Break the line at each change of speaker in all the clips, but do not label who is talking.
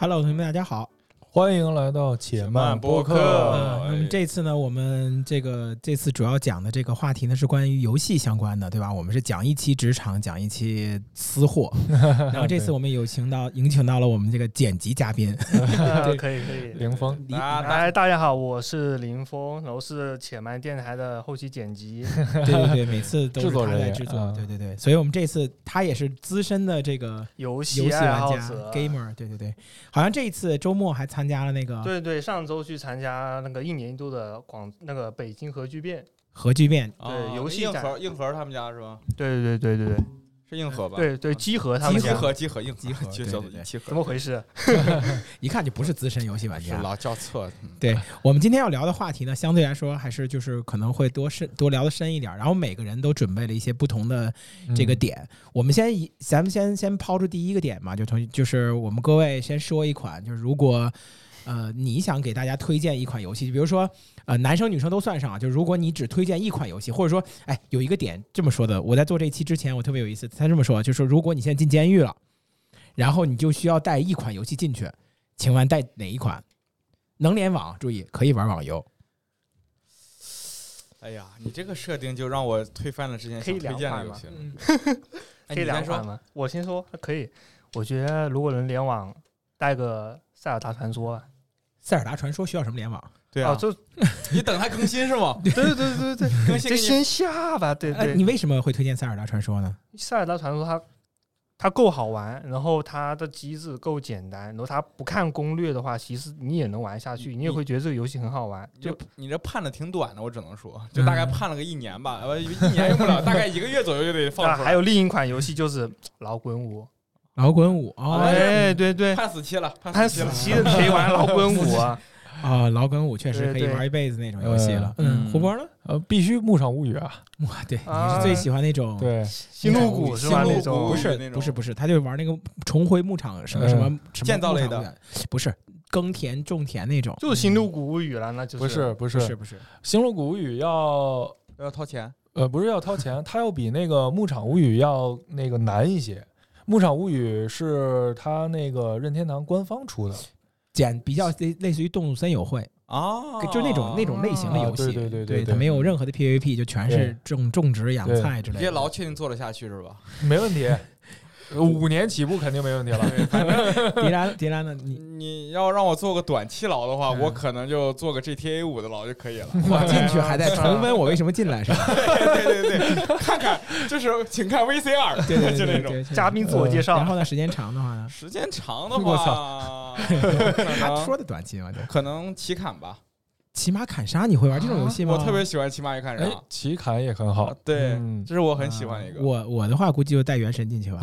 Hello，同学们，大家好。
欢迎来到且慢播
且
嗯、
慢
客
播客。
那么这次呢，我们这个这次主要讲的这个话题呢是关于游戏相关的，对吧？我们是讲一期职场，讲一期私 货。然后这次我们有请到迎请到了我们这个剪辑嘉宾，
呃可以可以。
凌峰，
李
大家大家好，我是林峰，然后是且慢电台的后期剪辑。
对对对，每 次都是
制作
他
人
在
员
制作，
啊
对对对。所以我们这次他也是资深的这个
游
游戏
戏爱
玩
好
家
者
gamer，对对对。好像这一次周末还参加了那个
对对，上周去参加那个一年一度的广那个北京核聚变，
核聚变，
对游戏
啊硬
展
核硬核他们家是吧？
对对对对对
是硬核吧？
对啊对，集合他们
集
家
合集合硬
集合
就
对
叫
对对
集合
怎么回事？
一看就不是资深游戏玩
是
啊
家。
老叫错，嗯
我们今天要聊的话题呢，相对来说还是就是可能会多深多聊的深一点儿。然后每个人都准备了一些不同的
嗯
这个点。我们先以咱们先先抛出第一个点嘛，就同就是我们各位先说一款，就是如果呃你想给大家推荐一款游戏，就比如说呃男生女生都算上啊，就如果你只推荐一款游戏，或者说哎有一个点这么说的，我在做这一期之前我特别有意思，他这么说，就是如果你现在进监狱了，然后你就需要带一款游戏进去，请问带哪一款？能联网，注意可以玩网游。
哎呀，你这个设定就让我推翻了之前
可以
想推
两
荐的
款
游
吗嗯
戏了。哎，
可
你
以两
先
款
说，
吗？我先说可以，我觉得如果能联网，带个塞尔达传说吧。
塞尔达传说需要什么联网？
对啊，
哦，就
你等它更新是 吗？对对对对对，更新
这
给你
先下吧，对
哎，
对。
你为什么会推荐塞尔达传说呢？
塞尔达传说它它够好玩，然后它的机制够简单，然后它不看攻略的话，其实你也能玩下去，你也会觉得这个嗯游戏很好玩。
你
就
这你这盼的挺短的，我只能说，就大概盼了个一年吧，呃，一年用不了，大概一个月左右就得
那
放出来。
还有另一款游戏就是《老滚五
哦老滚五》，哦
哎，对对，
判死期了，
潘
判
死
期了。
期的可以玩《老滚五》 啊，
啊，老滚五确实
对
可以
对
玩一辈子那种游戏了。
呃
嗯，
嗯
胡博呢？
呃，必须牧场物语啊，嗯
哇，对，你是
啊
最喜欢那种
对，
新露谷是
星
吧？
露
那
谷
种
不
对那
是
种
不是不是，他就玩那个重回牧场什么
嗯
什么什么
建造类
牧场
的
物语，不是耕田种田那种，
就是《新露谷物语》了，那就是
不是不
不是
是，
不是，
星露谷物语要
要掏钱，
呃不是要掏钱，它要比那个牧场物语要那个难一些。牧场物语是它那个任天堂官方 出的，
简比较类类似于动物森友会，
哦，
就那种那种类型的游戏，
啊对对对对
它
对
没有任何的 PVP，就全是种种植养菜之
直
类
接
的。
牢确定做得下去是吧？
没问题，呃五年起步肯定没问题了。
迪拉迪拉呢？ 你
你要让我做个短期牢的话，
嗯
我可能就做个 GTA 五的牢就可以 了。
我进去还在重温我为什么进来是吧？
对对对对，看看，就是请看 VCR，
对对
就
对
那
对
种。？
对，对
嘉宾自我介绍
嗯然，后呢，时间长的话呢
时间长的
我
话，
他
他
说的短期嘛，就
可能骑砍吧，
骑马砍杀，你会玩这种游戏吗？
啊
哎
我特别喜欢骑马与砍
哎
杀，，
奇坎也很好
啊，对
嗯，
这是我很喜欢的一
啊
个。
我我的话估计就带原神进 去吧，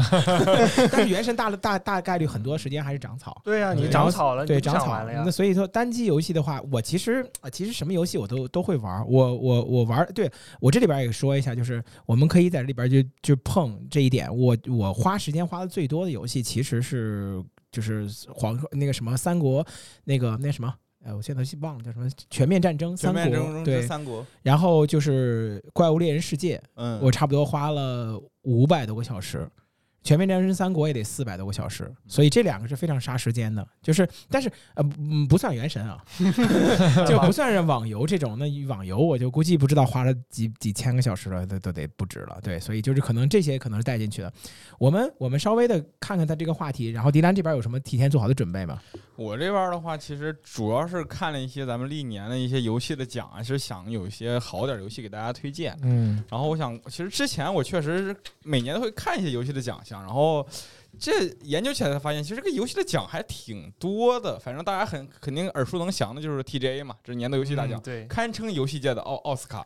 但是原神大了大大概率很多时间还是长草。
对呀，你
对
长草了，哦你
对，
就
长
不想
草
玩了呀
那。所以说单机游戏的话，我其实啊，其实什么游戏我都都会玩儿。我我我玩儿，对我这里边儿也说一下，就是我们可以在这里边儿就就碰这一点。我我花时间花的最多的游戏其实是就是黄那个什么三国那个那什么。呃，我现在都忘了叫什么《全面战争》三
全面
国
争中
对，
三国，
然后就是《怪物猎人世界》，
嗯，
我差不多花了五百多个小时，《全面战争三国》也得四百多个小时，所以这两个是非常杀时间的。就是，但是呃，不嗯不算原神啊， 就不算是网游这种。那网游我就估计不知道花了几几千个小时了，都都得不止了。对，所以就是可能这些可能是带进去的。我们我们稍微的看看他这个话题，然后迪兰这边有什么提前做好的准备吗？
我这边儿的话，其实主要是看了一些咱们历年的一些游戏的奖啊，是想有一些好点儿游戏给大家推荐。
嗯，
然后我想，其实之前我确实是每年都会看一些游戏的奖项，然后这研究起来才发现，其实这个游戏的奖还挺多的。反正大家很肯定耳熟能详的就是 TGA 嘛，这是年度游戏大奖
嗯，对，
堪称游戏界的奥奥斯卡。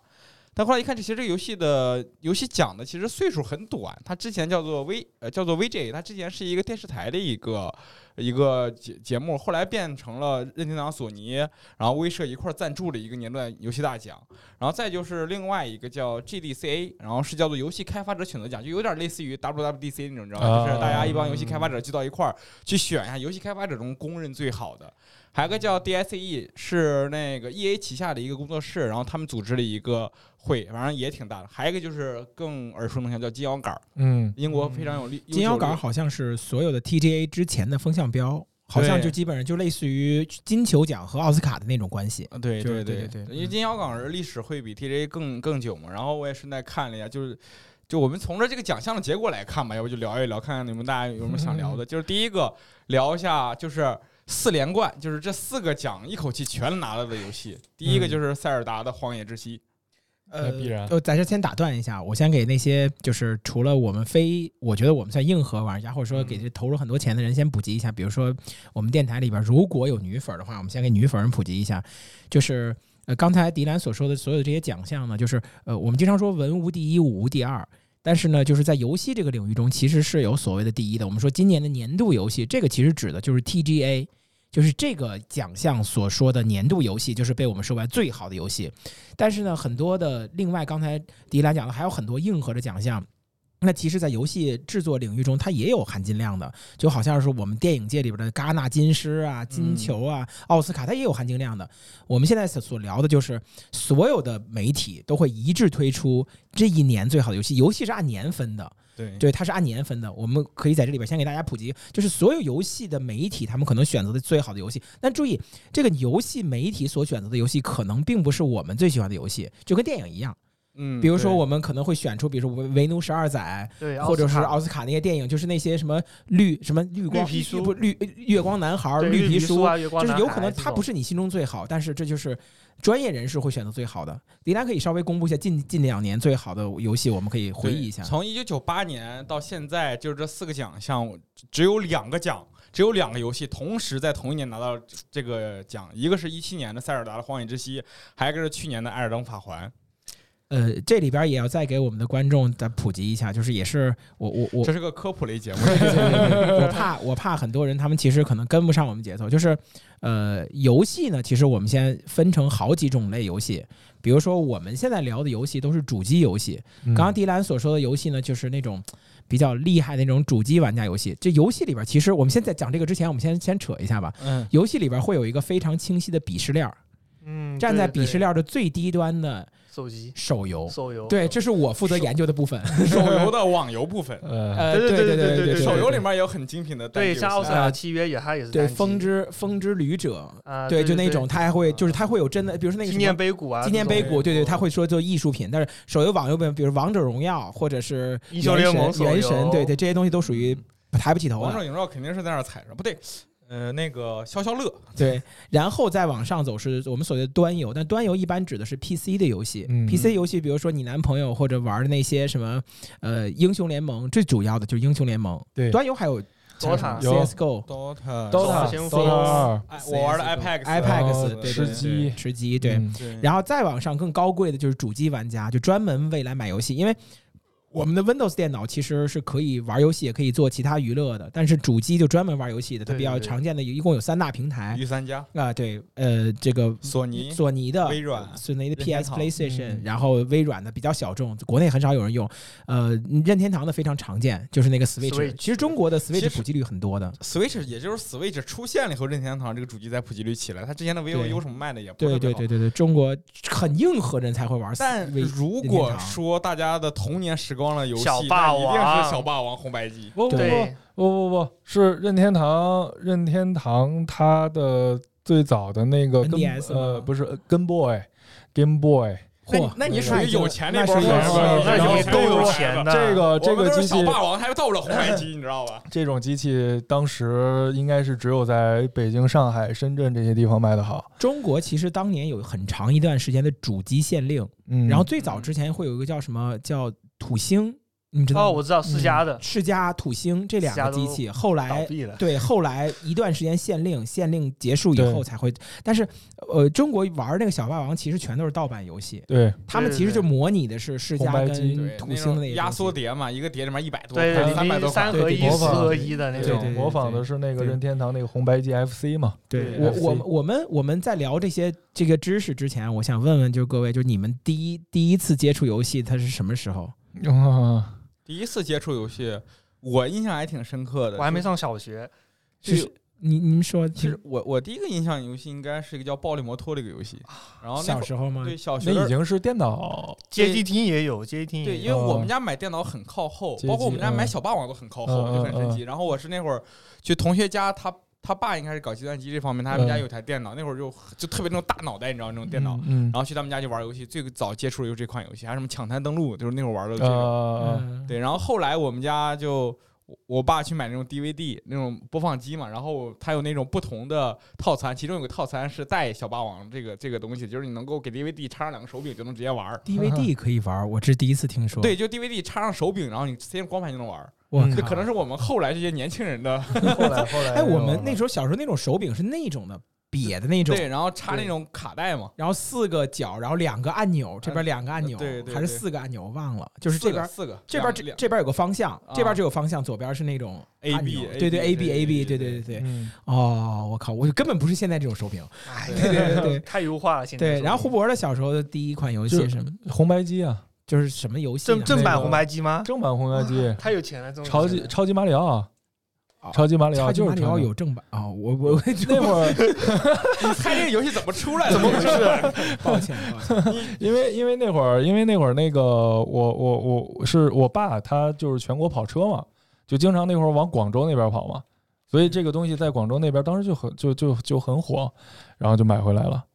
但后来一看，这其实这个游戏的游戏奖的其实岁数很短，它之前叫做 V 呃叫做 VJ，它之前是一个电视台的一个一个节节目，后来变成了任天堂、索尼，然后威社一块儿赞助了一个年段游戏大奖，然后再就是另外一个叫 GDCA，然后是叫做游戏开发者选择奖，就有点类似于 WWDC 那种，你知道吗？
啊
就是大家一帮游戏开发者聚到一块儿去选一下游戏开发者中公认最好的。还有个叫 DSE，是那个 EA 旗下的一个工作室，然后他们组织了一个会，反正也挺大的。还有一个就是更耳熟能详叫金摇杆儿，
嗯，
英国非常有力。
金摇杆
优秀的
好像是所有的 TGA 之前的风向标，好像
对
就基本上就类似于金球奖和奥斯卡的那种关系。
嗯，对
就是
对
对对对
因为金摇港是历史会比 TJ 更更久嘛。然后我也顺带看了一下，就是就我们从着这个奖项的结果来看吧，要不就聊一聊，看看你们大家有什么 想聊的。就是第一个聊一下，就是四连冠，就是这四个奖一口气全拿了的游戏。第一个
嗯
就是塞尔达的《荒野之息》，
呃，
那必然
呃，在这先打断一下，我先给那些就是除了我们非，我觉得我们算硬核玩家，或者说给这投入很多钱的人先普及一下。比如说我们电台里边如果有女粉儿的话，我们先给女粉儿普及一下，就是。呃，刚才迪兰所说的所有的这些奖项呢，就是呃，我们经常说文无第一，武无第二，但是呢，就是在游戏这个领域中，其实是有所谓的第一的。我们说今年的年度游戏，这个其实指的就是 TGA，就是这个奖项所说的年度游戏，就是被我们说为最好的游戏。但是呢，很多的另外刚才迪兰讲的还有很多硬核的奖项。那其实，在游戏制作领域中，它也有含金量的，就好像是我们电影界里边的戛纳金狮啊、金球啊、奥斯卡，它也有含金量的。我们现在所所聊的就是，所有的媒体都会一致推出这一年最好的游戏，游戏是按年分的，
对
对，它是按年分的。我们可以在这里边先给大家普及，就是所有游戏的媒体他们可能选择的最好的游戏，但注意这个游戏媒体所选择的游戏可能并不是我们最喜欢的游戏，就跟电影一样。
嗯，
比如说
对
我们可能会选出，比如说《维维奴十二载》。
对，
或者是
奥
奥斯卡那些电影，就是那些什么绿什么绿光
绿皮书
不绿月光男孩、
斯卡对
绿皮
书
书，
啊，月光
就是
男
有
孩
可能
这
它不
种
是你心中最好，但是这就是专业人士会选择最好的。迪兰可以稍微公布一下近近两年最好的游戏，我们可以回忆一下
对。从一九九八年到现在，就是这四个奖项，只有两个奖，只有两个游戏同时在同一年拿到这个奖，一个是一七年的《塞尔达的荒野之息》，还有一个是去年的《艾尔登法环》。
呃，这里边也要再给我们的观众再普及一下，就是也是我我我
这是个科普类节目。
对对对 对我怕我怕很多人他们其实可能跟不上我们节奏，就是呃，游戏呢，其实我们现在分成好几种类游戏，比如说我们现在聊的游戏都是主机游戏，
嗯
刚刚迪兰所说的游戏呢，就是那种比较厉害的那种主机玩家游戏。这游戏里边，其实我们现在讲这个之前，我们先先扯一下吧。
嗯，
游戏里边会有一个非常清晰的鄙视链儿，
嗯，
站
对
在鄙
对
视
对
链的最低端的
手机
手游。
手游
对，这是我负责研究的部分。
啊
手游的网游部分，
呃，
呃，
对
对
对对
对
对对
对，
手游里面也有很精品的单机
对
游戏
像奥斯
啊
卡契约也它也是
对
单机
风之风之旅者，
啊，
对，
对，
就那种
对
他还会就是他会有真的，比如说那个
纪
什
念
么。
碑谷啊，
纪念
这种
碑谷，对对，他会说做艺术品，但是手游网游本，比如王者荣耀或者是
英雄
原
联盟
神
手
原神，
游嗯
对对，这些东西都属于抬不起头
王者
的。
荣耀肯定是在那儿踩着，不对，呃，那个消消乐，
对，然后再往上走是我们所谓的端游，但端游一般指的是 PC 的游戏。
嗯
PC 游戏，比如说你男朋友或者玩的那些什么，呃，英雄联盟，最主要的就是英雄联盟。
对
端游还有
Dota
有
CSGO、
DOTA、
Dota
，DOTA、DOTA 二，
哎我玩的
CS:GO
Apex、
Apex，
哦
对对
吃
对
鸡，
吃鸡，对。
嗯
对，
然后再往上更高贵的就是主机玩家，就专门为来买游戏，因为。我们的 Windows 电脑其实是可以玩游戏，也可以做其他娱乐的，但是主机就专门玩游戏的，它
对
比较
对对
常见的一共有三大平台
御三家、
啊、对，呃，这个
索尼、
索尼的
微软
索尼的
任天
PS、
堂
PlayStation，、
嗯
然后微软的比较小众，国内很少有人用，呃，任天堂的非常常见，就是那个 Switch，,
Switch
其实中国的 Switch
其实
普及率很多的，
Switch 也就是 Switch 出现了以后，任天堂这个主机才普及率起来。它之前的 VOU 什么卖的也不
对
是特别
对
好
对。对对，中国很硬核人才会玩 Switch，
但如果说大家的童年时光的游戏，
小霸
那
王
一定是小霸王红白机。
不不不
对
不不不，是任天堂，任天堂它的最早的那个跟
NDS 吗
呃不是呃 Game Boy，Game Boy
那
嚯
你那你属
那
于
就
有钱
那
波儿
是
了，
有钱人
是吧
那
你
有
够有
人
钱
了
的，
这
呃
个这
我
个
们都
机
是
器
小霸王，还到不了红白机，你知道吧？
这种机器当时应该是只有在北京、上海、深圳这些地方卖的好。
中国其实当年有很长一段时间的主机限令，
嗯，
然后最早之前会有一个叫什么叫土星，你知
哦，
道吗？嗯
我知道世嘉的
世嘉、土星这两个机
世
器，后
倒
来
闭了，
对后来一段时间限令，限令结束以后
对
才会。但是，呃，中国玩那个小霸王其实全都是盗版游戏，
对
他们
对
其实
对
就模拟的是世嘉
红白机
跟
对，
嗯土
那
星的
种
那
压缩
的。
碟嘛，一个碟里面一百多
对
块，
对，
三百
里
多块
三。合
对
一、
模
四
仿
合一的那
对
种
对，
模仿的是那个
对
任天堂那个红白机 FC 嘛。
对
对
我，
FC
我们我们我们在聊这些这个知识之前，我想问问，就是各位，就是你们第一第一次接触游戏，它是什么时候？哦
啊，
第一次接触游戏，我印象还挺深刻的。
我还没上小学，
就是
您您说，
其实我我第一个印象游戏应该是一个叫《暴力摩托》的一个游戏，
啊
然哦后那
小
会儿
时候吗？
对小学
那
的
已经是电脑
街机厅也有，街机厅也
对，
有
因为我们家买电脑很靠后
嗯街，机
包括我们家买
嗯
小霸王都很靠后，
嗯
就很神
嗯
奇。然后我是那会儿去同学家，他他爸应该是搞计算机这方面，他们家
嗯
有台电脑，那会儿就就特别那种大脑袋，你知道那种电脑，啊
嗯
然，后去他们家就玩游戏，最早接触的就是这款游戏，还有什么抢滩登陆，就是那会儿玩的这个。
嗯
呃，
对，然后后来我们家就我我爸去买那种 DVD 那种播放机嘛，然后他有那种不同的套餐，其中有个套餐是带小霸王这个这个东西，就是你能够给 DVD 插上两个手柄就能直接玩儿。
DVD 可以玩儿，我这是第一次听说。
对，就 DVD 插上手柄，然后你塞上光盘就能玩儿。
我
嗯
这
靠，
可能是我们后来这些年轻人的
后来后来，
哎，我们那时候小时候那种手柄是那种的瘪的那种，
对，然后插那种卡带嘛，
然后四个角，然后两个按钮，这边两个按钮，
呃对对对
还是四个按钮，我忘了，就是
四
这
个
边。
四个，
这边
两
这
两
这边有个方向，
啊
这边只有方向，左边是那种
A
按
B，
钮
A B，
对对 A B
对
A B，
对
对
对
对对。
嗯，
哦，我靠，我就根本不是现在这种手柄。
哎
对对对对
太优化了，现在
对，
手
然后
机
胡博的小时候的第一款游戏
就是
什么？
红白机啊，
就是什么游戏啊呢？
正
那
正版
个
红白机吗？
正版红白机，
太有钱了，这种
超
有钱
级
人
超级马里奥
啊，
超级马里
超
奥
级
就
马
是
里
超
奥
级
有正版啊！我我我
那会儿，
你 猜这个游戏怎么出来的？怎么回事？
啊
抱歉抱歉，
因为因为那会儿，因为那会儿那个我我我我是我爸，他就是全国跑车嘛，就经常那会儿往广州那边跑嘛，所以这个东西在广州那边当时就很就就就很火，然后就买回来了。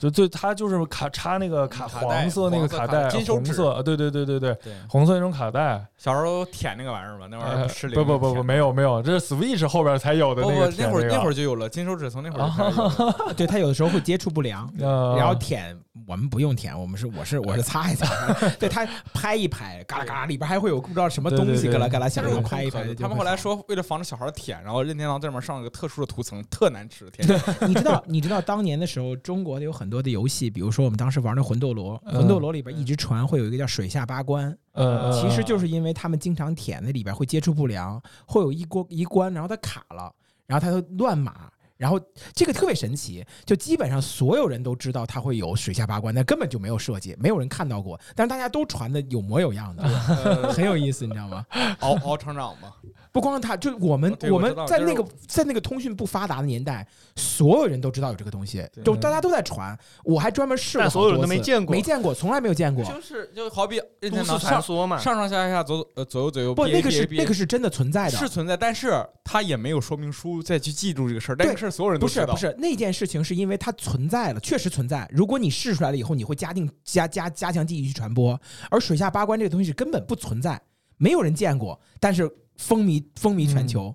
就就它就是卡插那个卡
嗯卡带
黄色那个
黄色
卡
卡带
带，
金手
红
指
色，呃对对对对对，
对，
红色那种卡带，
小时候舔那个玩意儿嘛，那玩意儿
呃
吃零
不
食
不不不
舔
没有没有，这是 Switch 后边才有的
不不
那，个
那会儿那会
儿
儿就有了，金手指从那会儿就开始有了
对他有的时候会接触不 良，
呃
然后舔，我们不用舔，我们是我是我是擦一擦， 对他拍一拍，嘎啦嘎啦，里边还会有不知道什么东西，
对对对
嘎啦嘎啦响
这
是
动，
种
我
拍一拍。
他们 后来，说，为了防止小孩儿舔，然后任天堂这面上了个特殊的涂层，特难吃。天天
你知道你知道当年的时候，中国有很多的游戏，比如说我们当时玩那魂斗罗，
嗯
魂斗罗里边一直传会有一个叫水下八关，
呃，
其实就是是因为他们经常舔，那里边会接触不良，会有一锅一关，然后它卡了，然后它就乱码。然后这个特别神奇，就基本上所有人都知道它会有水下八关，但根本就没有设计，没有人看到过，但是大家都传的有模有样的，
呃
很有意思，你知道吗？
熬熬成长嘛，
不光是他，就我们
哦对
我
我
们
知道
在
就
那
是
个在那个通讯不发达的年代，所有人都知道有这个东西，
对
都大家都在传，我还专门试过好多
但
次，
所有人都没见过
没见过，从来没有见过。
就是就好比任
都
天
市
堂
传
上
说嘛，
上上下下左呃左右左右，
不，
BA
那个是
BA
那个是真的存在的，
是存在，但是他也没有说明书再去记住这个事儿，但这
对
个事儿所有人都
不是
知道。
不是那件事情，是因为它存在了，确实存在。如果你试出来了以后，你会加定加加加强记忆去传播。而水下八关这个东西是根本不存在，没有人见过，但是风靡风靡全球。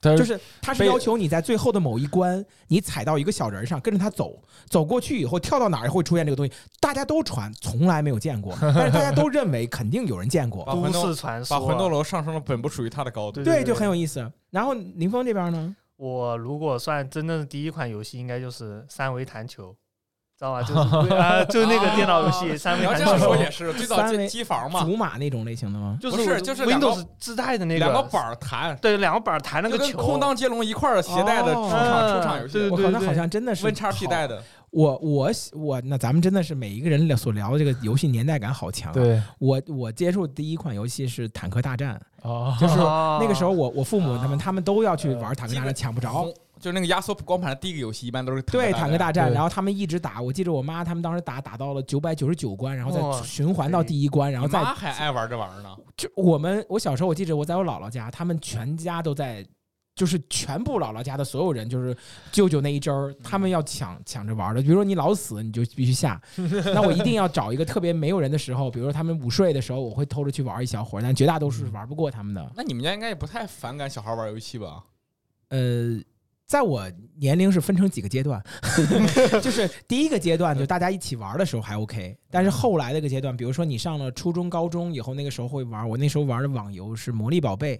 但
就是是它是
被
要求你在最后的某一关，你踩到一个小人儿上，跟着他走，走过去以后跳到哪儿会出现这个东西，大家都传，从来没有见过，但是大家都认为肯定有人见过。
把
都
魂斗
市传说
把
啊。
魂斗罗上升了本不属于它的高度
对。
对，就很有意思。然后林峰这边呢？
我如果算真正的第一款游戏，应该就是三维弹球，知道吧？就是 啊，就是那个电脑游戏
啊
三
你
维
要
弹
这样说
球
也， 是，最早
三
进
维
机房嘛，
祖玛那种类型的吗？
就
不是就是
Windows 自带的那
两个板儿弹，
对，两个板儿弹那
就
个
跟
球，
空当接龙一块儿携带的
哦
出场出场游
对
戏
我，
对
靠，那
对
好像真的是
温差替
好
代的。
我我喜我那咱们真的是每一个人聊所聊的这个游戏年代感好强、，啊
对
我我接触第一款游戏是《坦克大战
啊》，
就是
啊
那个时候我我父母他们
啊
他们都要去玩《坦克大
呃基
战》，
本
抢不着。
红，就是那个压缩光盘的第一个游戏，一般都是
对《坦
坦
克
克
大战》，
对
然后他们一直打。我记得我妈他们当时打打到了九百九十九关，然后再
哇
循环到第一关，然后
你妈
再
还爱玩这玩意儿呢，
就我们我小时候我记得我在我姥姥家，他们全家都在。就是全部姥姥家的所有人，就是舅舅那一支儿，他们要抢抢着玩儿的。比如说你老死，你就必须下。那我一定要找一个特别没有人的时候，比如说他们午睡的时候，我会偷着去玩儿一小会儿，但绝大多数是玩不过他们的。
那你们家应该也不太反感小孩玩游戏吧？
呃，在我年龄是分成几个阶段， 就是第一个阶段就大家一起玩的时候还 OK，但是后来那个阶段，比如说你上了初中、高中以后，那个时候会玩，我那时候玩的网游是《魔力宝贝》，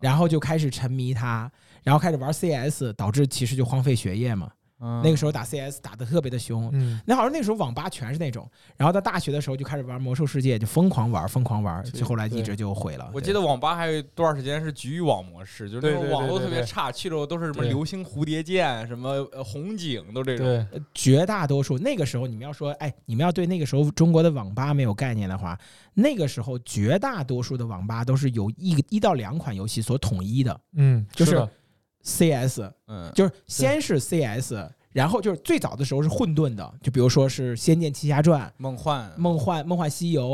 然后就开始沉迷它，然后开始玩 CS，导致其实就荒废学业嘛。
嗯
那个时候打 CS 打的特别的凶，
嗯，
那好像那时候网吧全是那种，然后到大学的时候就开始玩《魔兽世界》，就疯狂玩，疯狂玩，
对
就后来一
对
直就毁了。
我
对
记得网吧还有一段时间是局域网模式，就是那
对
种
对
网络
对
特
对
别
对
差，去了都是什么
对
流星蝴蝶剑、什么呃红警，都这种。
对，
绝大多数那个时候，你们要说，哎，你们要对那个时候中国的网吧没有概念的话，那个时候绝大多数的网吧都是有一一到两款游戏所统一的
嗯，
就是
的
，CS，
嗯，
就是先是 CS，然后就是最早的时候是混沌的，就比如说是《仙剑奇侠传》
梦幻
《梦幻梦幻西游》，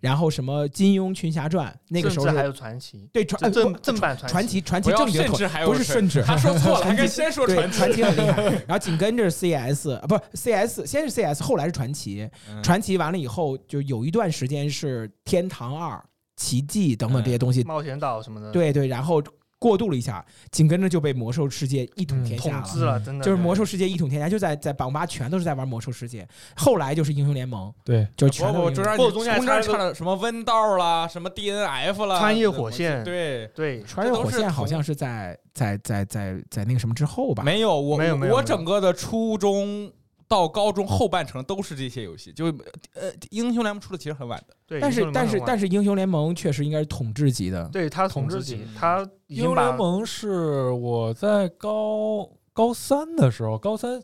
然后什么金庸《群侠传》，那个时候
甚至还
是
有传奇，
对传
正
哎
正
不
正版
传奇
奇，
传
不
奇
要
正经
甚
传
至还有
不是
是
甚至，
他说 错了，还
传
该
奇
先说
对
传
传奇很厉害。然后紧跟着 CS 啊，不是 CS，先是 CS，后来是传奇。
嗯
传奇完了以后，就有一段时间是《天堂二》《奇迹》等等这些东西。
冒险岛什么的，，
对对，然后过渡了一下，紧跟着就被魔兽世界一统
嗯
天下
统
了。
治了，真的
就是魔兽世界一统天下，就在在榜八全都是在玩魔兽世界，后来就是英雄联盟，
对，
就
我
全都
我
是
中
英雄
间
不中间
中间
插了个
唱了什么温道啦，什么 DNF 啦，
穿越火线
啊对，
对，
穿越火
这都
线
是
好像是在在在在在那个什么之后吧？
没有我
没有没有
我
没有
整个的初中到高中后半程都是这些游戏，就呃英雄联盟出的其实很晚的，
对，
但是但是但
是，
是英雄联盟确实应该是统治级的，
对他统
统
治
治
级
级，
他已
英
经
雄
把
联盟是我在高高三的时候，高三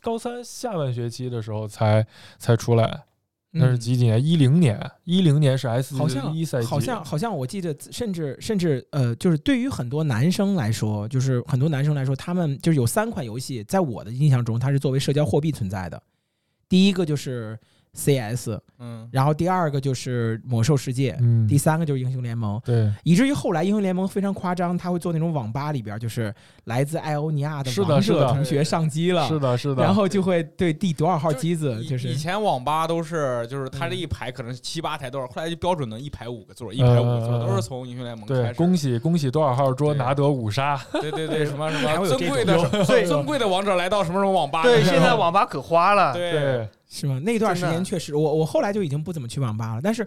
高三下半学期的时候才才出来，那是
嗯
几几年？一零年，一零年是 S
好像
一赛季，
好像好像我记得，甚至甚至呃，就是对于很多男生来说，就是很多男生来说，他们就是有三款游戏，在我的印象中，它是作为社交货币存在的。第一个就是 CS，
嗯，
然后第二个就是魔兽世界，
嗯，
第三个就是英雄联盟。
对，
以至于后来英雄联盟非常夸张，他会做那种网吧里边儿，就是来自艾欧尼亚
是的
王
是
者
的
同学上机了，
是的，是的，
然后就会对第多少号机子，
以
就是
以前网吧都是就是他这一排可能是七八台多少，后来就标准能一排五个座，一排五个座
呃
都是从英雄联盟开
对，
始，
恭喜恭喜多少号桌
对
拿得五杀，
对对对，什么什
还
么
会有这
尊
种
贵 的
对
尊贵的王者来到什么什么网吧，
对，现在网吧可花了，
对，
对，
是吗？那段时
真
间
的
确实，我我后来就已经不怎么去网吧了，但是。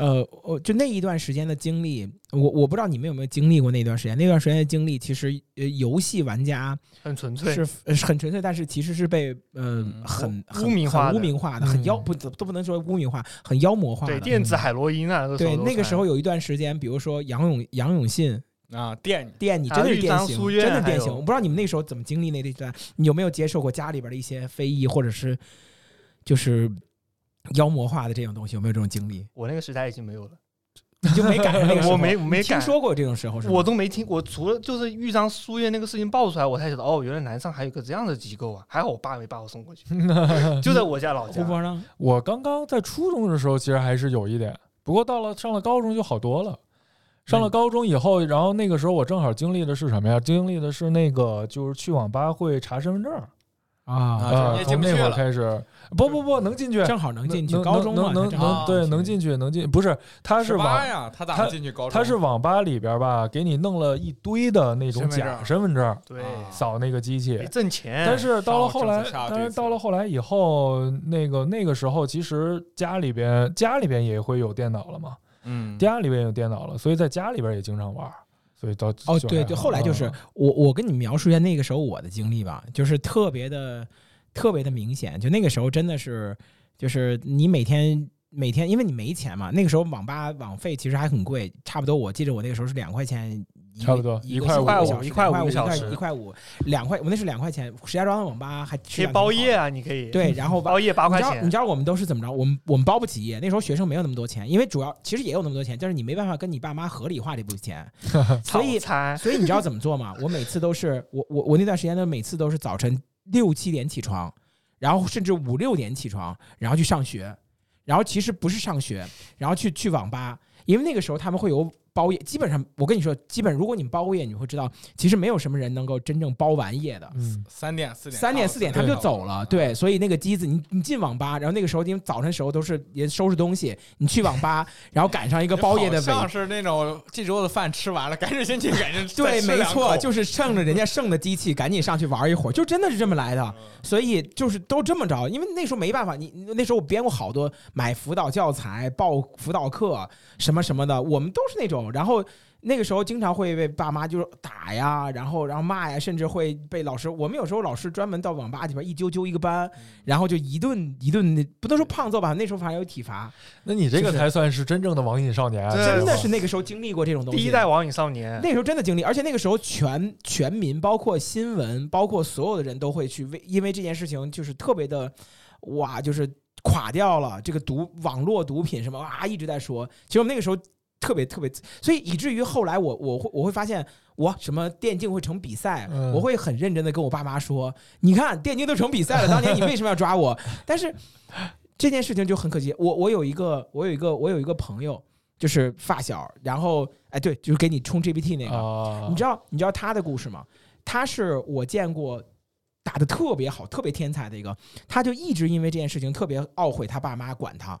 呃，我就那一段时间的经历，我我不知道你们有没有经历过那段时间。那段时间的经历，其实呃，游戏玩家
很纯粹，
是呃是很纯粹，但是其实是被呃
嗯
很
污
很
污名化
很
的
污名化的，很
嗯
妖不都不能说污名化，很妖魔化的。
对电子海洛因啊，那个时候
对，
都
那个
传
时候有一段时间，比如说杨永杨永信
啊电你。
电你
啊
真的是
豫
电
章
刑，
书院
真的
还
电刑。
有
我不知道你们那时候怎么经历那一段，你有没有接受过家里边的一些非议，或者是就是妖魔化的这种东西，有没有这种经历？
我那个时代已经没有了，
你就没赶上那个时候，
我没我没
你听
赶
说过这种时候是吗？
我都没听，我除了就是豫章书院那个事情爆出来，我才晓得哦，原来南上还有个这样的机构啊，还好我爸没把我 送过去，就在我家老
胡
家。
波呢？
我刚刚在初中的时候，其实还是有一点，不过到了上了高中就好多了。上了高中以后，然后那个时候我正好经历的是什么呀？经历的是那个就是去网吧会查身份证儿
啊
啊就是你也进
从
不
那
去
会儿
了
开始，不不不，能进去，
正好能进去，
能
高中嘛，
能能
他正好啊
能对，能进去能进，不是他是
八
网
呀，他
他
咋进去高中？
他是网吧里边吧，给你弄了一堆的那种
身份证
假身份证儿，
对，
啊
扫那个机器
没，挣钱，
但是到了后来
上了政策，下
但
对
是
策
到了后来以后，那个那个时候，其实家里边家里边也会有电脑了嘛，
嗯，
家里边有电脑了，所以在家里边也经常玩儿，所以到
哦，
就
对
还
对，
好
后来就是
嗯
我我跟你描述一下那个时候我的经历吧，就是特别的特别的明显，就那个时候真的是就是你每天。每天，因为你没钱嘛，那个时候网吧网费其实还很贵，差不多。我记得我那个时候是两块钱一个，
差不多
一
一块
五个
五
小时，
一
一
块五
五
个
一
小
块
时
一块五，两块，我那是两块钱。石家庄的网吧还
可
吃
以
饭挺
包
好
夜
的，
啊，你可以
对，然后
包夜八块
你知道你
钱，
知道我们都是怎么着？我们我们包不起夜，那时候学生没有那么多钱，因为主要其实也有那么多钱，但是你没办法跟你爸妈合理化这部分 钱，所以
早餐
所以你知道怎么做吗？我每次都是我我我那段时间呢，每次都是早晨六七点起床，然后甚至五六点起床，然后去上学，然后其实不是上学，然后去去网吧，因为那个时候他们会有包夜，基本上我跟你说，基本如果你包夜，你会知道，其实没有什么人能够真正包完夜的。
嗯，
三点四点，
三点四点他们就走了，对，所以那个机子，你你进网吧，然后那个时候因为早晨时候都是也收拾东西，你去网吧，然后赶上一个包夜的
好
尾
像是那种这周的饭吃完了，赶紧先去赶紧再
对，
吃
没
两
错，
口
就是趁着人家剩的机器，赶紧上去玩一会儿，就真的是这么来的。
嗯
所以就是都这么着，因为那时候没办法，你那时候我编过好多买辅导教材、报辅导课什么什么的，我们都是那种。然后那个时候经常会被爸妈就是打呀，然后然后骂呀，甚至会被老师。我们有时候老师专门到网吧里边一揪揪一个班，然后就一顿一顿，不能说胖揍吧，那时候反正有体罚，
那你这
就
个
是
才算是真正的网瘾少年啊，
真
真
吧
的是那个时候经历过这种东西。
第一代网瘾少年，
那时候真的经历，而且那个时候全全民，包括新闻，包括所有的人都会去为因为这件事情，就是特别的，哇，就是垮掉了这个毒网络毒品什么哇，一直在说。其实我们那个时候特别特别，所以以至于后来我我会我会发现，我什么电竞会成比赛，
嗯
我会很认真的跟我爸妈说，你看电竞都成比赛了，当年你为什么要抓我？但是这件事情就很可惜，我我有一个我有一个我有一个朋友，就是发小，然后哎对，就是给你充 GPT 那个，
啊
你知道你知道他的故事吗？他是我见过打的特别好、特别天才的一个，他就一直因为这件事情特别懊悔，他爸妈管他，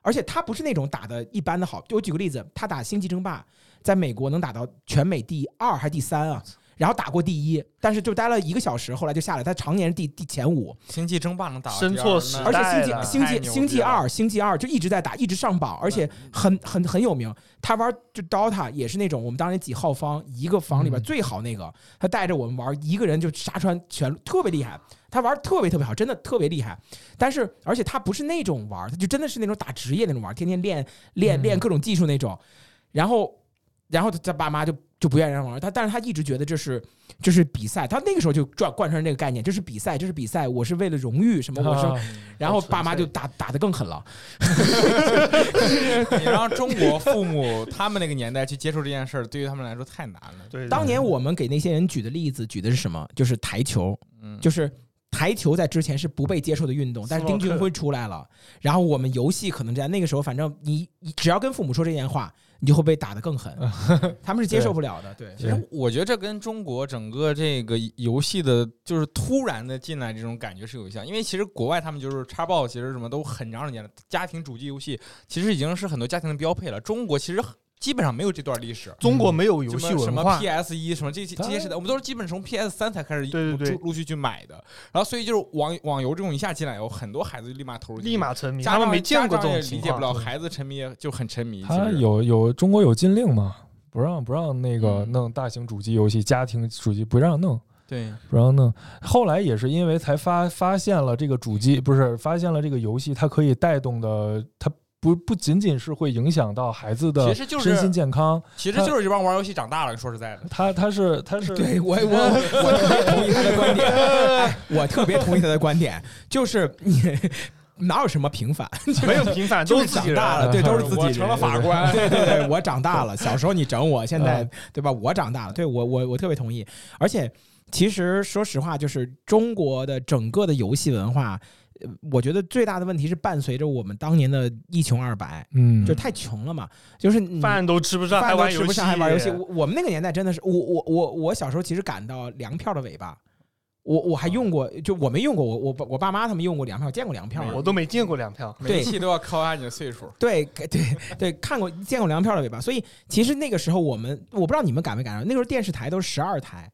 而且他不是那种打的一般的好。就我举个例子，他打星际争霸，在美国能打到全美第二还是第三啊？然后打过第一，但是就待了一个小时，后来就下来。他常年是第第前五，
星际争霸能打到
生
第二
错
呢
时
而且
代了
星
太
际星
牛
际
逼
星际
了
二星际二就一直在打，一直上榜，而且很很很有名。他玩就 DOTA 也是那种我们当年几号房一个房里边
嗯
最好那个，他带着我们玩，一个人就杀穿全特别厉害。他玩特别特别好，真的特别厉害。但是而且他不是那种玩，他就真的是那种打职业那种玩，天天练练
嗯
练各种技术那种。然后然后他爸妈就就不愿意让他玩，他但是他一直觉得这是这是比赛，他那个时候就贯贯穿这个概念，这是比赛，这是比赛，我是为了荣誉什么，我是
啊
然后
纯
爸妈
粹
就打打得更狠了。
你让中国父母他们那个年代去接受这件事儿，对于他们来说太难 了。
对，对
当年我们给那些人举的例子，举的是什么？就是台球，
嗯，
就是台球在之前是不被接受的运动，但是
斯诺
丁
克
俊晖出来了，然后我们游戏可能在那个时候，反正你你只要跟父母说这件话，你就会被打得更 狠，他们是接受不了的。对，
其实我觉得这跟中国整个这个游戏的，就是突然的进来这种感觉是有像，因为其实国外他们就是插 box，其实什么都很长时间了，家庭主机游戏其实已经是很多家庭的标配了。中国其实基本上没有这段历史，
嗯
中国没有游
什
戏
么什
文
么啊
化，
PS 一什么这些这些时代，我们都是基本从 PS 三才开始
对对对
陆陆续去买的。然后所以就是网网游这种一下进来以后，很多孩子就立马投入进去，
立马沉迷，
家
他
长
们没见过这
家
种
长也
情
理解不了，
况。
对
孩子沉迷也就很沉迷。
他
其实
有有中国有禁令嘛，不让不让那个
嗯
弄大型主机游戏、家庭主机不让弄，
对，
不让弄。后来也是因为才发发现了这个主机不是发现了这个游戏，它可以带动的它。不不仅仅是会影响到孩子的
其实就是
身心健康，
其实就是一帮玩游戏长大了。说实在的，
它它是它是
对我我我特别同意他的观点，哎我特别同意他的观点，就是你 哪有什么平凡，
没有平 凡，
就
都
是
自
长
己人
大了，对，都是自己
我
人
成了嗯法官。
对对对，我长大 了。小时候你整我，现在
嗯
对吧？我长大了，对我我我特别同意。而且其实说实话，就是中国的整个的游戏文化，呃我觉得最大的问题是伴随着我们当年的一穷二白，
嗯，
就太穷了嘛，就是你
饭都吃不上，还
饭都
玩
吃
游
不
戏，
上还玩游戏。我我们那个年代真的是，我我我我小时候其实赶到粮票的尾巴。我我还用过，就我没用过，我我爸我爸妈他们用过粮票，见过粮票吗，
我都没见过粮票。
每一期都要靠按你的岁数。
对对对，看过见过粮票的尾巴，所以其实那个时候我们，我不知道你们赶没啊赶上，那个时候电视台都是十二台，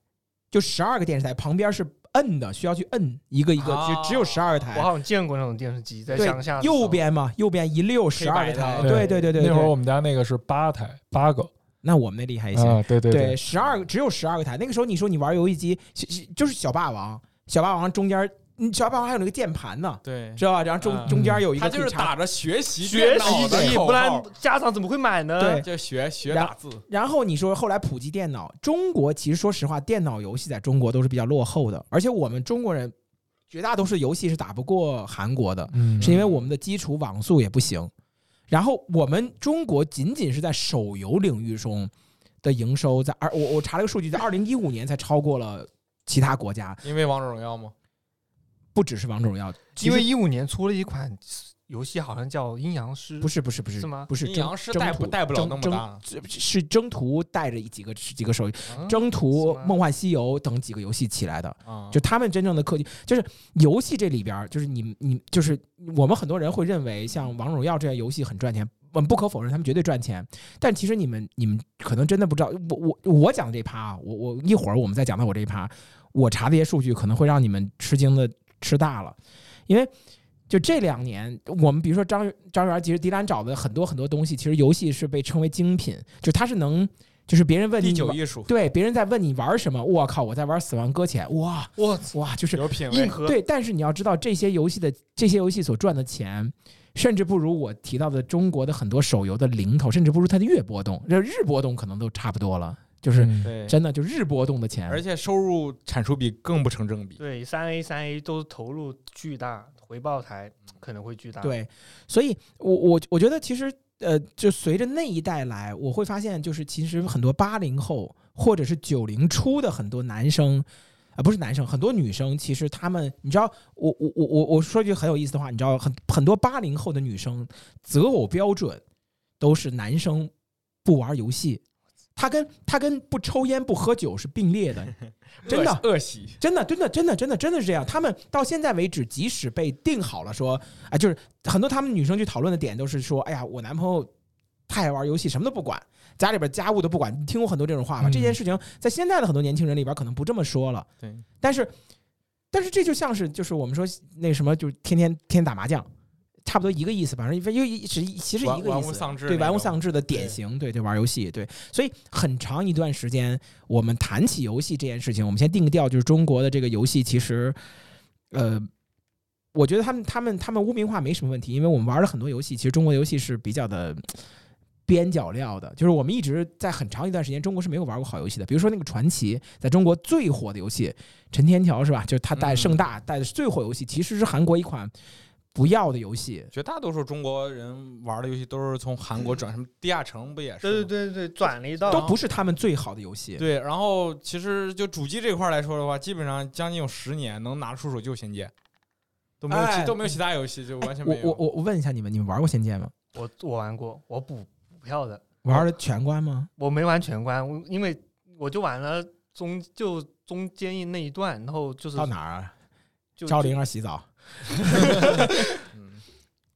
就十二个电视台，旁边是摁的，需要去摁一个一个，就只有十二个
我
哎啊
台。
好像见过那种电视机，在
对
乡下，的时候
右边嘛，右边一溜十二个台，
黑白
的
对对对对。
那会儿
对
我们家那个是八台八个
那我们那厉害一些，
啊，对对
对，十二个只有十二个台。那个时候你说你玩游戏机，小就是小霸王，小霸王中间，嗯小霸王还有那个键盘呢，
对，
知道吧？然后中
嗯
中间有一
他
个
就
可以
是
插
打着学习
学
电脑
习
的
机，
口
不然
号
家长怎么会买呢？
对
就学学
然
打字。
然后你说后来普及电脑，中国其实说实话，电脑游戏在中国都是比较落后的，而且我们中国人绝大多数游戏是打不过韩国的，
嗯
是因为我们的基础网速也不行。然后我们中国仅仅是在手游领域中的营收在，二我我查了个数 据，在二零一五年才超过了其他国家，
因为王者荣耀吗？
不只是王者荣耀，其
因
实
为一五年出了一款游戏，好像叫《阴阳师》，
不是不是不是
是吗
不是
阴
征
阳师
征
带
途
不带不了
征
那么
征
大嗯
是征途带着几个几个手游，
啊
征途
什、么
梦幻西游等几个游戏起来的。
啊
就他们真正的科技，就是游戏这里边儿，就是你你就是我们很多人会认为像《王者荣耀》这样游戏很赚钱，我们不可否认，他们绝对赚钱。但其实你们你们可能真的不知道，我我我讲的这趴啊，我我一会儿我们再讲到我这一趴，我查这些数据可能会让你们吃惊的吃大了，因为。就这两年，我们比如说张张元，其实迪兰找的很多很多东西，其实游戏是被称为精品，就它是能，就是别人问
第
你
九
玩
艺术
对，别人在问你玩什么，我靠，我在玩《死亡搁浅》，哇
哇
哇，就是
有品
硬
位，
核，
对。但是你要知道，这些游戏的这些游戏所赚的钱，甚至不如我提到的中国的很多手游的零头，甚至不如它的月波动，这日波动可能都差不多了，就是
嗯
对，
真的就日波动的钱，
而且收入产出比更不成正比。
对，三 A 三 A 都投入巨大，回报才可能会巨大。，
对，所以我我我觉得其实呃，就随着那一代来，我会发现，就是其实很多八零后或者是九零初的很多男生，啊、不是男生，很多女生，其实他们，你知道，我我我我我说句很有意思的话，你知道，很很多八零后的女生择偶标准都是男生不玩游戏，他跟他跟不抽烟不喝酒是并列的，真的，
恶习，
真的，真的，真的，真的，真的是这样。他们到现在为止，即使被定好了说，哎，就是很多他们女生去讨论的点都是说，哎呀，我男朋友太爱玩游戏，什么都不管，家里边家务都不管。你听过很多这种话吗？
嗯
这件事情在现在的很多年轻人里边可能不这么说了，
对，
但是，但是这就像是就是我们说那什么，就是天天天天打麻将，差不多一个意思吧，反正又一其实其实一
玩
个意
玩物
思。
丧志那
对
种，
玩物丧志的典型，对对玩游戏，对，所以很长一段时间，我们谈起游戏这件事情，我们先定个调，就是中国的这个游戏其实，呃，我觉得他们他们他们污名化没什么问题，因为我们玩了很多游戏，其实中国游戏是比较的边角料的，就是我们一直在很长一段时间，中国是没有玩过好游戏的，比如说那个传奇，在中国最火的游戏，陈天桥是吧？就是他带
嗯
盛大带的最火游戏，其实是韩国一款不要的游戏，
绝大多数中国人玩的游戏都是从韩国转，什么地下城不也是？
对对。对对，转了一
都
道，
不是他们最好的游戏。
对，然后其实就主机这块来说的话，基本上将近有十年能拿出手就《仙剑》，都没有其、
哎
都没有其他游戏，就完全没
我
有。
我我我问一下你们，你们玩过《仙剑》吗？
我我玩过，我补补票的，
玩的全关吗？
我没玩全关，我因为我就玩了中就中间那一段，然后就是
到哪儿啊？
就
赵灵儿啊洗澡，
嗯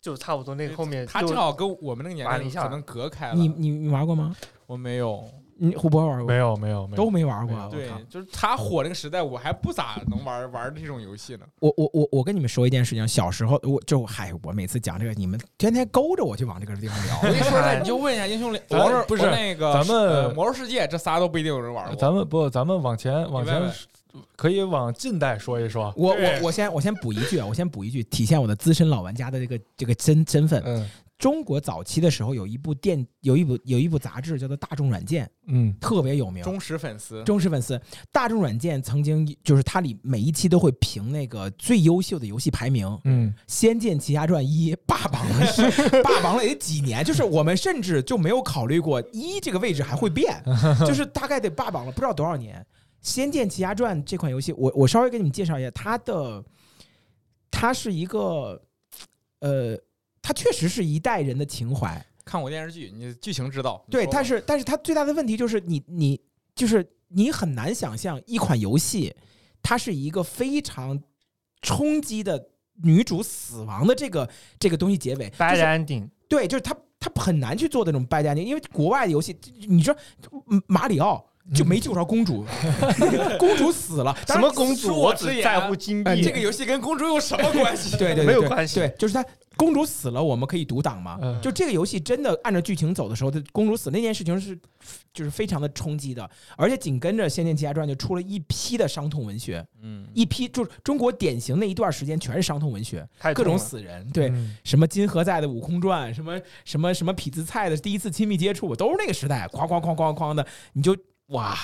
就就差不多那个后面
他
就
正好跟我们那个年
玩了一
龄
下
可能隔开了。
你你你玩过吗？
我没有，
你胡波玩过？
没有没有没
都
有，
没玩过啊。我
对
靠，
就是他火那个时代，我还不咋能玩玩这种游戏呢。
我我我我跟你们说一件事情，小时候我就嗨，我每次讲这个，你们天天勾着我去往这个地方聊。
我跟你说实在，你就问一下英雄联，
咱们
我
不是
我那个
咱们
呃魔兽世界这仨都不一定有人玩过。
咱们不咱们往前往
你
前
问
可以往近代说一说，
我
对
我我先我先补一句，啊，我先补一句，体现我的资深老玩家的这个这个身身份。
嗯
中国早期的时候有一部电有一部有一部杂志叫做《大众软件
嗯》，
特别有名。
忠实粉丝，
忠实粉丝，大众软件曾经就是它里每一期都会评那个最优秀的游戏排名，
嗯，
《仙剑奇侠传一》霸榜了是， 霸榜了也几年，就是我们甚至就没有考虑过一这个位置还会变，就是大概得霸榜了不知道多少年。《仙剑奇侠传》这款游戏，我我稍微给你们介绍一下，它的它是一个呃，它确实是一代人的情怀，
看过电视剧，你剧情知道。你
对，
说吧
但是但是它最大的问题就是你你就是你很难想象一款游戏，它是一个非常冲击的女主死亡的这个这个东西结尾，
白
就是
ending，
对，就是它它很难去做那种败家精，因为国外的游戏，你说嗯马里奥就没救着公 主， 公主死了，
什
当然
么公
恕
主，
我
我
直
只
言
在乎金
哎
币，
这个游戏跟公主有什么关系？
对对
没有
对
关系
对，就是她公主死了，我们可以独挡嘛。
嗯
就这个游戏真的按照剧情走的时候，它公主死那件事情是就是非常的冲击的，而且紧跟着《仙剑奇侠传》就出了一批的伤痛文学，
嗯，
一批就是中国典型那一段时间全是伤痛文学，
太
各种
痛了
死人，对。
嗯
什么金河在的《悟空传》，什么什么什么痞子蔡的第一次亲密接触，都是那个时代，哐哐哐哐哐的，你就哇，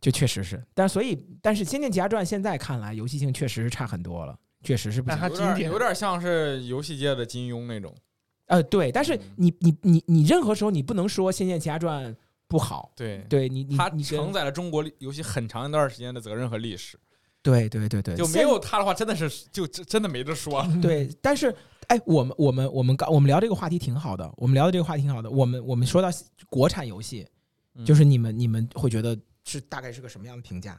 就确实是。但所以，但是《仙剑奇侠传》现在看来，游戏性确实是差很多了，确实是不
但
行。
它
有
经
点
典
有，点像是游戏界的金庸那种。
呃，对，但是
嗯
你你你你任何时候你不能说《仙剑奇侠传》不好，
对，
对你你
它
你跟
承载了中国游戏很长一段时间的责任和历史，
对对对对，
就没有嗯它的话，真的是就真真的没得说。
对，但是哎，我们我们我们刚我们聊这个话题挺好的，我们聊的这个话题挺好的。我们我们说到国产游戏，
嗯
就是你们你们会觉得是大概是个什么样的评价？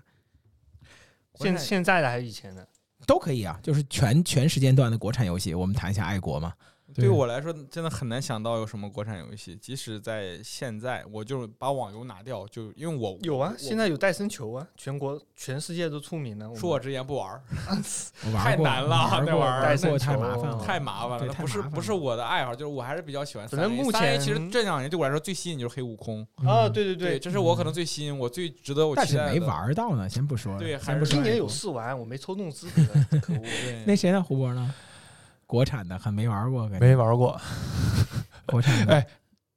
现现在的还是以前的，
都可以啊，就是全全时间段的国产游戏，我们谈一下爱国嘛。
对我来说，真的很难想到有什么国产游戏，即使在现在，我就把网游拿掉，就因为我
有啊
我，
现在有戴森球啊，全国全世界都出名了。啊
恕我直言不玩儿，
我玩过，
太难了
玩
那
过，
玩意
玩
儿
戴
过
森
太
球
麻烦了，
太麻烦了，
哦对
那
太
不是
麻烦
不是
了
我的爱好，就是我还是比较喜欢
反
三 A。
正目
三 A
前
其实这两年对我来说最吸引就是黑悟空，
啊，对对
这是我可能最吸引我最值得我
嗯但
期
是
哦待的。
没玩到呢，先不说，
对还
先不
是
说
今
爱
年
国
有试玩，我没抽中资格，可恶。
对
那谁呢？胡博呢？国产的很没玩过，感觉
没玩过，
国产的
哎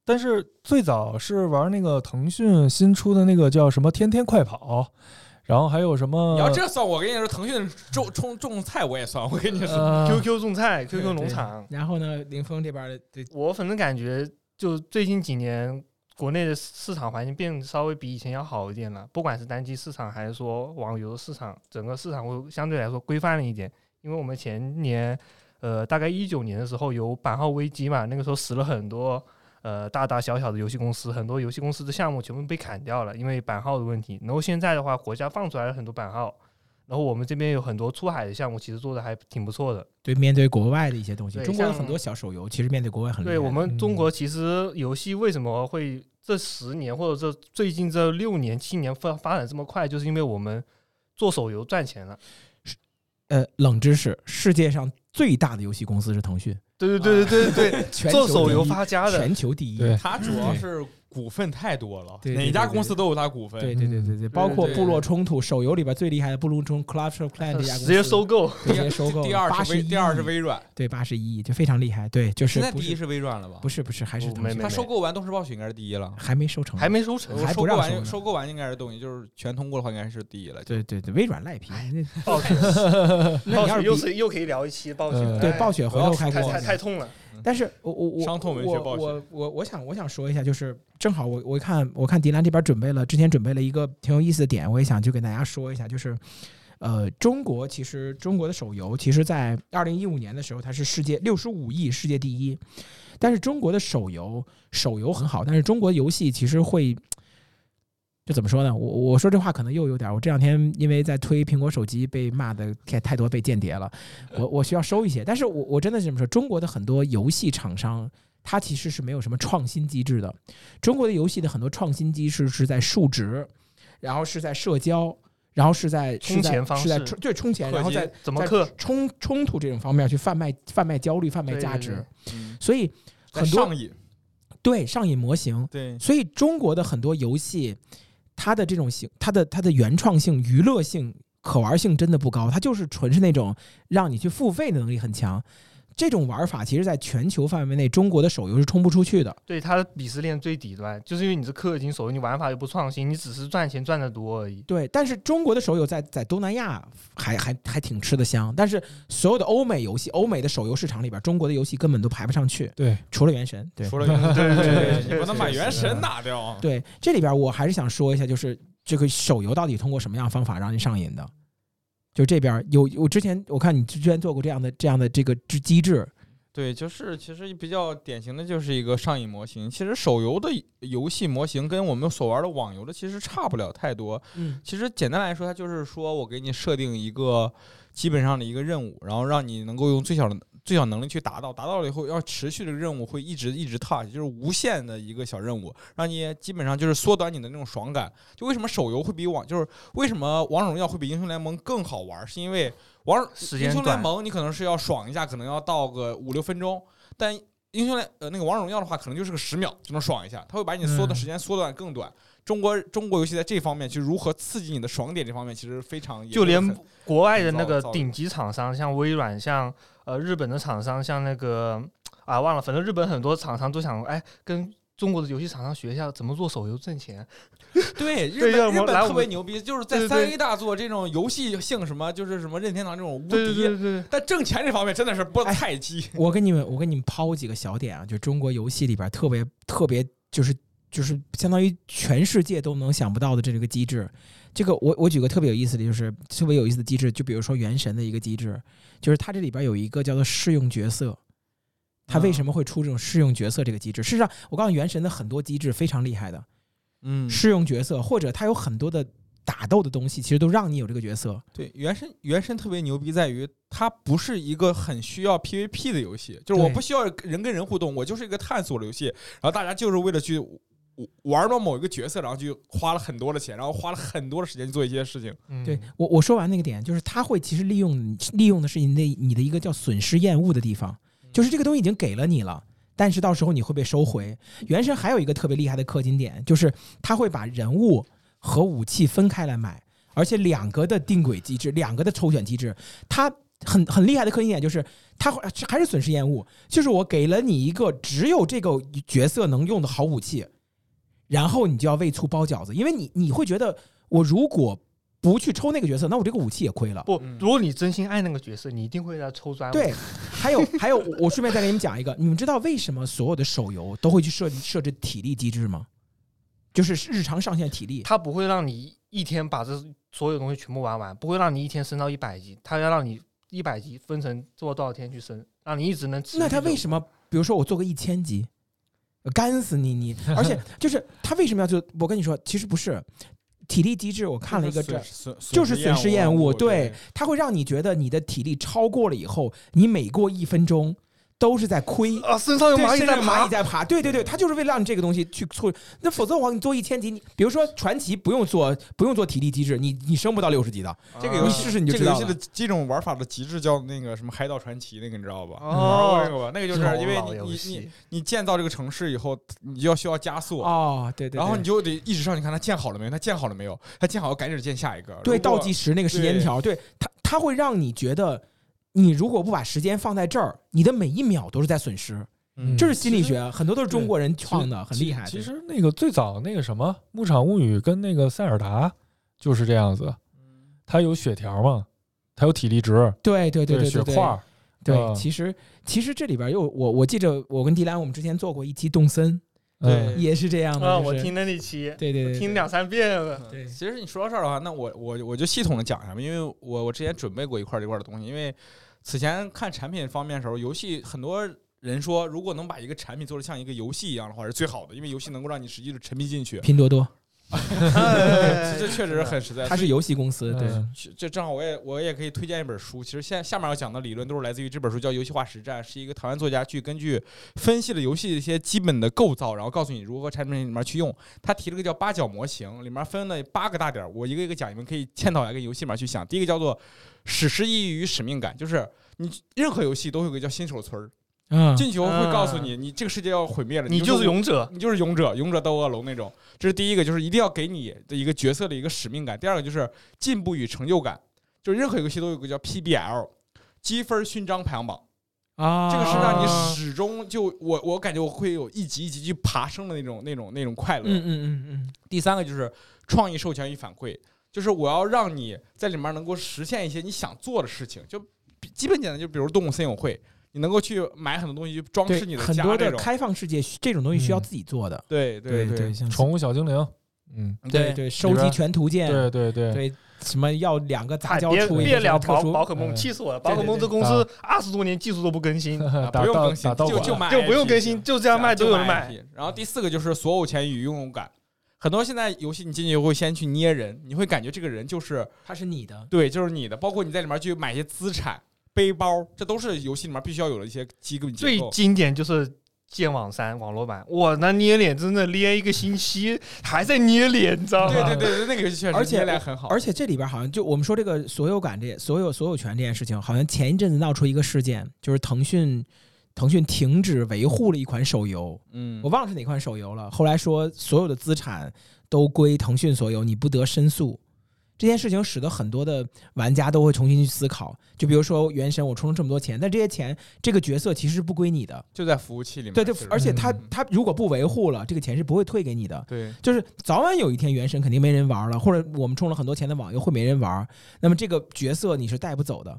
但是最早是玩那个腾讯新出的那个叫什么《天天快跑》，然后还有什么
你
嗯
要这算，我跟你说，腾讯种种种菜我也算，我跟你说，
呃
QQ 种菜
啊对
，QQ 农场，
然后呢，林峰这边的这
我反正感觉就最近几年国内的市场环境变得稍微比以前要好一点了，不管是单机市场还是说网游市场，整个市场会相对来说规范了一点。因为我们前年，呃，大概一九年的时候有版号危机嘛，那个时候死了很多呃大大小小的游戏公司，很多游戏公司的项目全部被砍掉了，因为版号的问题。然后现在的话，国家放出来了很多版号，然后我们这边有很多出海的项目，其实做的还挺不错的。
对，面对国外的一些东西，
对
中国有
像
很多小手游，其实面对国外很厉害的。
对我们中
嗯
国其实游戏为什么会这十年或者这最近这六年七年发发展这么快，就是因为我们做手游赚钱了。
呃，冷知识，世界上最大的游戏公司是腾讯，
对对对对对
啊 全球
对，做手
第
游
一
发家的。
全球第一。
对
它主要是股份太多了，
嗯对对对
哪家公司都有它股份。
对对对对
嗯
对，包括部落冲突手游里边最厉害的部落冲 Clash of Clans 这家公司嗯
直接收购，
直接收购，
第二
八
是
十
微，
一，
第二是微软，
对八十一，就非常厉害。对，就是
现在
不
第一
是
是微软了吧？
不是不是还是
不
腾
哦没
讯
他
没
收购完动视暴雪应该是第一了。
还没收成，
还没收成，
还不
收购
让收
完，
呢
收购完应该是东西，就是全通过的话，应该是第一了。
对对对，微软赖皮。那
暴 雪，
那
暴
你要
雪
是
又
比呃
是又可以聊一期暴雪
嗯，
对
哎
暴雪回
不
头
要
开
太
过
太太痛了，
但是我我我
嗯伤痛文学
我
暴雪
我我我想我想说一下，就是正好我我看我看迪兰这边准备了，之前准备了一个挺有意思的点，我也想去跟大家说一下，就是。呃，中国其实中国的手游，其实在二零一五年的时候，它是世界六十五亿世界第一。但是中国的手游手游很好，但是中国游戏其实会，就怎么说呢？我我说这话可能又有点儿，我这两天因为在推苹果手机被骂的太太多被间谍了，我我需要收一些。但是我我真的是这么说，中国的很多游戏厂商。它其实是没有什么创新机制的。中国的游戏的很多创新机制是在数值，然后是在社交，然后是在
充钱方式
是在是在充对充钱，
氪金
然后在
怎么克？
冲冲突这种方面去贩卖贩卖焦虑、贩卖
对
价
对
值。
对
嗯，
所以
在
很多
上瘾，
对上瘾模型，
对，
所以中国的很多游戏，它的这种形，它的它的原创性、娱乐性、可玩性真的不高，它就是纯是那种让你去付费的能力很强。这种玩法其实在全球范围内，中国的手游是冲不出去的。
对它的鄙视链最底端，就是因为你是氪金手游，你玩法又不创新，你只是赚钱赚的多而已。
对，但是中国的手游在在东南亚还还还挺吃得香，但是所有的欧美游戏、欧美的手游市场里边，中国的游戏根本都排不上去，
对，
除了《原神》。对，
除了对对
对
你不能把
是是
原神拿掉啊。
对，这里边我还是想说一下，就是这个手游到底通过什么样的方法让你上瘾的？就这边有，我之前我看你之前做过这样的这样的这个机机制，
对，就是其实比较典型的就是一个上瘾模型。其实手游的游戏模型跟我们所玩的网游的其实差不了太多。
嗯，
其实简单来说，它就是说我给你设定一个基本上的一个任务，然后让你能够用最小的最小能力去达到，达到了以后要持续的任务会一直一直 touch，就是无限的一个小任务，让你基本上就是缩短你的那种爽感。就为什么手游会比网，就是为什么王者荣耀会比英雄联盟更好玩，是因为王
时
英
间
雄联
短，
盟你可能是要爽一下，可能要到个五六分钟，但英雄联呃那个王者荣耀的话，可能就是个十秒就能爽一下，它会把你缩的
嗯
时间缩短更短。中国中国游戏在这方面，其实如何刺激你的爽点这方面，其实非常
就连
很
国外的
造
那个
造
顶级厂商，像微软，像呃日本的厂商，像那个啊忘了，反正日本很多厂商都想哎跟。中国的游戏厂商学一下怎么做手游挣钱，
对日
对让
本
我
日
们
本
来我
特别
们
牛逼，就是在
对
三
对
A 大作这种游戏性什么，就是什么任天堂这种无
对对哎
敌。
对对，
但挣钱这方面真的是不菜鸡，
我给你们我给你们抛几个小点啊，就中国游戏里边特别特别就是就是相当于全世界都能想不到的这个机制。这个我我举个特别有意思的，就是特别有意思的机制，就比如说《原神》的一个机制，就是它这里边有一个叫做试用角色。它为什么会出这种试用角色这个机制？事实上，我告诉你，《原神》的很多机制非常厉害的，
嗯
试用角色，或者它有很多的打斗的东西，其实都让你有这个角色。
对，原神原神特别牛逼在于，它不是一个很需要 PVP 的游戏，就是我
对
不需要人跟人互动，我就是一个探索的游戏，然后大家就是为了去玩到某一个角色，然后就花了很多的钱，然后花了很多的时间去做一些事情。
嗯
对我我说完那个点，就是它会其实利用你利用的是你的你的一个叫损失厌恶的地方，就是这个东西已经给了你了。但是到时候你会被收回。原神还有一个特别厉害的氪金点，就是它会把人物和武器分开来买，而且两个的定轨机制，两个的抽选机制，它很很厉害的氪金点就是它会还是损失厌恶，就是我给了你一个只有这个角色能用的好武器，然后你就要为醋包饺子，因为你你会觉得我如果不去抽那个角色，那我这个武器也亏了。
不
嗯，
如果你真心爱那个角色，你一定会让他抽砖。
对，还有还有，我我顺便再给你们讲一个，你们知道为什么所有的手游都会去设计设置体力机制吗？就是日常上限体力，
他不会让你一天把这所有东西全部玩完，不会让你一天升到一百级，他要让你一百级分成做多少天去升，让你一直能持续
那
做。
他为什么？比如说我做个一千级，呃干死你 你！而且就是他为什么要做？我跟你说，其实不是体力机制。我看了一个这，
损
就是损失厌恶，
对
对，，它会让你觉得你的体力超过了以后，你每过一分钟都是在亏。
啊？身上有
呃对，
蚂蚁
甚
在
至嗯
爬
蚁，在爬，对对对，它就是为了让你这个东西去促，那否则的话，你做一千级，你比如说传奇不用做不用做体力机制，你你升不到六十级的，
这个
啊你
游戏
试试你就
这
知
个
道
游
了。
戏的这种玩法的极致叫那个什么《海岛传奇》，那个你知道吧？玩过那
哦，
个吧？那个就是因为你你你你建造这个城市以后，你就要需要加速，啊
哦，对对，
然后
对
你就得一直上去看它建好了没，它建好了没有，它建好了赶紧建下一个。
对
如果
倒计时那个时间条，对它它会让你觉得，你如果不把时间放在这儿，你的每一秒都是在损失，
嗯
这是心理学，很多都是中国人创的，很厉害。
其
对
实那个最早那个什么《牧场物语》跟那个塞尔达就是这样子，
嗯
它有血条嘛，它有体力值，
对对对对
血
对对
块，儿，
对，
嗯
其实其实这里边又我我记着，我跟迪兰我们之前做过一期动森，
嗯
对
也是这样的。
啊，
就是
我听那一期，
对对对，对
听两三遍了。
对
其实你说到这儿的话，那我我我就系统的讲一下吧，因为我我之前准备过一块儿这块儿的东西，因为此前看产品方面的时候，游戏很多人说，如果能把一个产品做得像一个游戏一样的话，是最好的，因为游戏能够让你实际的沉迷 进去，
拼多多，
这这确实很实在。
它是游戏公司，对，
嗯
这这正好，我也我也可以推荐一本书。其实现下面要讲的理论都是来自于这本书，叫《游戏化实战》，是一个台湾作家去根据分析了游戏的一些基本的构造，然后告诉你如何产品里面去用。他提了个叫八角模型，里面分了八个大点儿，我一个一个讲，你们可以嵌套来跟游戏里面去想。第一个叫做史诗意义与使命感，就是你任何游戏都会有个叫新手村儿，
嗯，
进去后会告诉你，你这个世界要毁灭了，
啊你就是勇者，
你就是勇者，勇者斗恶龙那种。这是第一个，就是一定要给你的一个角色的一个使命感。第二个就是进步与成就感，就是任何游戏都有个叫 PBL。积分勋章排行榜，
啊，
这个是让你始终就我我感觉我会有一级一级去爬升的那种那种那种快乐。
嗯嗯嗯嗯，
第三个就是创意授权与反馈，就是我要让你在里面能够实现一些你想做的事情，就比基本简单，就比如动物森友会，你能够去买很多东西去装饰你
对，
的
很
家
多
这
的
种。
开放世界这种东西需要
嗯
自己做的，
对对
对，像
宠物小精灵，嗯，
对对，收集
边
全图鉴，
对对对，
对，什么要两个杂
哎
交
别
出一
别
个什么
聊
特
宝
殊，
宝可梦，
嗯
气死我了！
对
宝
对
可梦这公司二十多年技术都不更新，
啊
打
不用
到
更新
打，到
就
我
就买
就不用
IP
更新，就这样卖都有人
啊买
买。。
然后第四个就是所有权与拥有感，很多现在游戏你进去会先去捏人，你会感觉这个人就是
它是你的，
对，就是你的，包括你在里面去买一些资产、背包，这都是游戏里面必须要有的一些基本结
最
构。
经典就是剑网三网络版，我那捏脸真的捏一个星期，还在捏脸，你知道
对
吗？
对对对，那个游戏确实
而且
捏来很好，
而且这里边好像就我们说这个所有感这所有所有权这件事情，好像前一阵子闹出一个事件，就是腾讯腾讯停止维护了一款手游，
嗯
我，忘了是哪款手游了。后来说所有的资产都归腾讯所有，你不得申诉。这件事情使得很多的玩家都会重新去思考，就比如说《原神》，我充了这么多钱，但这些钱这个角色其实是不归你的，
就在服务器里面。
对对
其实，
而且他
嗯
他如果不维护了，这个钱是不会退给你的。
对
就是早晚有一天，原神肯定没人玩了，或者我们充了很多钱的网游会没人玩，那么这个角色你是带不走的，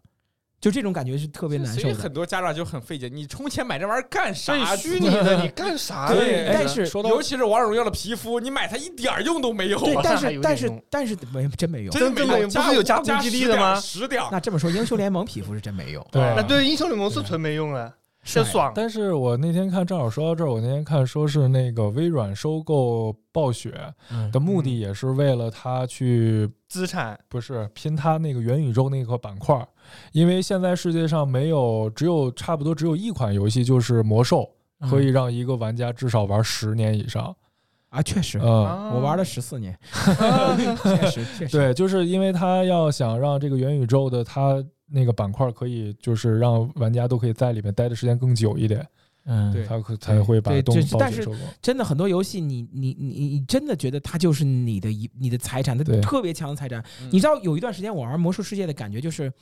就这种感觉是特别难
所
受
以
的
很。多家长就很费解，你充钱买这玩意儿干啥？
这虚拟的，你干啥呢？
对
但是
说到
尤其是王者荣耀的皮肤，你买它一点儿用都没有
对，
啊，
但
还
是
有
但
点
是
用
但是没真没用。
真
真
没
没
有，
用不是有
加
加
加
攻击力
十
的
点儿
吗
十点儿，
那这么说，英雄联盟皮肤是真没用。
对啊
那对英雄联盟是纯没用了，这爽。
但是我那天看，正好说到这儿，我那天看说是那个微软收购暴雪
嗯
的目的也是为了它去
资产
不是拼它那个元宇宙那个板块儿，因为现在世界上没有只有差不多只有一款游戏就是魔兽可
嗯
以让一个玩家至少玩十年以上，
啊，确实，
嗯。
啊
我玩了十四 年，确实确实。
对，就是因为他要想让这个元宇宙的它那个板块可以，就是让玩家都可以在里面待的时间更久一点，
嗯，
对
他可才会把
对
东
这
暴
但
雪
是
收购。
真的很多游戏你，你你你真的觉得它就是你的一你的财产，它
对
特别强的财产
嗯。
你知道有一段时间我玩《魔兽世界》的感觉就是，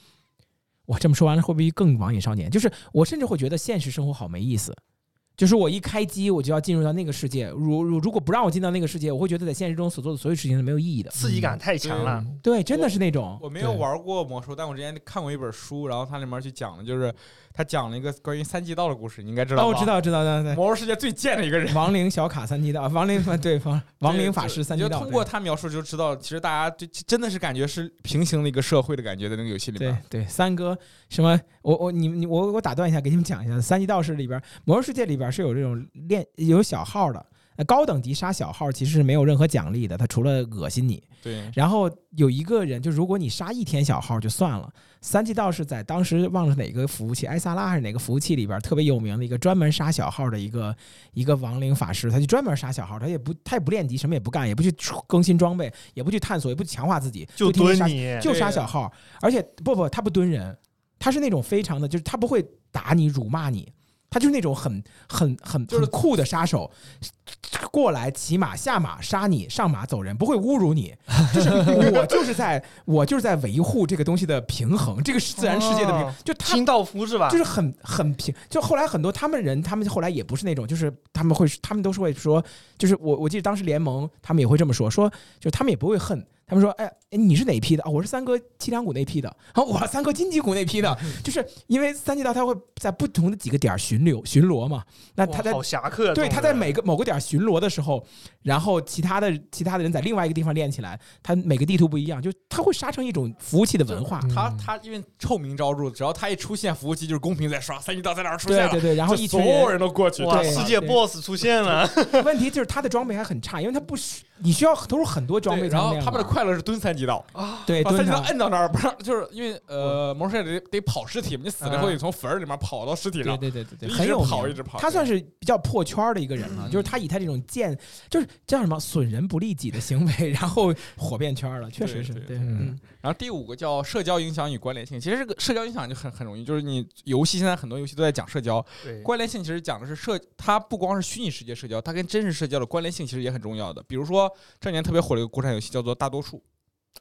哇，这么说完了会不会更网瘾少年？就是我甚至会觉得现实生活好没意思。就是我一开机，我就要进入到那个世界。如如如果不让我进到那个世界，我会觉得在现实中所做的所有事情是没有意义的。
刺激感太强
啊
了。
嗯
对，真的是那种。
我没有
对
玩过魔兽，但我之前看过一本书，然后它里面就讲了，就是他讲了一个关于三季道的故事，你应该知道吧。
哦，我知道，知道，知道， 对。
魔兽世界最贱的一个人。
亡灵小卡三级道，亡灵对方 亡灵法师三级
你就
道，
通过他描述就知道，其实大家就真的是感觉是平行的一个社会的感觉，在那个游戏里
对
面
对。对三哥什么，我我你你我我打断一下，给你们讲一下，三级道士里边，魔兽世界里边是有这种练有小号的，呃高等级杀小号其实是没有任何奖励的，他除了恶心你，
对，
然后有一个人，就如果你杀一天小号就算了，三季道士在当时忘了哪个服务器，埃萨拉还是哪个服务器里边特别有名的一个专门杀小号的一个一个亡灵法师，他就专门杀小号，他也不他也不练级，什么也不干，也不去更新装备，也不去探索，也不去强化自己，
就
天天
蹲
杀
你，
就杀小号，而且不不，他不蹲人，他是那种非常的，就是他不会打你、辱骂你，他就是那种很很很
就是
很酷的杀手，过来骑马下马杀你，上马走人，不会侮辱你。就是 我就是在我就是在维护这个东西的平衡，这个是自然世界的平衡
哦，
就他
清道夫
啊
是吧？
就是很很平。就后来很多他们人，他们后来也不是那种，就是他们会，他们都是会说，就是我我记得当时联盟他们也会这么说，说就他们也不会恨。他们说：“哎，哎你是哪批的啊、我是三哥七两谷那批的， 啊，我三哥金鸡谷那批
嗯
的，就是因为三季道他会在不同的几个点儿巡柳巡逻嘛。那他
哇
在
好侠
啊
客这种
对，
人，
他在每个某个点儿巡逻的时候，然后其他的其他的人在另外一个地方练起来，他每个地图不一样，就他会杀成一种服务器的文化。
他他因为臭名昭著，只要他一出现，服务器就是公屏在刷，三季道在哪儿出现
对
了，
对对，然后
就
一群
所有人都过去，
哇，
对
世界
对
BOSS 出现了，
问题就是他的装备还很差，因为他不需你需要投入很多装备
对
才
然
能
后
练
他们的
嘛
快乐是蹲三级道，
对
把三
哎蹲
级道
他，
摁到那儿，不让就是因为呃，魔兽世界得得跑尸体嘛，你死了以后得从坟儿里面跑到尸体
啊对
上，
对对对对，
一直
很有
跑
名
一直跑
他
对
算是比较破圈儿的一个人 了，就是他以他这种贱，就是叫什么损人不利己的行为，然后火遍圈儿了，确实
对
是
对
对，
对
嗯，
然后第五个叫社交影响与关联性，其实这个社交影响就很很容易，就是你游戏现在很多游戏都在讲社交，
对
关联性其实讲的是社，它不光是虚拟世界社交，它跟真实社交的关联性其实也很重要的。比如说这几年特别火的一个国产游戏叫做《大多数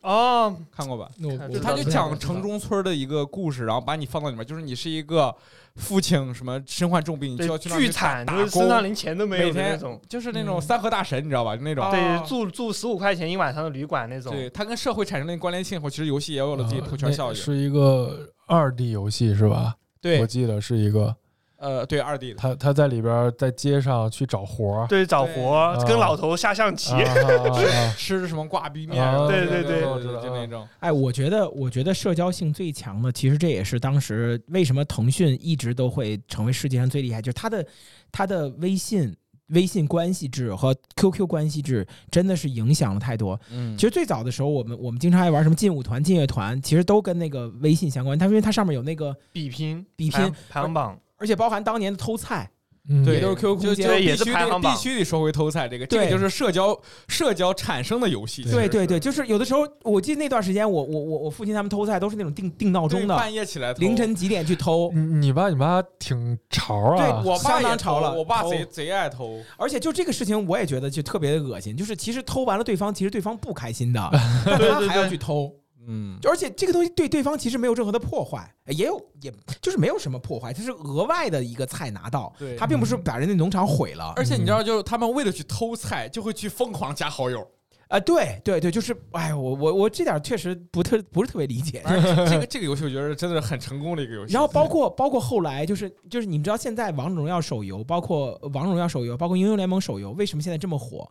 哦，》，
看过吧？
那我我
看
就
知
不
道
他
知
就
道
讲城中村的一个故事，然后把你放到里面，就是你是一个父亲什么身患重病，你
对
就要，去那里
巨
打
惨，
打
就是身上
工，
连钱都没
每
有的那
天
种，嗯哦
就是那种三和大神，你知道吧？就那种。
哦
对，住住十五块钱一晚上的旅馆那种，
对，它跟社会产生的关联性后，其实游戏也有了自己破圈效应。
啊是一个二 D 游戏是吧？我
对，
记得是一个，
呃，对二 D 的，
他他在里边在街上去找活儿，
对，找活
对
跟老头下象棋
啊， 啊啊 啊
吃的什么挂壁面，
啊
然后
对对
就
对
就
对
就那种。
哎，我觉得，我觉得社交性最强的，其实这也是当时为什么腾讯一直都会成为世界上最厉害，就是它的它的微信微信关系制和 QQ 关系制真的是影响了太多。
嗯
其实最早的时候，我们我们经常爱玩什么劲舞团、劲乐团，其实都跟那个微信相关。它因为它上面有那个，
比拼
比
排
拼
排行榜，
而且包含当年的偷菜，
嗯
对
对，
也都是 QQ 空
就
间
就
对也
必
是
须
排
得
行
必
榜
须得说回偷菜这个，这
对
个就是社交社交产生的游戏。
对
对对对，就是有的时候，我记得那段时间我，我我我父亲他们偷菜都是那种定定闹
对
钟的，
半夜起来偷
凌。晨几点去偷，
你你爸你妈挺潮啊，
我爸
相当
也
潮
偷
了
我爸
偷
贼贼爱偷。
而且就这个事情，我也觉得就特别的恶心，就是其实偷完了对方，其实对方不开心的，但
对
他
对
还要
对
去偷，
嗯，
而且这个东西对对方其实没有任何的破坏，也有也就是没有什么破坏，它是额外的一个菜拿到，
对嗯
他并不是把人家农场毁了，
而且你知道，就是他们为了去偷菜，就会去疯狂加好 友。
啊，对对对，就是哎呀，我我我这点确实不特不是特别理解。
反正这个这个游戏，我觉得真的是很成功的一个游 戏。
然后包括包括后来就是就是你们知道现在王者荣耀手游，包括王者荣耀手游，包括英雄联盟手游，为什么现在这么火？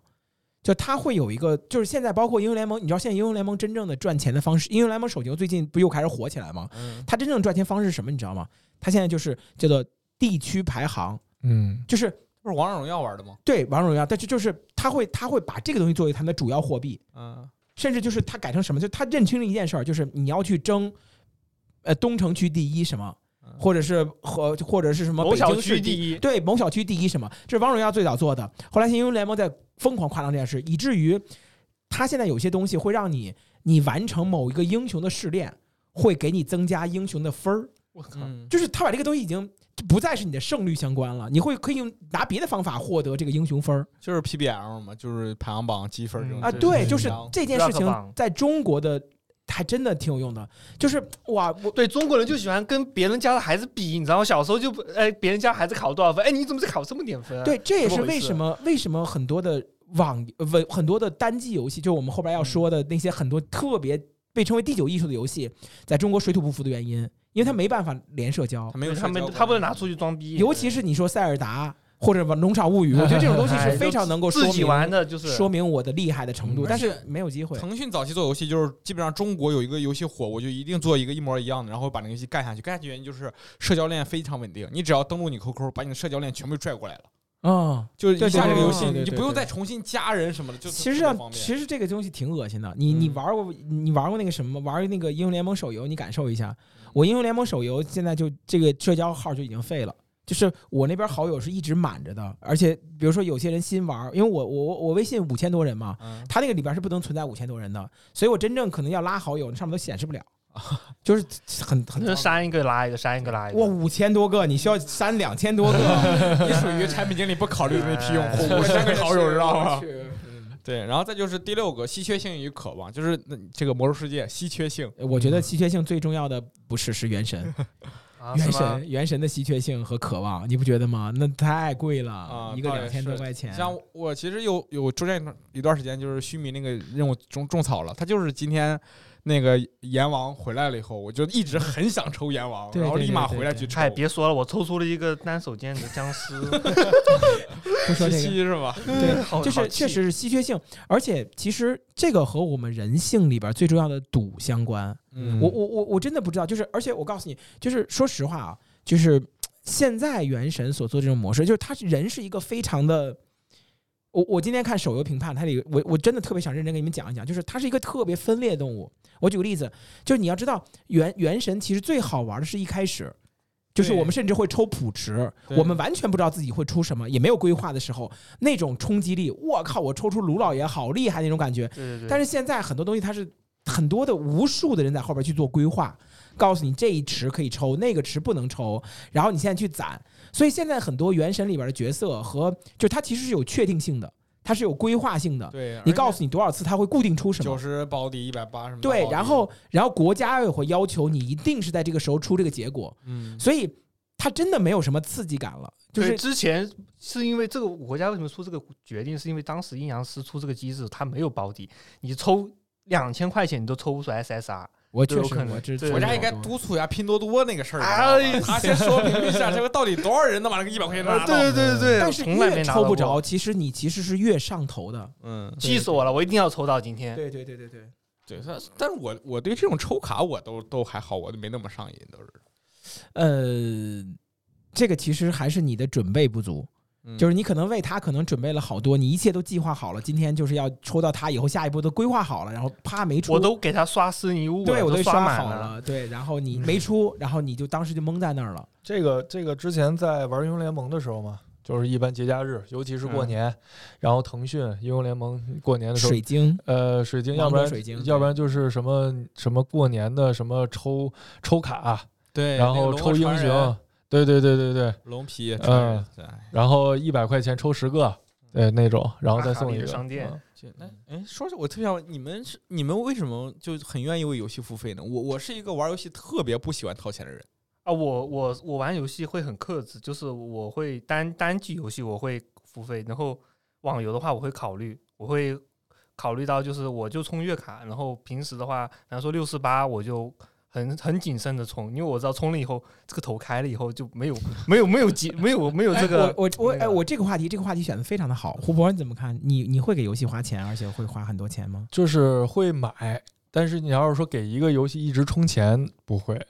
就它会有一个，就是现在包括英雄联盟，你知道现在英雄联盟真正的赚钱的方式，英雄联盟手游最近不又开始火起来吗？
嗯，
它真正赚钱方式是什么？你知道吗？它现在就是叫做地区排行，
嗯
就是
不是王者荣耀玩的吗？
对王者荣耀，但是就是它会它会把这个东西作为他们的主要货币，
嗯，
甚至就是他改成什么，就他认清了一件事儿，就是你要去争，呃，东城区第一什么
嗯，
或者是和或者是什么
某
北
小
京
区
市
第一，
对某小区第一什么，这是王者荣耀最早做的。后来英雄联盟在疯狂夸张这件事，以至于他现在有些东西会让你你完成某一个英雄的试炼，会给你增加英雄的分儿，
我靠，
嗯
就是他把这个东西已经就不再是你的胜率相关了，你会可以用拿别的方法获得这个英雄分儿。
就是 PBL 嘛，就是排行榜积分这种
嗯
啊，
东西
对，
嗯
就是这件事情
嗯
在中国的。还真的挺有用的。就是哇，我
对中国人就喜欢跟别人家的孩子比，你知道吗？小时候就哎，别人家孩子考多少分，哎，你怎么只考这么点分、啊？
对，这也
怎
是
么回
为
事
什么为什么很多的网呃不很多的单机游戏，就是我们后边
嗯
要说的那些很多特别被称为第九艺术的游戏，在中国水土不服的原因，因为它没办法连社交
他，没有
他
社交
们
过
他不能拿出去装逼，
尤其是你说塞尔达或者农场物语，我觉得这种东西是非常能够说
哎自己
明
玩的，就是
说明我的厉害的程度，
嗯
但
而
是
且
没有机会。
腾讯早期做游戏就是基本上中国有一个游戏火，我就一定做一个一模一样的，然后把那个游戏干下去。干下去原因就是社交链非常稳定，你只要登录你 QQ，把你的社交链全部拽过来了，
嗯，
就是
对
一
对
下这个
对
游
对
戏
对
你就
对
不用
对
再重新加人什么的，就
其实
特别
上
方便
其实这个东西挺恶心的。你你
嗯
玩过你玩过那个什么玩那个英雄联盟手游，你感受一下。
嗯
我英雄联盟手游现在就这个社交号就已经废了。就是我那边好友是一直满着的，而且比如说有些人新玩，因为我我我微信五千多人嘛，
嗯
他那个里边是不能存在五千多人的，所以我真正可能要拉好友，上面都显示 不了，就是很很
就
糟糕。
删一个拉一个，删一个拉一个。
哇，五千多个，你需要删两千多个，
你属于产品经理不考虑的那批用户，我三个好 友知道吗？对，然后再就是第六个，稀缺性与渴望，就是那这个魔兽世界稀缺性。
我觉得稀缺性最重要的不是是原神，
啊
原
是吗
神原神的稀缺性和渴望，你不觉得吗？那太贵了，
啊
一个
倒
两
也
千
是
多块钱。
像我其实有有中间一段一段时间，就是须弥那个任务种种草了，他就是今天那个阎王回来了以后，我就一直很想抽阎王，
对
然后
对
立
对
马
对
回来
对
去抽。
哎，别说了，我抽出了一个单手剑的僵 尸，
不说这个，
十七是吧？
对，
好
就是确，实是稀缺性，而且其实这个和我们人性里边最重要的赌相关。
嗯
我我我我真的不知道，就是而且我告诉你，就是说实话啊，就是嘖现在原神所做这种模式，就是它是人是一个非常的。我我今天看手游评判，它里我我真的特别想认真给你们讲一讲，就是它是一个特别分裂的动物。我举个例子，就是你要知道，原原神其实最好玩的是一开始，就是
对
我们甚至会抽谱池，
对
我们完全不知道自己会出什么，也没有规划的时候，那种冲击力，我靠，我抽出卢老爷好厉害那种感觉，
对对对。
但
是
是现在很多东西它是很多的无数的人在后边去做规划，告诉你这一池可以抽，那个池不能抽，然后你现在去攒。所以现在很多原神里边的角色和就它其实是有确定性的，它是有规划性的。
对，
你告诉你多少次它会固定出什
九
么。
十保底一百八什么的保
对，
底？
然后然后国家也会要求你一定是在这个时候出这个结果，
嗯，
所以它真的没有什么刺激感了，就是
之前是因为这个国家为什么出这个决定，是因为当时阴阳师出这个机制，它没有保底，你抽两千块钱你都抽不出 SSR，
我
都
确
有
实
可能
我知
对
国家应该
多。
督促一下拼多多那个事儿，
哎
你知道吗他先说明一下这个到底多少人能把那个一百块钱拿到。嗯
对对对
但是
从来没
越
拿
抽不
到过
着，其实你其实是越上头的。
嗯，
气死我了，我一定要抽到今天。
对对对对对，
对，但但是我我对这种抽卡我都都还好，我都没那么上瘾，都是。
呃，这个其实还是你的准备不足，
嗯
就是你可能为他可能准备了好多，你一切都计划好了，今天就是要抽到他，以后下一步都规划好了，然后啪没出，
我都给他刷森林屋了，
对我
都
刷
满
好。对，然后你没出，然后你就当时就蒙在那儿了。
这个这个之前在玩英雄联盟的时候嘛，就是一般节假日，尤其是过年，然后腾讯英雄联盟过年的时候
水，晶，
呃，水晶，
王
要不
者
然
水晶
要不然就是什么什么过年的什么抽抽卡，
对
然后抽英雄，对对对对对，
龙皮，
嗯
对，
然后一百块钱抽十个，对那种，然后再
阿卡
送
里
一个
的商店
嗯
这那哎，说是我特别想问，你们是你们为什么就很愿意为游戏付费呢？我我是一个玩游戏特别不喜欢掏钱的人，
啊，我我我玩游戏会很克制，就是我会单单机游戏我会付费，然后网游的话我会考虑，我会考虑到就是我就充月卡，然后平时的话，比方说六四八我就。很很谨慎的充，因为我知道充了以后，这个头开了以后就没有没有没有结没有没有这个
哎、我我我
那个
哎，我这个话题这个话题选的非常的好，胡博你怎么看？你你会给游戏花钱，而且会花很多钱吗？
就是会买，但是你要是说给一个游戏一直充钱，不会。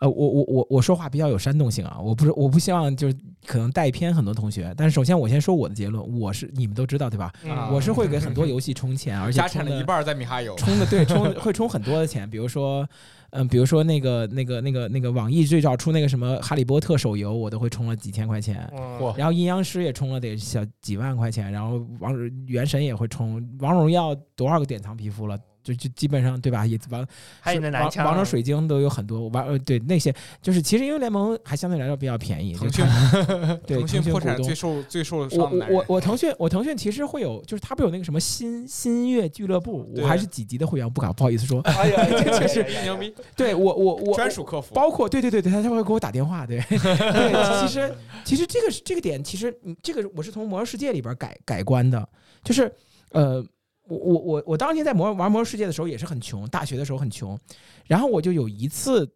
呃，我我我我说话比较有煽动性啊，我不是我不希望就是可能带偏很多同学，但是首先我先说我的结论，我是你们都知道对吧？
嗯
啊
我是会 给很多游戏充钱，而且
家产
充
的
的
一半儿在米哈游。
充的对充会充很多的钱，比如说嗯，比如说那个那个那个那个网易最早出那个什么《哈利波特》手游，我都会充了几千块
哦
钱。
哇
嚯，
然后阴阳师也充了得小几万块钱，然后王者原神也会充，王者荣耀多少个典藏皮肤了，就就基本上对吧？也 王
还有
是
那
王
南
啊
枪
王者水晶都有很多玩呃对那些就是其实英雄联盟还相对来说比较便宜，就
腾讯
看对
腾
腾讯
破
股
产最
东。
受最受
我
伤的
我
男
我
人，
我腾讯我腾讯其实会有，就是它不有那个什么新新音乐俱乐部，我
对
还是几级的会员，不敢不好意思 说。
哎呀，
这
这
是
牛逼，
对我我我
专属客服，
包括对对对对，他他会给我打电话，对对。 其实其实这个是这个点，其实嗯这个我是从《魔兽世界》里边改改观的，就是呃，我我我我当年在魔玩《魔兽世界》的时候也是很穷，大学的时候很穷，然后我就有一次。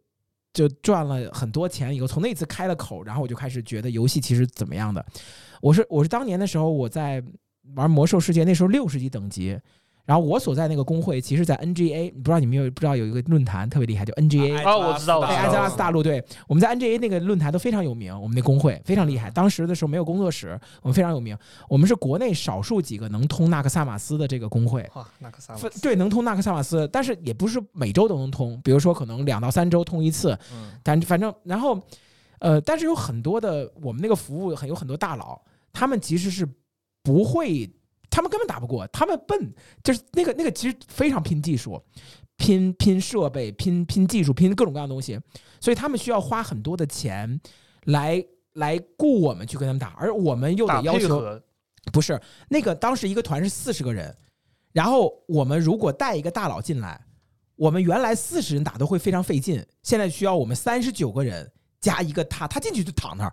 就赚了很多钱以后，从那次开了口，然后我就开始觉得游戏其实怎么样的。我是我是当年的时候我在玩魔兽世界，那时候六十级等级，然后我所在那个工会其实，在 NGA，你不知道你们有不知道有一个论坛特别厉害，叫 NGA，
哎
哦我知道我
对，
知
艾
道
泽拉斯大陆对，我们在 NGA 那个论坛都非常有名，我们那工会非常厉害。当时的时候没有工作室，我们非常有名。我们是国内少数几个能通纳克萨马斯的这个工会，
哇，那个啥，
分对，能通纳克萨马斯，但是也不是每周都能通，比如说可能两到三周通一次，
嗯
但反正然后呃，但是有很多的我们那个服务很有很多大佬，他们其实是不会，他们根本打不过，他们笨，就是那个那个其实非常拼技术，拼拼设备，拼拼技术，拼各种各样的东西，所以他们需要花很多的钱来来雇我们去跟他们打，而我们又
打
得要
配
求
合，
不是那个当时一个团是四十个人，然后我们如果带一个大佬进来，我们原来四十人打都会非常费劲，现在需要我们三十九个人加一个他，他进去就躺那儿，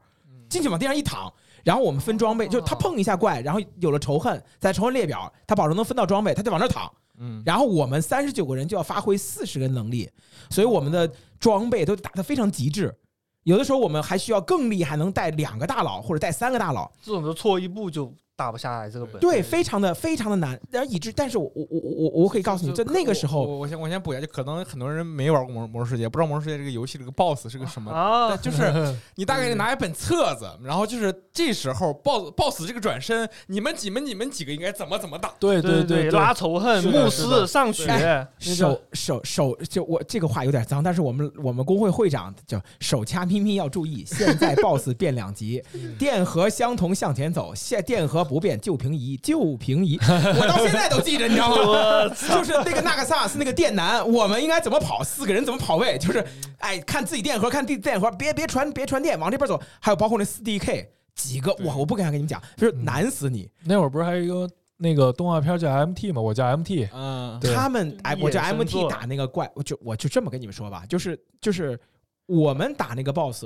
进去往地上一躺。然后我们分装备，就是他碰一下怪，然后有了仇恨，在仇恨列表，他保证能分到装备，他就往那儿躺。
嗯，
然后我们三十九个人就要发挥四十个能力，所以我们的装备都打得非常极致。有的时候我们还需要更厉害，能带两个大佬或者带三个大佬，
这种都错一步就打不下来这个本。
对，非常的非常的难，然后以致，但是我我我我我可以告诉你，在那个时
我
候，
我我先我先补一下，就可能很多人没玩过魔魔兽世界，不知道魔兽世界这个游戏这个 BOSS 是个什么，
啊
但，就是 你大概得拿一本册子，然后就是这时候 boss boss 这个转身，你们几们你们几个应该怎么怎么打，
对
对
对，
拉仇恨、
是的
牧
是的
师上学，
那
手手手就我这个话有点脏，但是我们我们工会会长叫手掐咪咪要注意，现在 BOSS 变两级，电荷相同向前走，现电荷不变就平移，就平移，我到现在都记着，你知道吗？
我
就是那个纳克萨斯那个电男，我们应该怎么跑？四个人怎么跑位？就是，哎，看自己电盒，看地电盒，别别传别传电，往这边走。还有包括那四 DK 几个，哇，我不敢跟你们讲，就是难死你。
那会儿不是还有一个那个动画片叫 MT 吗？我叫 MT，
嗯，
对
他们哎，我就
衍生
MT
作
打那个怪，我就我就这么跟你们说吧，就是就是我们打那个 BOSS，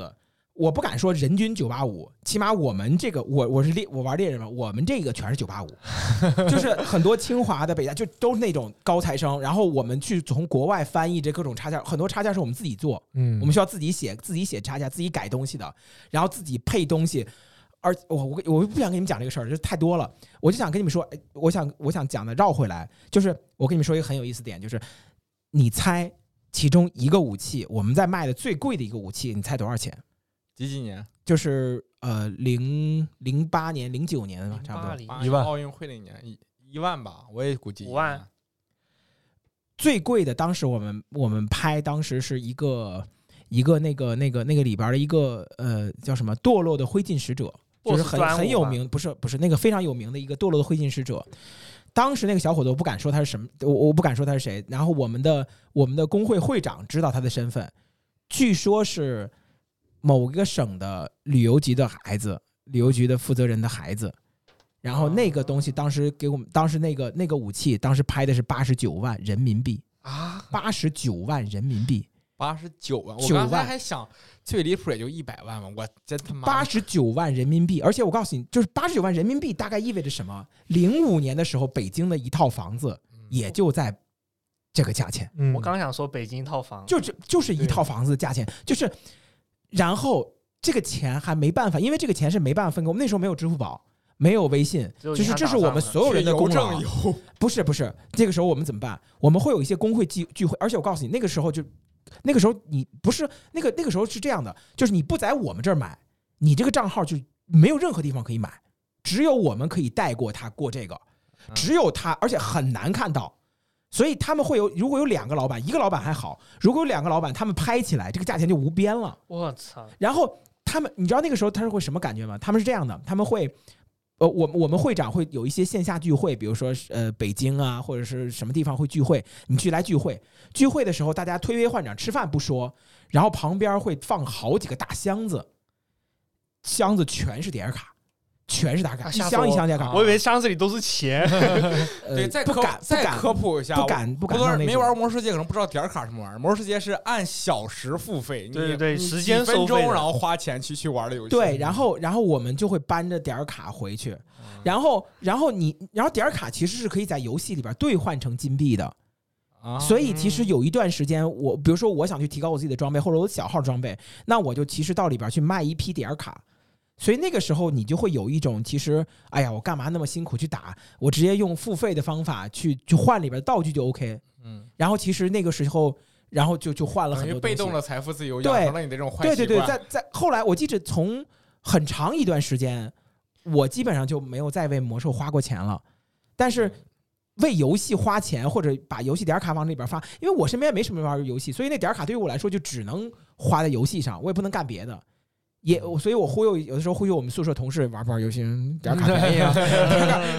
我不敢说人均九八五，起码我们这个我我是猎我玩猎人嘛，我们这个全是九八五，就是很多清华的北大就都是那种高材生，然后我们去从国外翻译这各种插件，很多插件是我们自己做，
嗯，
我们需要自己写自己写插件，自己改东西的，然后自己配东西。而我我我不想跟你们讲这个事儿，就是太多了。我就想跟你们说，哎我想我想讲的绕回来，就是我跟你们说一个很有意思的点，就是你猜其中一个武器，我们在卖的最贵的一个武器，你猜多少钱？
几几年？
就是呃零零八年零九年吧，啊差不多。
零
八
一万
奥运会那年一一万吧，我也估计
五万，
最贵的当时我们我们拍当时是一个一个那个那个那个里边的一个呃叫什么堕落的灰烬使者，就是很
Boss 专武
很有
吧
名，不是不是那个非常有名的一个堕落的灰烬使者。当时那个小伙子，我不敢说他是什么，我我不敢说他是谁。然后我们的我们的工会会长知道他的身份，据说是某个省的旅游局的孩子，旅游局的负责人的孩子。然后那个东西当时给我们，当时那个那个武器，当时拍的是八十九万人民币，
啊，
八十九万人民币，
八十九万。我
9万
刚才还想最离谱也就一百万嘛，我真他妈
八十九万人民币。而且我告诉你，就是八十九万人民币大概意味着什么？零五年的时候，北京的一套房子
嗯
也就在这个价钱，
嗯
我刚想说北京套房，
就这就是一
对
套房子的价钱，就是然后这个钱还没办法，因为这个钱是没办法分给我们，那时候没有支付宝。没有微信，
只有
就是
银行
这
打
是我
赏
们
了
所有人的
邮
功劳啊
政。有
不是不是，这个时候我们怎么办？我们会有一些工会聚聚会，而且我告诉你，那个时候就，那个时候你不是那个那个时候是这样的，就是你不在我们这儿买，你这个账号就没有任何地方可以买，只有我们可以带过他过这个，只有他，而且很难看到。所以他们会有，如果有两个老板，一个老板还好，如果有两个老板，他们拍起来这个价钱就无边了。
我操，
然后他们，你知道那个时候他是会什么感觉吗？他们是这样的，他们会，呃，我我们会长会有一些线下聚会，比如说呃北京啊或者是什么地方会聚会，你去来聚会，聚会的时候大家推杯换盏吃饭不说，然后旁边会放好几个大箱子，箱子全是点卡。全是打卡，
啊
一
吓死
箱一
我
箱点卡，
我以为箱子里都是钱，
呃
对，再
不
科
敢不
再
敢
科普一下，
不敢不
我
敢
多少
让
人
那
没
种
玩魔兽世界，可能不知道点儿卡什么玩意儿。魔兽世界是按小时付费，你
对对对
你
时间
几
收
分
费
钟，
的
然后花钱去去玩的游戏。
对，然后然后我们就会搬着点儿卡回去，
啊
然后然后你然后点儿卡其实是可以在游戏里边兑换成金币的，
啊，
所以其实有一段时间我比如说我想去提高我自己的装备或者我小号装备，那我就其实到里边去卖一批点儿卡。所以那个时候，你就会有一种其实，哎呀，我干嘛那么辛苦去打？我直接用付费的方法去去换里边的道具就 OK。
嗯，
然后其实那个时候，然后就就换了很
等于
多
被
东西
动的财富自由
对
养成了你的这种坏
对
习
对对，
惯
在在后来，我记着从很长一段时间，我基本上就没有再为魔兽花过钱了。但是为游戏花钱或者把游戏点儿卡往里边发，因为我身边没什么人玩游戏，所以那点儿卡对于我来说就只能花在游戏上，我也不能干别的。也，所以我忽悠，有的时候忽悠我们宿舍同事玩不玩游戏，嗯点儿卡便宜啊，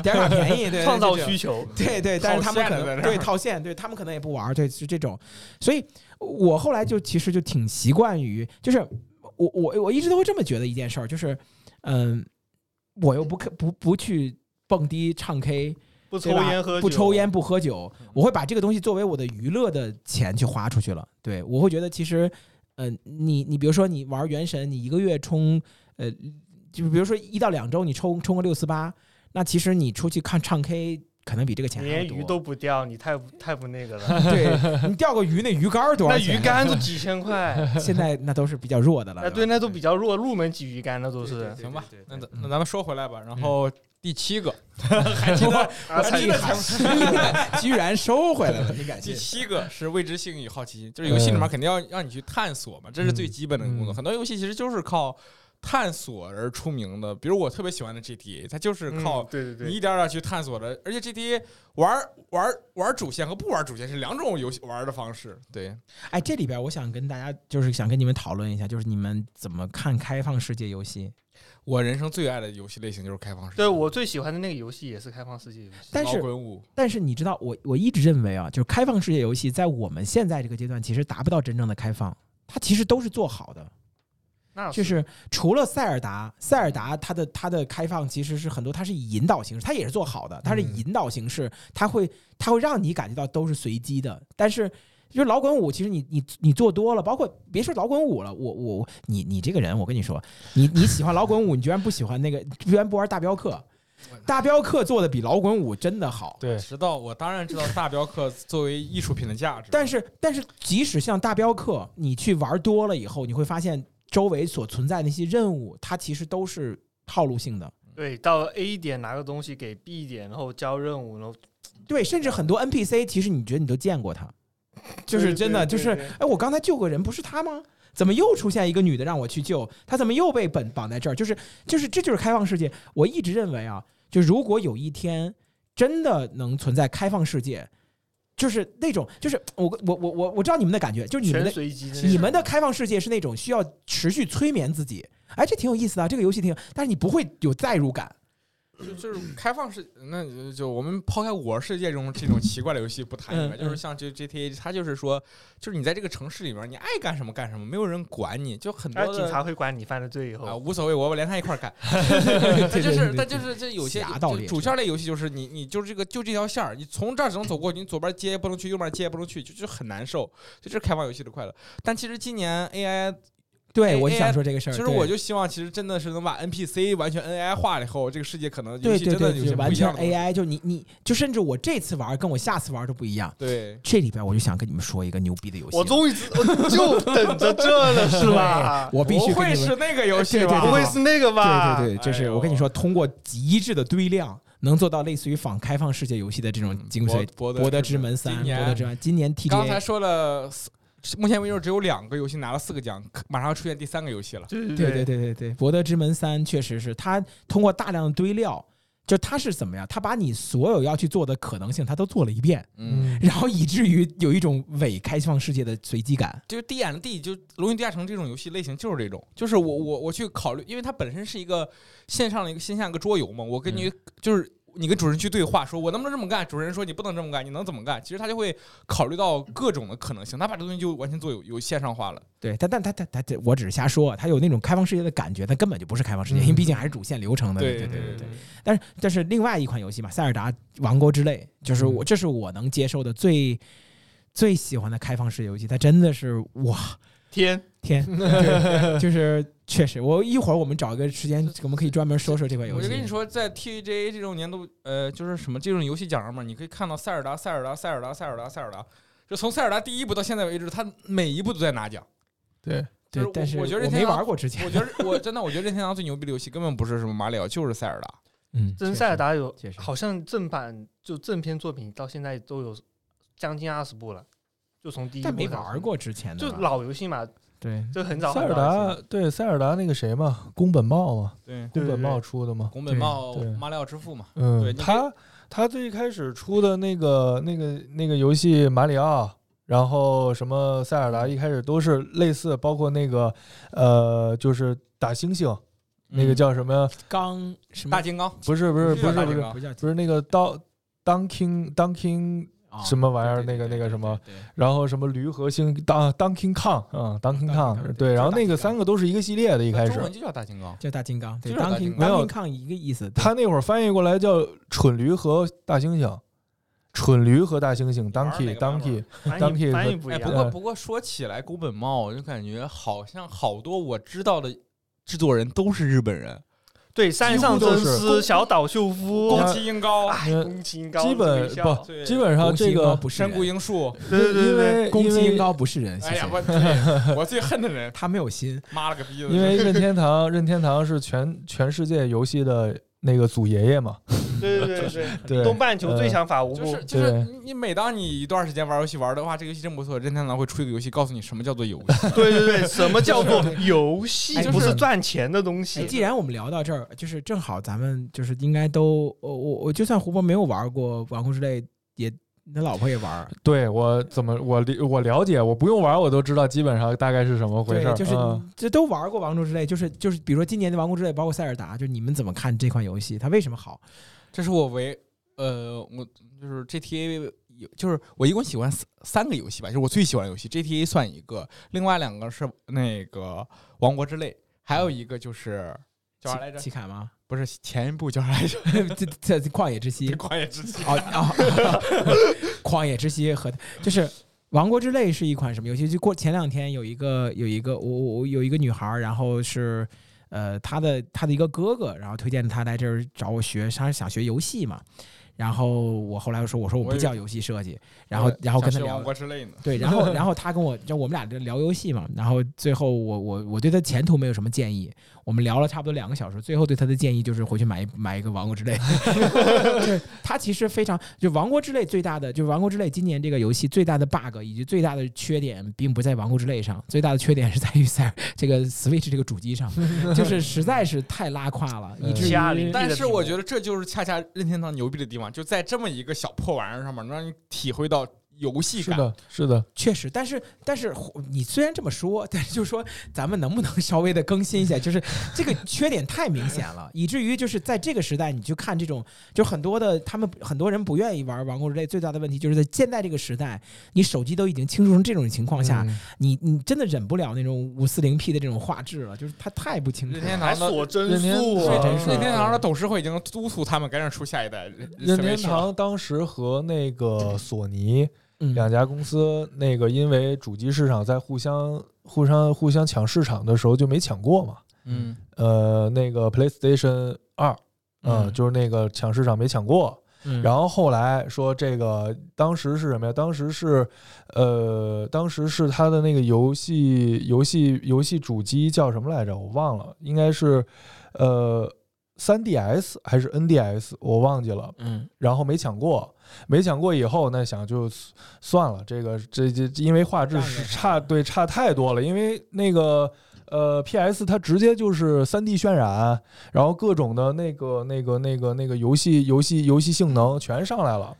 点儿卡便宜，对，对
创造
这种
需求。
对对，但是他们
套
可
现的
能
在这儿
对套现，对他们可能也不玩儿，对是这种，所以我后来就其实就挺习惯于，就是我我我一直都会这么觉得一件事儿，就是嗯，我又不可不不去蹦迪唱 K，
不抽
对吧
烟喝酒，嗯
不抽烟不喝酒，我会把这个东西作为我的娱乐的钱去花出去了。对我会觉得其实，嗯、你你比如说你玩《原神》，你一个月充呃，就比如说一到两周你充充个六四八，那其实你出去看唱 K。可能比这个钱
你
还要
连
多
鱼都不钓，你太不太不那个了。
对你钓个鱼，那鱼竿 儿多
那
少
鱼
钱？啊
竿都几 千块，
现在那都是比较弱的了。
哎，对，那都比较弱，入门级鱼竿那都是。
行吧
对对，
那
对嗯
咱那咱们说回来吧，然后第七个，还记得
啊，
还记
厉
得
害！
居然收回来了，你感
第
谢。
七个是未知性与好奇心，就是游戏里面肯定要让你去探索嘛，这是最基本的工作。
嗯
很多游戏其实就是靠探索而出名的，比如我特别喜欢的 GTA，它就是靠
嗯对对对，
你一点儿点儿去探索的，而且 GTA 玩玩玩主线和不玩主线是两种游戏玩的方式。对，
哎，这里边我想跟大家，就是想跟你们讨论一下，就是你们怎么看开放世界游戏？
我人生最爱的游戏类型就是开放式，
对我最喜欢的那个游戏也是开放世界游戏。
但
老
是
滚五，
但是你知道，我我一直认为啊，就是开放世界游戏在我们现在这个阶段，其实达不到真正的开放，它其实都是做好的。
那
就是除了塞尔达，塞尔达它的它的开放其实是很多，它是以引导形式，它也是做好的，它是以引导形式，它会它会让你感觉到都是随机的。但是就是老滚五，其实你你你做多了，包括别说老滚五了，我我你你这个人，我跟你说，你你喜欢老滚五，你居然不喜欢那个，居然不玩大镖客，大镖客做的比老滚五真的好。
对，
知道我当然知道大镖客作为艺术品的价值，
但是，但是，即使像大镖客，你去玩多了以后，你会发现周围所存在的那些任务，它其实都是套路性的。
对，到 A 点拿个东西给 B 点，然后交任务，然后
对，甚至很多 NPC，其实你觉得你都见过他，就是
对
真的，
对
就是
对
哎，我刚才救个人不是他吗？怎么又出现一个女的让我去救？她怎么又被本绑在这儿？就是就是这就是开放世界。我一直认为啊，就如果有一天真的能存在开放世界，就是那种就是我我我我我知道你们的感觉，就是你们
全
的
随机的那种。
你们的开放世界是那种需要持续催眠自己，哎，这挺有意思的啊，这个游戏挺有，但是你不会有代入感。嗯
就就是开放式，那就就我们抛开我世界中这种奇怪的游戏不谈以外，
嗯嗯
就是像这 GTA，它就是说，就是你在这个城市里边，你爱干什么干什么，没有人管你，就很
那
多
哎警
的。
察会管你犯了罪以
啊，
后，
无所谓，我连他一块 儿干。
对对
但就是，
对
但
对
就是这有些
侠盗
就
猎
主线类游戏，就是你，你就是这个就这条线儿，你从这儿只能走过去，你左边街不能去，右边街不能去，就就很难受。所以这是开放游戏的快乐。但其实今年 AI
对，我
AI
就想说这个事儿。
其实
对
我就希望，其实真的是能把 NPC 完全 AI 化了以后，这个世界可能游
对
戏
对
真的
对，
有
就是
些不
完
一
全
样的东西。
AI，就你你就甚至我这次玩跟我下次玩都不一样。
对，
这里边我就想跟你们说一个牛逼的游戏了，
我终于知我就等着这了，是吧？
我必须
不
跟
会
你
是哎
们。
那个游戏
对
吧？
对
不会是那个吧？
对对对，就是我跟你说，通过极致的堆量，能做到类似于仿开放世界游戏的这种
嗯
精髓。
博
博德之门三，
今
博德之
年
门，今年 TGA
刚才说了四，目前为止只有两个游戏拿了四个奖，可马上要出现第三个游戏了。
对
对
对
对对对对，《博德之门三》确实是它通过大量的堆料，就他是怎么样？他把你所有要去做的可能性，他都做了一遍，
嗯，
然后以至于有一种伪开放世界的随机感。
就是《地眼的地》就《龙与地下城》这种游戏类型就是这种，就是我我我去考虑，因为它本身是一个线上的一个线下一个桌游嘛，我
嗯
跟你、就是你跟主人去对话，说我能不能这么干，主人说你不能这么干，你能怎么干？其实他就会考虑到各种的可能性，他把这东西就完全做有有线上化了。
对，但但他他他这我只是瞎说，他有那种开放世界的感觉，但根本就不是开放世界，
嗯
因为毕竟还是主线流程的。
对
对对对对。
嗯对
但是但是另外一款游戏嘛，《塞尔达王国之泪》，就是
嗯
我这是我能接受的最最喜欢的开放式游戏，它真的是哇
天，
天，对就是确实，我一会儿我们找一个时间，我们可以专门说说这款游
我
戏。
就跟你说，在 TGA 这种年度，呃，就是什么这种游戏奖上面，你可以看到塞尔达、塞尔达、塞尔达、塞尔达、塞尔达，就从塞尔达第一部到现在为止，他每一部都在拿奖。
对，
对
就是，
但是
我觉得
我
任
没
天堂
玩过之前，
我觉得我真的，我觉得任天堂最牛逼的游戏根本不是什么马里奥，就是塞尔达。
嗯，
真塞尔达有
确实
好像正版就正片作品到现在都有将近二十部了，就从第
确
一
实，但没
部开始
玩，过之前的
就
吧，
老游戏嘛，
对
嗯
就很早
塞
很
尔
早的游
达
戏。
对塞尔达那个谁嘛，宫本茂嘛，
对，
对
宫
对
本茂出的嘛，
宫本茂
对对
马里奥之父嘛。对
嗯，
你可以
他他最开始出的那个那个那个游戏马里奥，然后什么塞尔达，一开始都是类似，包括那个呃，就是打星星，那个
嗯
叫什么？
刚什么
大金刚，
不是不是
是
不
叫
是
大
不
金
是
刚
不叫
不是那个当 Dunking Dunking 什么玩意儿那个那个什么，
啊对
然后什么驴和星当 Dunking Kong 啊 Dunking
Donkey
Kong
Kong，
对，然后
就是
那个
Donkey Kong
三个都是一个系列的，一开始
中文就叫大金刚。
叫大金刚，对，
就是大
当
金
听
刚
没有
当听抗一个意思，对
他那会儿翻译过来叫蠢驴和大猩猩，蠢驴和大猩猩
玩儿哪
Donkey
个玩儿
Donkey Donkey
翻译翻译不一
哎，不
样，
过不过说起来，宫本茂，我就感觉好像好多我知道的制作人都是日本人，
对山上
几乎
真
都是
司、小岛秀夫
啊
宫、崎英高、
哎
嗯
宫崎英高、
基本
吕孝
不
对
基本上
宫崎
这
英高
个
不是
山
人
谷，英树。
对对对
因
对
为
宫
因
崎英
为
高不是人，谢
哎呀，
谢。
我我最恨的人，
他没有心，
妈了个逼的！
因为任天堂任天堂是全全世界游戏的那个祖爷爷嘛，
对对对对
对，
东半球最
呃
强法务
就
部
是就是
对
你，你每当你一段时间玩游戏玩的话，这个游戏真不错。任天堂会出一个游戏，告诉你什么叫做游戏。
对对对，什么叫做游戏
哎？
不
就是是
赚钱的东
哎，
西。
既然我们聊到这儿，就是正好咱们就是应该都，我我我就算胡博没有玩过《王国之泪》，也你老婆也玩儿，
对我怎么我理我了解，我不用玩我都知道基本上大概是什么回事
对，
儿，
就是
嗯
你这都玩过《王国之泪》，就是就是比如说今年的《王国之泪》，包括《塞尔达》，就是你们怎么看这款游戏？它为什么好？
这是我唯呃，我就是 GTA 有，就是我一共喜欢三三个游戏吧，就是我最喜欢的游戏 GTA 算一个，另外两个是那个王国之泪，还有一个就是叫啥来着
奇？奇卡吗？
不是前一部叫啥来着？
这这这旷野之 息，
旷野之息。
哦哦， 旷野之息和就是《王国之泪》是一款什么游戏？就过前两天有一个有一个我我我有一个女孩儿，然后是呃她的她的一个哥哥，然后推荐她来这儿找我学，她是想学游戏嘛。然后我后来我说我说我
我以
不
为
叫游戏设计，然后然后跟她
想学
聊
王国之泪呢。
对，然后然后他跟我，就我们俩就聊游戏嘛，然后最后我我我对他前途没有什么建议，我们聊了差不多两个小时，最后对他的建议就是回去买一买一个《王国之泪》就是他其实非常，就《王国之泪》最大的，就是《王国之泪》今年这个游戏最大的 bug 以及最大的缺点，并不在《王国之泪》上，最大的缺点是在于塞尔这个 Switch 这个主机上，就是实在是太拉胯了，以 至于
720 P 的
但是
屏幕
我觉得这就是恰恰任天堂牛逼的地方，就在这么一个小破玩意儿上面，让你体会到游戏
是
感。
的是的，
确实，但是但是你虽然这么说， 但是就说咱们能不能稍微的更新一下？就是 这个缺点太明显 了，以至于就是在这个时代，你去看这种，就很多的他们很多人不愿意玩《王国之泪》，最大的问题就是在现在这个时代，你手机都已经清除成这种情况下，
嗯
你你真的忍不了那种五四零 P 的这种画质了，就是它太不清楚
任 天
嗯
了。
堂的
锁帧
任天
数
堂
啊，
真是
任天堂的董事会已经督促他们赶紧出下一代
任天
Switch 了
堂当时和那个索尼。
嗯，
两家公司那个因为主机市场在互相互相互相抢市场的时候就没抢过嘛。
嗯
呃，那个 PlayStation 二、呃，
嗯
就是那个抢市场没抢过。
嗯
然后后来说这个当时是什么呀？当时是呃，当时是它的那个游戏游戏游戏主机叫什么来着？我忘了，应该是呃。3DS 还是 NDS，我忘记了。
嗯
然后没抢过，没抢过以后，那想就 s- 算了，这个这这因为画质
让给
是
他
差对差太多了，因为那个呃，PS 它直接就是三 D 渲染，然后各种的那个、那个、那个、那个游戏、游戏、游戏性能全上来了。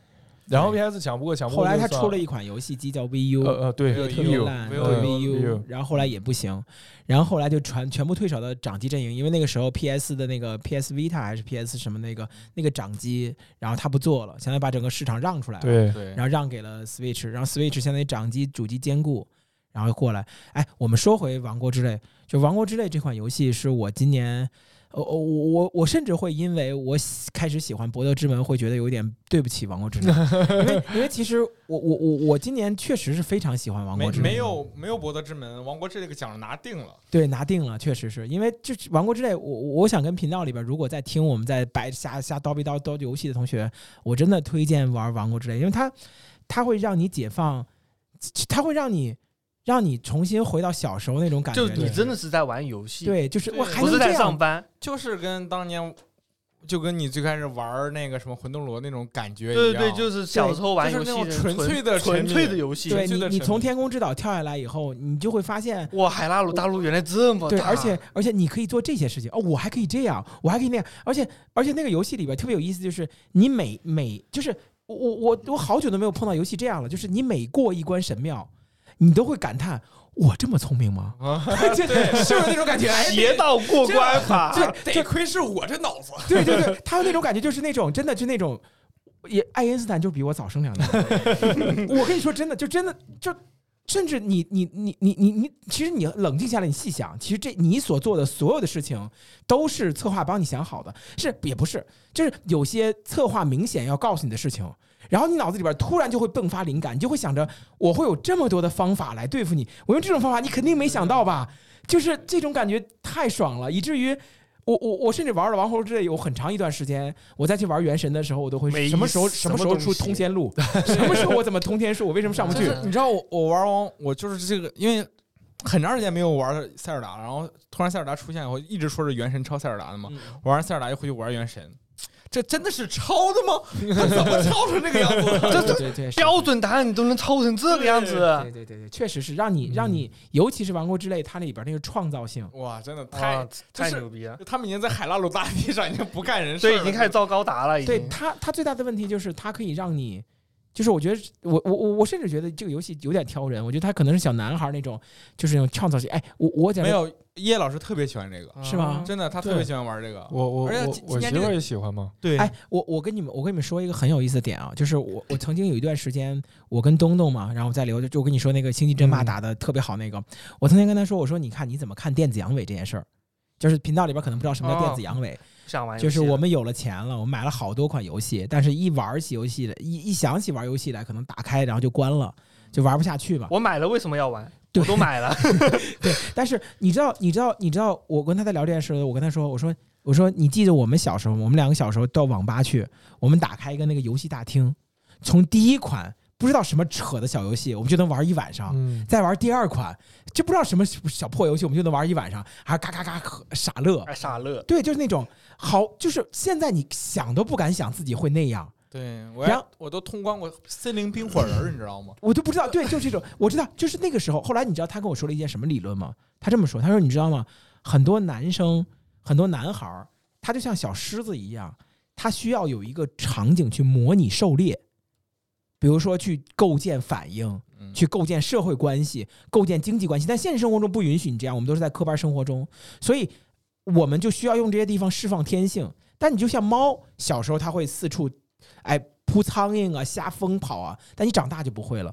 然后
对
PS 抢不过，抢不
后
过就
来
算。
他出了一款游戏机叫 VU，、
呃呃，对，
也特别
VU
烂，啊对
VU
呃
VU，
VU
哦然后后来也不行，然后后来就传全部退守到掌机阵营，因为那个时候 PS 的那个 PS Vita 还是 PS 什么那个那个掌机，然后他不做了，相当于把整个市场让出来了，
对，
对
然，后让给了 Switch，然后 Switch 相当于掌机主机兼顾，然后过来，哎，我们说回《王国之泪》，就《王国之泪》这款游戏是我今年。呃我我我我甚至会因为我喜开始喜欢《博德之门》，会觉得有点对不起《王国之泪》，因为因为其实我我我我今年确实是非常喜欢《王
没
国之泪》，
没有没有博德之门，王国志这个奖拿定了。
对，拿定了，确实是因为就是《王国之泪》，我我我想跟频道里边，如果在听我们在白瞎瞎叨逼叨叨游戏的同学，我真的推荐玩《王国之泪》，因为它它会让你解放，它会让你让你重新回到小时候那种感觉
就
里。
你真的是在玩游戏，，
对，就是
对
我还
不
能
是
这
在上
样。
班。
就是跟当年，就跟你最开始玩那个什么魂斗罗那种感觉一
对
样，
对，就是小时候玩游
就是那
戏
种
的
纯粹的沉
纯
迷
粹的游戏。
对
纯粹
你
的，
你
沉
从
迷
天空之岛跳下来以后，你就会发现，
哇，海拉鲁大陆原来这么大，
对，而且而且你可以做这些事情哦，我还可以这样，我还可以那样，而且而且那个游戏里边特别有意思，就是你每每就是我我我我好久都没有碰到游戏这样了，就是你每过一关神庙，你都会感叹我这么聪明吗？ 就就是有那种感觉，哎
邪道过关法，
对
啊得亏是我这脑子，
对对对，他的那种感觉就是那种真的就那种。也爱因斯坦就比我早生两 年，我跟你说真的，就真的就，甚至你你你你你你，其实你冷静下来，你细想，其实这你所做的所有的事情都是策划帮你想好的，是也不是，就是有些策划明显要告诉你的事情，然后你脑子里边突然就会迸发灵感，你就会想着我会有这么多的方法来对付你，我用这种方法你肯定没想到吧？就是这种感觉太爽了，以至于我我我甚至玩了《王侯之泪》有很长一段时间，我再去玩《原神》的时候，我都会
没意思
什么时候
什
什
么
么时候
东西
出通天路，什么时候我怎么通天术，我为什么上不
就
去
是？你知道我我玩王，我就是这个，因为很长时间没有玩塞尔达，然后突然塞尔达出现以后，一直说是原神超塞尔达的嘛，玩完塞尔达又回去玩原神，这真的是抄的吗？他怎么抄成这个样 子的？
对对对对，是
嗯标准答案你都能抄成这个样子啊
对，对对对，确实是让你让你，尤其是《王国之泪》，它里边那个创造性，
哇，真的
哇
太，
太
就是
牛逼了！
他们已经在海拉鲁大地上已经不干人事
所
儿
以
了，
已经开始造高达了，已
对
嗯
经。
它它最大的问题就是它可以让你，就是我觉得是我我我我甚至觉得这个游戏有点挑人，我觉得它可能是小男孩那种，就是那种创造性。哎，我我讲
没有叶老师特别喜欢这个，
是
啊
吗
真的他特别喜欢玩这个。
我我
而
我
且今
我
今天
媳
这
妇
个
儿也喜欢嘛。
对
哎，我我跟你们，我跟你们说一个很有意思的点啊，就是我我曾经有一段时间，我跟东东嘛，然后我在聊，就就我跟你说那个星际争霸
嗯
打的特别好那个，我曾经跟他说，我说你看你怎么看电子阳痿这件事儿，就是频道里边可能不知道什么叫电子阳痿，
想玩游戏
就
了
是我们有了钱了，我们买了好多款游戏，但是一玩起游戏来，一一想起玩游戏来，可能打开然后就关了，就玩不下去嘛。
我买了，为什么要玩？
对
我都买了，
对，但是你知道，你知道，你知道，我跟他在聊这件事的时候，我跟他说，我说，我说，你记得我们小时候吗，我们两个小时候到网吧去，我们打开一个那个游戏大厅，从第一款不知道什么扯的小游戏，我们就能玩一晚上。
嗯，
再玩第二款，就不知道什么小破游戏，我们就能玩一晚上，还是嘎嘎嘎傻乐，
哎，傻乐。
对，就是那种好，就是现在你想都不敢想自己会那样，
对，我
然
要
后
我都通关过森林冰火人儿，你知道吗？
我都不知道。对，就是这种，我知道，就是那个时候。后来你知道他跟我说了一件什么理论吗？他这么说，他说你知道吗？很多男生，很多男孩儿，他就像小狮子一样，他需要有一个场景去模拟狩猎，比如说去构建反应，
嗯
去构建社会关系，构建经济关系。但现实生活中不允许你这样，我们都是在科班生活中，所以我们就需要用这些地方释放天性。但你就像猫，小时候它会四处，哎，扑苍蝇啊，瞎疯跑啊，但你长大就不会了。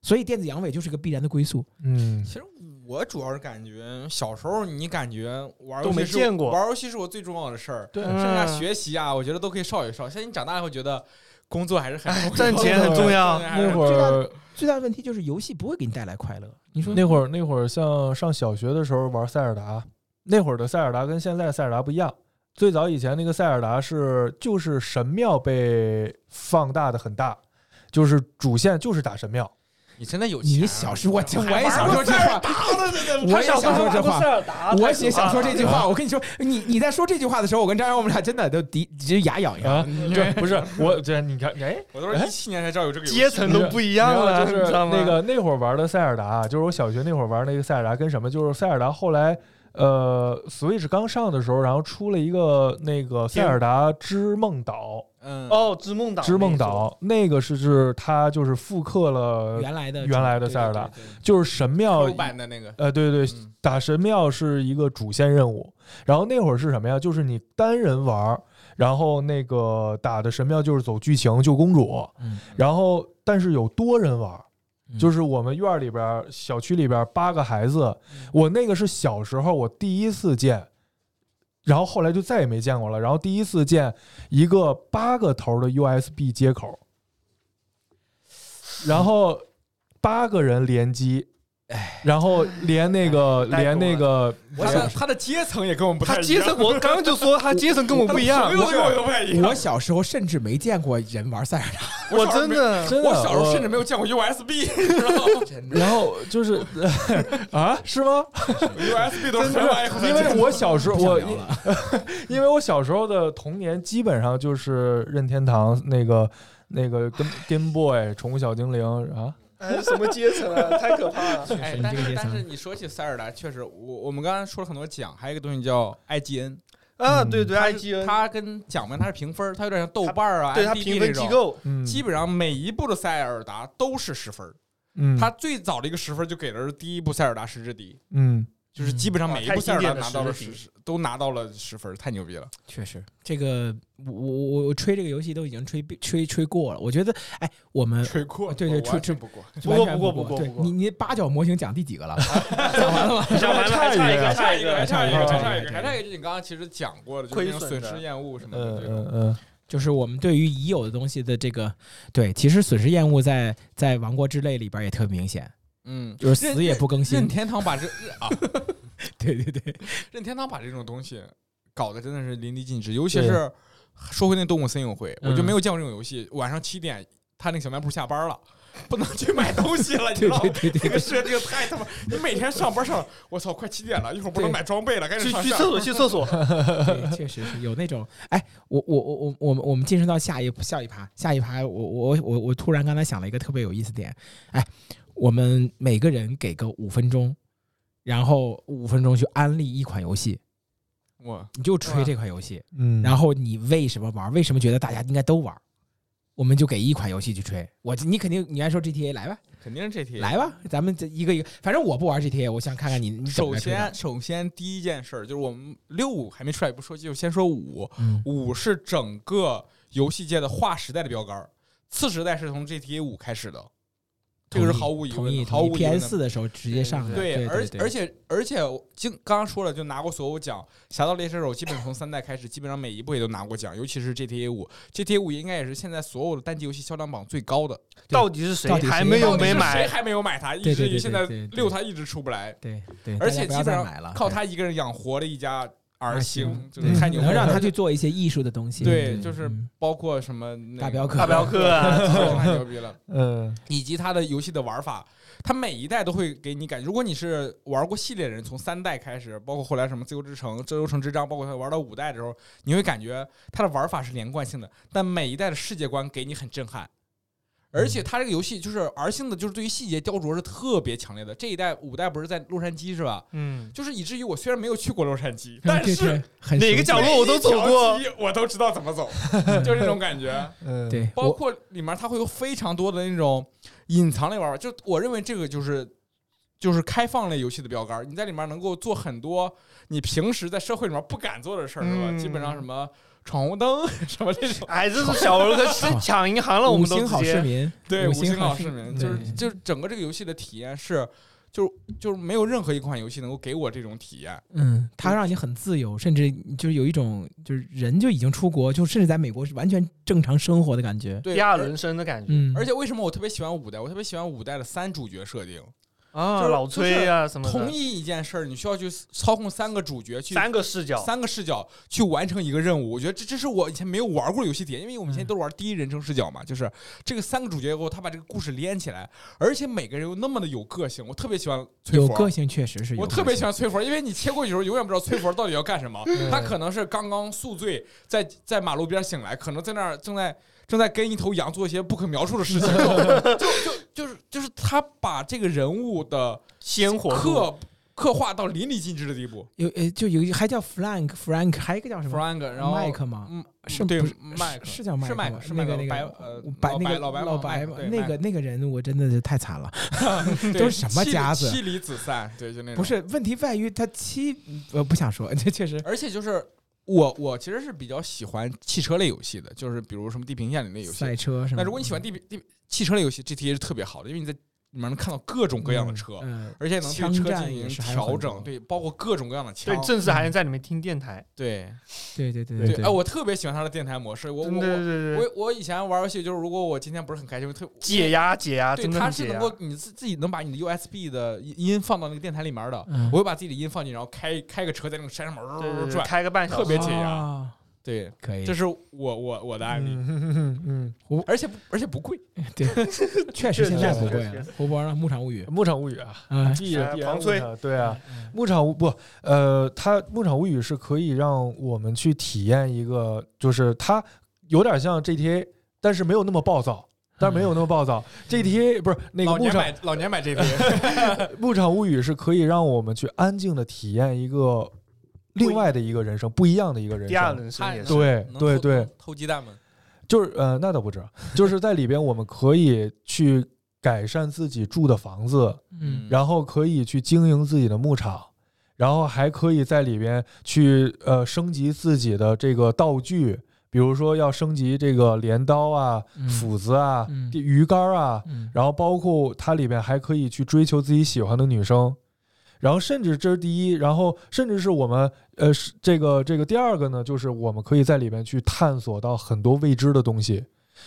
所以电子阳痿就是一个必然的归宿。
嗯
其实我主要是感觉小时候你感觉玩
都
游戏
没
是
见过
玩游戏是我最重要的事儿，
对
剩下
嗯
学习啊，我觉得都可以少一少。现在你长大以后觉得工作还是很重要的
赚钱很重要
对还是
那会
哎这
儿
样最大的问题就是游戏不会给你带来快乐。你说
那会儿那会儿像上小学的时候玩塞尔达，那会儿的塞尔达跟现在塞尔达不一样。最早以前那个塞尔达是就是神庙被放大的很大，就是主线就是打神庙。
你真的有钱啊、
你小时候，我这我
还
也想说这话，我也想说这话。我也想说这句话，我跟你说，你你在说这句话的时候，我跟张扬我们俩真的都敌，直牙痒痒。
啊，这不是我这你看哎，
我都是一七年才知道有这个游戏
阶层都不一样了，
没有
你
就是
知道吗？
啊那个那会儿玩的塞尔达，就是我小学那会儿玩那个塞尔达跟什么，就是塞尔达后来呃，Switch 刚上的时候，然后出了一个那个《塞尔达之梦岛
嗯，
哦，织梦》，岛，
《之梦岛》那个是是它就是复刻了，
原来的
呃原来的
对对
塞尔达
对对
就是神庙
对，版的那个，
呃，对对对，
嗯
打神庙是一个主线任务，然后那会儿是什么呀？就是你单人玩儿，然后那个打的神庙就是走剧情救公主，
嗯
然后但是有多人玩儿
嗯，
就是我们院儿里边儿、小区里边儿八个孩子，我那个是小时候我第一次见，然后后来就再也没见过了。然后第一次见一个八个头儿的 USB 接口，然后八个人联机，然后连那个
哎
连那个
他的他的阶层也跟我们不太
他
一样，
阶层，我刚刚就说他阶层 跟我不一样
朋，友跟我都不太一样。
我小时候甚至没见过人玩塞尔达，
我真的
真的
我小时候
我
甚至没有见过 USB，你知道吗
然后就是 啊，是吗？
？USB 都是很晚以后才
因
见
为
的
我小时候
不想
我
聊了。
因为我小时候的童年基本上就是任天堂那个那个 跟 Game Boy 宠物小精灵啊，
哎什么阶层啊，太可怕了。
确实
哎，
你
但
这个
是
阶
但是
层，
你说起塞尔达，确实，我我们刚才说了很多奖，还有一个东西叫 IGN，
啊，
嗯
对对
它
，IGN，
它跟奖跟它是评分，它有点像豆瓣儿啊，
对它
IMDb
评分
这种
机，构，
嗯，
基本上每一部的塞尔达都是十分儿。
嗯
它最早的一个十分就给的是第一部塞尔达十之敌，
嗯
就是基本上每一
哇
部
太
塞尔
经
达
典的
拿到了
十之
十十都拿到了十分，太牛逼了。
确实，这个我我我吹这个游戏都已经吹吹吹过了。我觉得，哎，我们
吹过，
对对
我完
吹
全不过。
不过
完全
不过不过
对
不过
你你八角模型讲第几个了？ 讲完了吗？
讲完了还差一个，还差
下
一
一个，
个
还，差一个，
还
还
差
还
一个
差一
差一
个，
个
还差一个，就是你刚刚其实讲过的，就是那种
亏损
损
的
失厌恶什么的
嗯
这种。
嗯嗯，
就是我们对于已有的东西的这个，对，其实损失厌恶在在《王国之泪》里边也特别明显，
嗯，
就是死也不更
任
新。
天堂把这啊，
对对对，
任天堂把这种东西搞得真的是淋漓尽致，尤其是说回那动物森友会，我就
嗯
没有见过这种游戏。晚上七点，他那个小卖部下班了，不能去买东西了，你知
对
道吗
对？对对
这个
对，
设定太他妈！你每天上班上，我操，快七点了，一会儿不能
对
买装备了，赶
去
紧上
去
线
厕所去厕所，
对确实是有那种，哎，我我我我我们我们晋升到下一下一趴，下一趴，我我我我突然刚才想了一个特别有意思点，哎，我们每个人给个五分钟，然后五分钟去安利一款游戏，
我
你就吹
哇
这款游戏，
嗯，
然后你为什么玩？为什么觉得大家应该都玩？我们就给一款游戏去吹。我你肯定你还说 GTA 来吧，
肯定是这题。
来吧，咱们这一个一个，反正我不玩 GTA，我想看看你你怎么
首
来吹它
先，首先第一件事儿就是我们六五还没出来不说，就先说五。
嗯
五是整个游戏界的划时代的标杆儿，次时代是从 GTA 五开始的，这个是
同意
毫无疑
同
问
意
的，
同
毫
意
无疑问
PS
的。
四的时候直接上的，对，
而
对
而且而且，经刚刚说了，就拿过所有奖，《侠盗猎车手》基本从三代开始，基本上每一部也都拿过奖，尤其是 GTA 五，GTA 五应该也是现在所有的单机游戏销量榜最高的。
到底是谁
到底谁
还没有
到底
没
是谁
买？
还没有买它？以
对对
至
对
于现在
对对对
六它一直出不来，
对对，
而
大家
且
不
基
要
本
再
上
买了，
靠
对啊
他一个人养活了一家儿星，就
对
是太牛
能
了。
让 他去做一些艺术的东西，
对
嗯
就是
嗯
包括什么那个
大镖客
大镖 客啊，
太牛逼了。
嗯
以及它的游戏的玩法，它每一代都会给你感觉。如果你是玩过系列的人，从三代开始，包括后来什么自由之城、自由城之章，包括它玩到五代的时候，你会感觉它的玩法是连贯性的，但每一代的世界观给你很震撼。嗯而且它这个游戏就是 R 性的，就是对于细节雕琢是特别强烈的。这一代五代不是在洛杉矶是吧？
嗯，
就是以至于我虽然没有去过洛杉矶，
嗯
但
对
是
对很
哪
熟
个
悉
角落我都走过
每一条街我都知道怎么走， 就是那种感觉。
嗯，
对，
包
我
括里面它会有非常多的那种隐藏类玩法，就我认为这个就是就是开放类游戏的标杆儿。你在里面能够做很多你平时在社会里面不敢做的事儿，是吧？
嗯
基本上什么闯红灯什么这种，
哎，这是小儿科是抢银行了，我
五
们都
星好
直
市
接
民，
对五星好
好
市民，就是
对
就是整个这个游戏的体验是。就是就是没有任何一款游戏能够给我这种体验，
嗯，它让你很自由，甚至就是有一种就是人就已经出国，就甚至在美国是完全正常生活的感觉。
对，
第二
而
人生的感觉
嗯，
而且为什么我特别喜欢五代？我特别喜欢五代的三主角设定。
啊，
就是
老崔啊什么的，
同一一件事儿，你需要去操控三个主角去
三个视角，
三个视角去完成一个任务。我觉得这这是我以前没有玩过的游戏点，因为我们以前
嗯
都是玩第一人称视角嘛，就是这个三个主角以后，他把这个故事连起来，而且每个人又那么的有个性，我特别喜欢崔
有
佛
个。性确实是有
我
个性，
特别喜欢崔佛，因为你切过去的时候永远不知道崔佛到底要干什么。
嗯
他可能是刚刚宿醉，在在马路边醒来，可能在那儿正在正在跟一头羊做一些不可描述的事情。 就就就就是就是他把这个人物的
鲜活度
刻刻画到淋漓尽致的地步。
有呃，就有一还叫 Frank Frank，还有一个叫什么
Frank，然后
麦克吗？
嗯，
是
对
不啊是
麦克
是叫麦
是麦
吗
克
那
是麦
个
克
那
白
个
呃
白
老
那个
白老白
老
嘛麦
白
克
嘛
对
那
麦
个
克
那个人我真的是太惨了，
对
都是什么
妻
家子
妻离子散，对，就那种
不是问题在于他妻，呃不想说， 这确实
而且就是我我其实是比较喜欢汽车类游戏的，就是比如什么地平线里那游戏。
赛车嗯是吗？
那如果你喜欢地平地汽车类游戏，GTA 是特别好的，因为你在里面能看到各种各样的车，
嗯，
而且能对
枪
车
战
进
也是
行
还有很
调
多
整，对，包括各种各样的
对
枪，，
正式还能在里面听电台。
对
对对对
对
哎，我特别喜欢它的电台模式。我
对
我
对
我
对对，
我我以前玩游戏，就是如果我今天不是很开心，我特
解压解压，
对，
真的
它
很
是
解
能
压。
够你自自己能把你的 USB 的音音放到那个电台里面的。
嗯
我会把自己的音放进去，然后开开个车在那个山上面
对对对
转。
开个半小时，
特别解压
啊
对，
可以，
这是我我我的案例。
嗯嗯，
胡
而且不而且不贵，
确实现在不贵
确
了
实。
胡博呢？牧场物语，哎
牧场物语啊，
嗯，
必然必然
狂吹
牧场对啊，牧场物不呃，它牧场物语是可以让我们去体验一个，就是它有点像 GTA，但是没有那么暴躁。但是没有那么暴躁，GTA 不是那个
老
牧
年
场
买老年买这台，
牧场物语是可以让我们去安静的体验一个另外的一个人生，不一样的一个人
第二
生。
人生也是。
对
能
对
偷
对，
能偷鸡蛋吗？
就是呃，那倒不知道，就是在里边我们可以去改善自己住的房子，
嗯
然后可以去经营自己的牧场，然后还可以在里边去呃升级自己的这个道具，比如说要升级这个镰刀啊、
嗯
斧子啊、
嗯
这鱼竿啊，
嗯，
然后包括它里边还可以去追求自己喜欢的女生，然后甚至这是第一，然后甚至是我们呃是这个这个第二个呢，就是我们可以在里边去探索到很多未知的东西，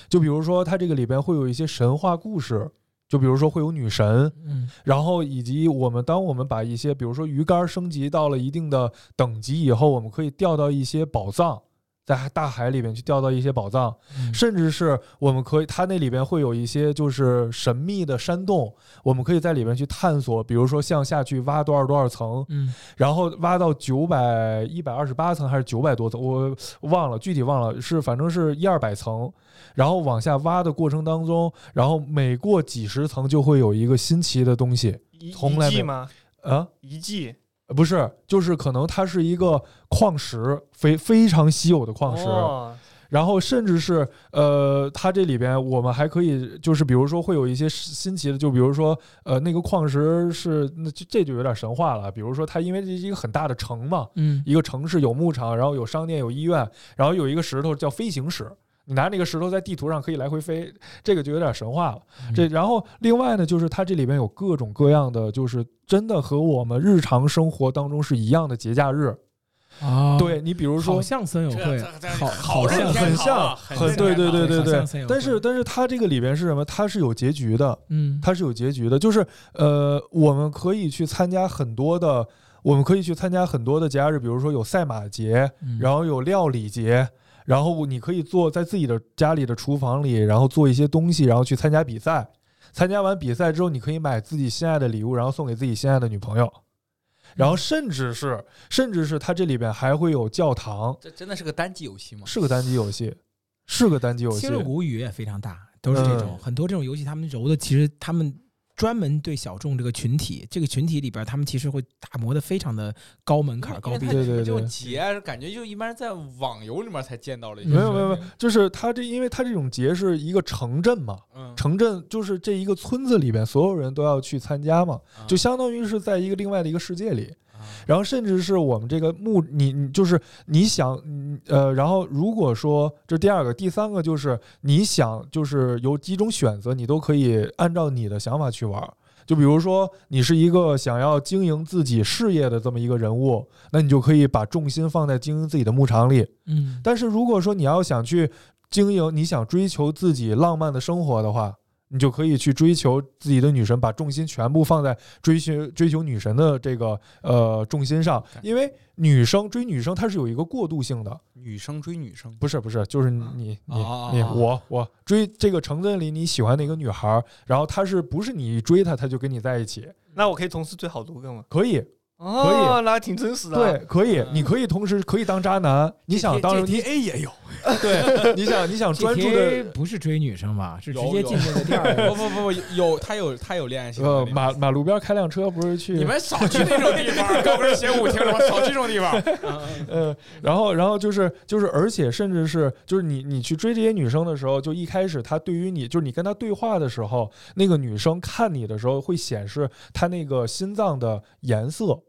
就比如说它这个里边会有一些神话故事，就比如说会有女神，
嗯
然后以及我们，当我们把一些，比如说鱼竿升级到了一定的等级以后，我们可以钓到一些宝藏，在大海里面去钓到一些宝藏，
嗯
甚至是我们可以，它那里边会有一些就是神秘的山洞，我们可以在里面去探索，比如说向下去挖多少多少层，
嗯
然后挖到九百一百二十八层还是九百多层，我忘了具体忘了，是反正是一二百层。然后往下挖的过程当中，然后每过几十层就会有一个新奇的东西
遗
从来没
遗迹
有
吗？
啊，
遗迹
不是，就是可能它是一个矿石，非非常稀有的矿石。
哦，
然后甚至是呃，它这里边我们还可以就是，比如说会有一些新奇的，就比如说呃，那个矿石是那这这就有点神话了。比如说它因为这是一个很大的城嘛，
嗯
一个城市有牧场，然后有商店，有医院，然后有一个石头叫飞行石。你拿那个石头在地图上可以来回飞，这个就有点神话了。这然后另外呢，就是它这里边有各种各样的，就是真的和我们日常生活当中是一样的节假日。
啊，
对你比如
好
说，
像森友会
这这，
好
好
像
认真
很
好
像，
啊很
很
认
对
真
对
啊
对
好
对
像
对
森。友
但是
会
但是它这个里边是什么？它是有结局的，
嗯，
它是有结局的，就是呃，我们可以去参加很多的，我们可以去参加很多的节假日，比如说有赛马节，
嗯
然后有料理节，然后你可以做在自己的家里的厨房里，然后做一些东西，然后去参加比赛。参加完比赛之后，你可以买自己心爱的礼物，然后送给自己心爱的女朋友。然后甚至是，甚至是它这里边还会有教堂，
这真的是个单机游戏吗？
是个单机游戏，是个单机游戏
星露。谷雨也非常大，都是这种、
嗯
很多这种游戏，他们揉的其实他们专门对小众这个群体，这个群体里边，他们其实会打磨的非常的高门槛、高
因为
逼
它
格。
对对
这种
对
节感觉就一般在网游里面才见到了一些
没
设定。
有没有没有，就是它这，因为它这种节是一个城镇嘛，
嗯，
城镇就是这一个村子里边所有人都要去参加嘛，
啊
就相当于是在一个另外的一个世界里。
啊
然后甚至是我们这个牧，你你就是你想，嗯呃，然后如果说这是第二个，第三个就是你想，就是有几种选择，你都可以按照你的想法去玩儿。就比如说，你是一个想要经营自己事业的这么一个人物，那你就可以把重心放在经营自己的牧场里。
嗯，
但是如果说你要想去经营，你想追求自己浪漫的生活的话，你就可以去追求自己的女神，把重心全部放在追寻追求女神的这个呃重心上，因为女生追女生它是有一个过渡性的，
女生追女生，
不是不是，就是你你
啊
你
啊啊
我我追这个城镇里你喜欢的一个女孩儿，然后她是不是你追她，她就跟你在一起，
那我可以同时追好多个吗？
可以
哦，那还挺真实的啊。
对，可以
嗯，
你可以同时可以当渣男，你想当
A 也有，
对，你想你想专 注的
GTA 不是追女生吧？是直
有
接
有
进那个店 儿
不不不不，有他有他有恋爱性
呃
的那
马马路边开辆车不是去
你们少去那种地方，高跟鞋舞厅什么，少去这种地方。
呃，然后，然后就是就是，而且甚至是就是你你去追这些女生的时候，就一开始她对于你，就是你跟她对话的时候，那个女生看你的时候会显示她那个心脏的颜色。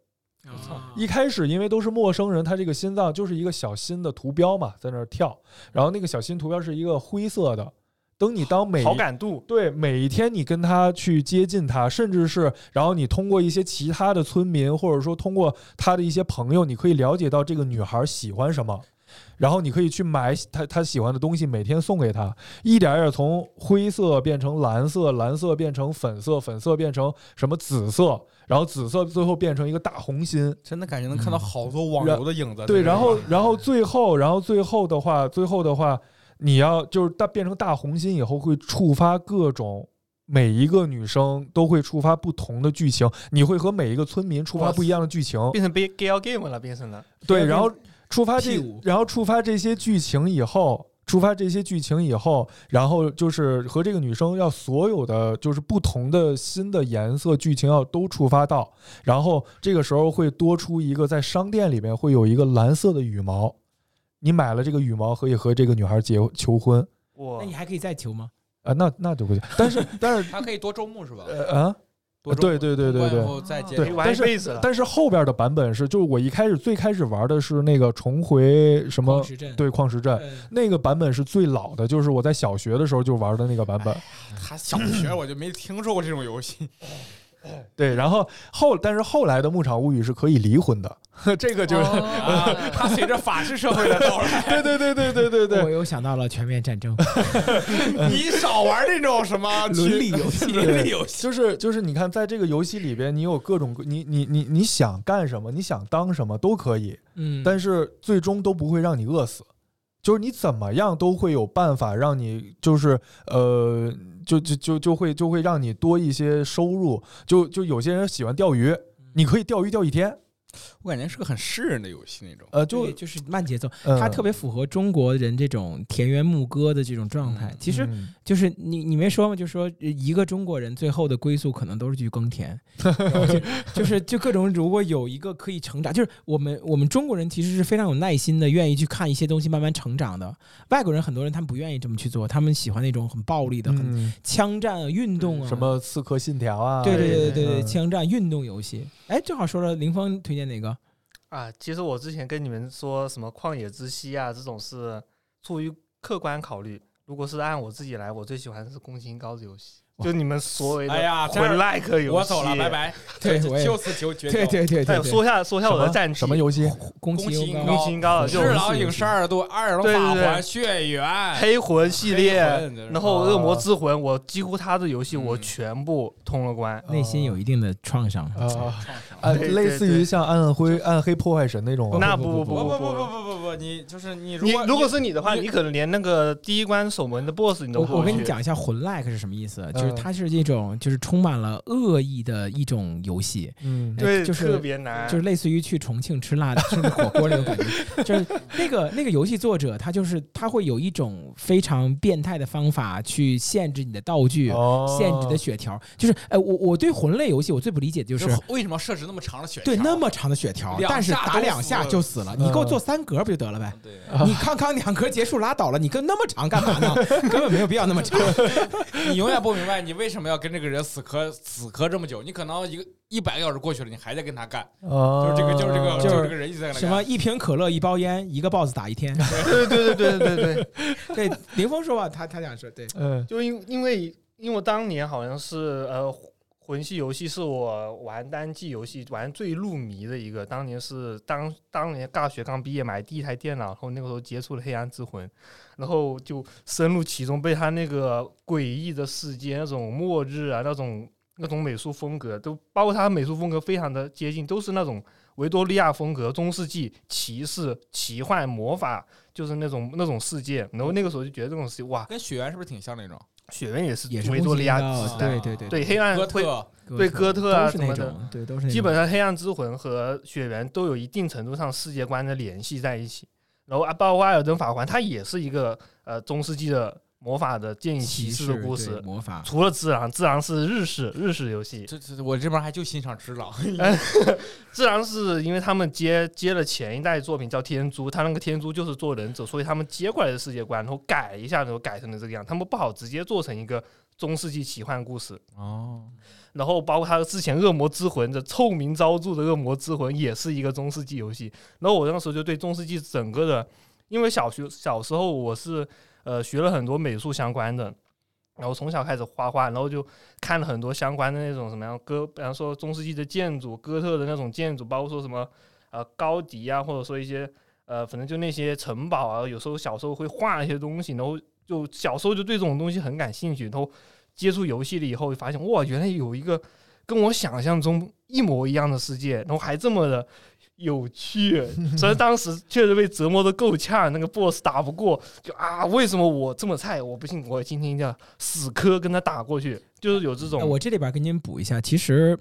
一开始因为都是陌生人，她这个心脏就是一个小心的图标嘛，在那儿跳，然后那个小心图标是一个灰色的。等你当每一
好感度，
对，每一天你跟他去接近他，甚至是然后你通过一些其他的村民，或者说通过他的一些朋友，你可以了解到这个女孩喜欢什么，然后你可以去买她她喜欢的东西，每天送给她，一点儿一点儿从灰色变成蓝色，蓝色变成粉色，粉色变成什么紫色，然后紫色最后变成一个大红心，
真的感觉能看到好多网游的影子。
对，
这个
然后
地方
然后最后，然后最后的话，最后的话，你要就是大变成大红心以后，会触发各种。每一个女生都会触发不同的剧情，你会和每一个村民触发不一样的剧情，
变成 gay game 了，变成了
对，然后触发这
P5，
然后触发这些剧情以后，触发这些剧情以后，然后就是和这个女生要所有的就是不同的新的颜色剧情要都触发到，然后这个时候会多出一个在商店里面会有一个蓝色的羽毛，你买了这个羽毛可以和这个女孩结求婚
我
那你还可以再求吗？
啊、那那就不行，但是但是
他可以多周目是吧？
呃啊，
多周
对
目
对对对对
然。后再接
对
可以，玩
但
一辈子
是
了
但是后边的版本是，就是我一开始最开始玩的是那个重回什么
矿石镇
对矿石镇，
嗯
那个版本是最老的，就是我在小学的时候就玩的那个版本。
哎
他小学我就没听说过这种游戏，
对，然后后但是后来的《牧场物语》是可以离 婚的，这个就是、
啊他随着法治社会的到来，
对对对对对对
我
对
又想到了全面战 争，
你少玩那种什么
伦理游戏
伦理游戏。
就是就是你看，在这个游戏里边，你有各种你你你你想干什么，你想当什么都可以，
嗯，
但是最终都不会让你饿死。就是你怎么样都会有办法让你，就是呃，就就就就会就会让你多一些收入。就就有些人喜欢钓
嗯
鱼，你可以钓鱼钓一天，
我感觉是个很诗人的游戏那种。
呃，
就
就
就是慢节奏，
嗯
它特别符合中国人这种田园牧歌的这种状态
嗯。
其实
嗯
就是你你没说嘛，就说呃一个中国人最后的归宿可能都是去耕田，然后就就是就各种如果有一个可以成长，就是我们我们中国人其实是非常有耐心的，愿意去看一些东西慢慢成长的。外国人很多人他们不愿意这么去做，他们喜欢那种很暴力的、很
嗯
枪战啊、运动啊
什。么《刺客信条》啊，
对对对对
对
对，
嗯
枪战运动游戏。哎，正好说了，林峰推荐哪个？
啊，其实我之前跟你们说什么旷野之息啊，这种是出于客观考虑。如果是按我自己来，我最喜欢的是攻心高的游戏，
哇
就你们所谓的
哎呀这
回
样
like 游戏。
我走了，拜。拜。
对
就
我也
就此就绝
对
交。
对对
哎，
对，
说一下说一下
什
我的
么
战绩，
什么游戏？
宫
宫
崎
崎
英
英
高
高
攻心高的
是
这
是
种
啊
老影十二度，二龙
对
法
对对
环、血缘、
黑魂系列，
黑魂这是
然后恶魔
啊
之魂，我几乎他的游戏我
嗯
全部通了关。
内心有一定的创伤。
啊
创伤
呃
啊，
对对
类似于像《暗灰》《暗黑破坏神》那种啊，
那
不
不
不不
不
不
不
不
不不不不，你就是你如
你
果
如果是你的话，
你
你可能连那个第一关守门的 BOSS 你都
我
过
我
不
跟你
去
讲一下魂 like 是什么意思，
哦嗯
就是它是一种就是充满了恶意的一种游戏，
嗯
哎
对，
就是
特别难，
就是类似于去重庆吃辣吃火锅那种感觉。就是那个那个游戏作者，他就是他会有一种非常变态的方法去限制你的道具。
哦
限制的血条，就是哎，我我对魂类游戏我最不理解的就是
就为什么设置那么长的血条？
对那么长的血条，
两下
但是打
都
两
死
下
了嗯
就死了，你给我做三格不就得了呗？
对，
你康康两格结束拉倒了，你跟那么长干嘛 呢？根本没有必要那么长。
你永远不明白你为什么要跟这个人死磕死磕这么久。你可能一个一百个小时过去了，你还在跟他干，就
就是
这个就是这个
嗯就是
这个人一直在跟他
什
干。
么一瓶可乐一包烟，一个 boss 打一天。
对对对对对对对，
对，林峰说吧，他他想说对，
嗯
就因因为因为当年好像是呃魂系游戏是我玩单机游戏玩最入迷的一个，当年是当当年大学刚毕业买第一台电脑，然后那个时候接触了《黑暗之魂》，然后就深入其中，被他那个诡异的世界那种末日啊那种那种美术风格，都包括他美术风格非常的接近，都是那种。维多利亚风格、中世纪骑士、奇幻、魔法，就是那种那种世界。然后那个时候就觉得这种世界哇，
跟血缘是不是挺像那种？
雪原也是
也是
维多利亚
宫崎
时
英高
代
对对
代
对
啊对嗯黑暗
哥
会
特
对哥特啊
都是那
什么
种，对都是那种
基本上《黑暗之魂》和《雪原》都有一定程度上世界观的联系在一起。然后啊，包括《艾尔登法环》，它也是一个呃中世纪的魔法的剑与骑士的故
对
事。
魔法，
除了《只狼》，《只狼》是日式日式游戏，
这这我这边还就欣赏只狼，
自然是因为他们接接了前一代作品叫《天珠》，他那个天珠就是做忍者，所以他们接过来的世界观，然后改一下，然后改成了这个样。他们不好直接做成一个中世纪奇幻故事。
哦，
然后包括他之前《恶魔之魂》的臭名昭著的《恶魔之魂》也是一个中世纪游戏。然后我那时候就对中世纪整个的，因为小学小时候我是呃学了很多美术相关的，然后从小开始画画，然后就看了很多相关的那种什么样哥，比方说中世纪的建筑，哥特的那种建筑，包括说什么呃高迪啊，或者说一些呃反正就那些城堡啊，有时候小时候会画一些东西，然后就小时候就对这种东西很感兴趣，然后接触游戏了以后，发现哇，原来有一个跟我想象中一模一样的世界，然后还这么的有 趣。虽然当时确实被折磨的够呛，那个 BOSS 打不过，就啊，为什么我这么菜？我不信，我今天一定要死磕跟他打过去，就是有这
哎
种。
我这里边跟您补一下，其实，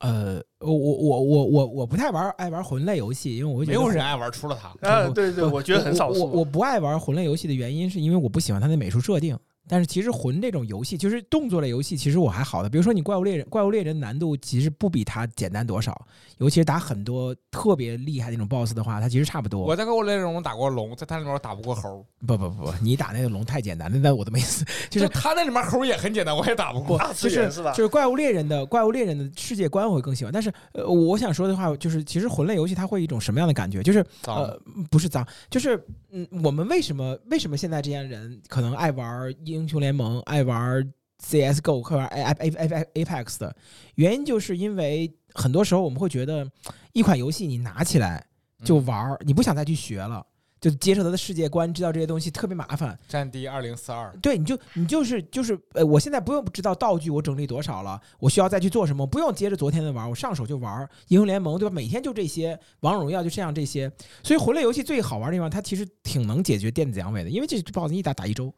呃，我我我我我我不太玩爱玩魂类游戏，因为我觉
没
得
有人爱玩，除了他。
啊，对对，
不
我觉得很少
我我
数。
我不爱玩魂类游戏的原因，是因为我不喜欢它的美术设定。但是其实魂这种游戏，就是动作类游戏，其实我还好的。比如说你怪物猎人，怪物猎人难度其实不比它简单多少，尤其是打很多特别厉害那种 BOSS 的话，它其实差不多。
我在怪物猎人中打过龙，在他那边我打不过猴，
不不不，你打那个龙太简单了，那我都没死。就是
他那里面猴也很简单，我也打不过。
二
就
次
是
元是吧？
就是怪物猎人的怪物猎人的世界观我会更喜欢。但是呃，我想说的话就是，其实魂类游戏它会有一种什么样的感觉？就是
啊
呃，不是脏，就是嗯，我们为什么为什么现在这些人可能爱玩英雄联盟，爱玩 CS:GO，爱玩 A A A A Apex 的原因，就是因为很多时候我们会觉得一款游戏你拿起来就玩儿，你不想再去学了。就接受它的世界观，知道这些东西特别麻烦。
战地二零四二，
对，你就你就是就是，呃，我现在不用知道道具我整理多少了，我需要再去做什么，不用接着昨天的玩，我上手就玩英雄联盟，对吧？每天就这些，王者荣耀就这样这些。所以魂类游戏最好玩的地方，它其实挺能解决电子阳痿的，因为这 BOSS 一打打一周。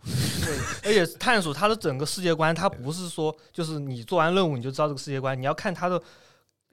而且探索它的整个世界观，它不是说就是你做完任务你就知道这个世界观，你要看它的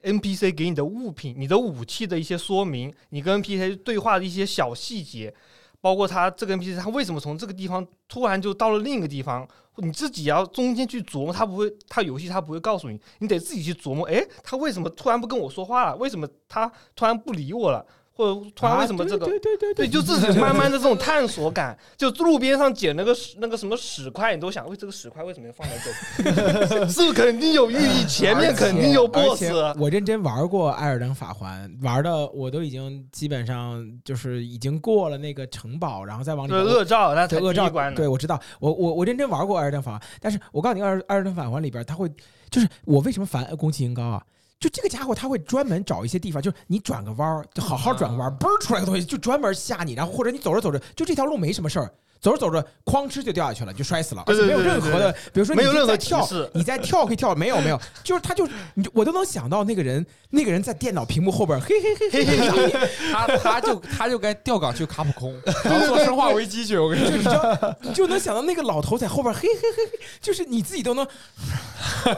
NPC 给你的物品、你的武器的一些说明，你跟 NPC 对话的一些小细节，包括它这个 NPC 它为什么从这个地方突然就到了另一个地方，你自己要中间去琢磨，它不会，它游戏它不会告诉你，你得自己去琢磨，诶，它为什么突然不跟我说话了？为什么它突然不理我了？或者突然为什么这个、
啊对对对对
对，就自己慢慢的这种探索感，就路边上捡那个屎那个什么屎块，你都想，喂，这个屎块为什么要放在这里？是不是肯定有寓意？前面肯定有
而
BOSS，
且我认真玩过《艾尔登法环》，玩的我都已经基本上就是已经过了那个城堡，然后再往里
对
面
恶兆，那才
对
第
恶
一
兆
关，呢。
对我知道，我我我认真玩过《二战法》，但是我告诉你，《二二战法环》里边他会，就是我为什么烦宫崎英高啊？就这个家伙，他会专门找一些地方，就是你转个弯儿，就好好转个弯儿，
啊
嘣、儿出来个东西，就专门吓你，然后或者你走着走着，就这条路没什么事儿，走着走着，哐哧就掉下去了，你就摔死了，而且
对对
没有
对
任
对
何的，比如说你
没有
就
任
在
何提
跳，
示
你再跳可以跳，没有没有，就是他就是，你就我都能想到那个人，那个人在电脑屏幕后边，嘿嘿嘿嘿嘿嘿。
他他就他就该调岗去卡普空，然后做生化危机去。我跟你
就你知道，你就能想到那个老头在后边，嘿嘿嘿嘿，就是你自己都能，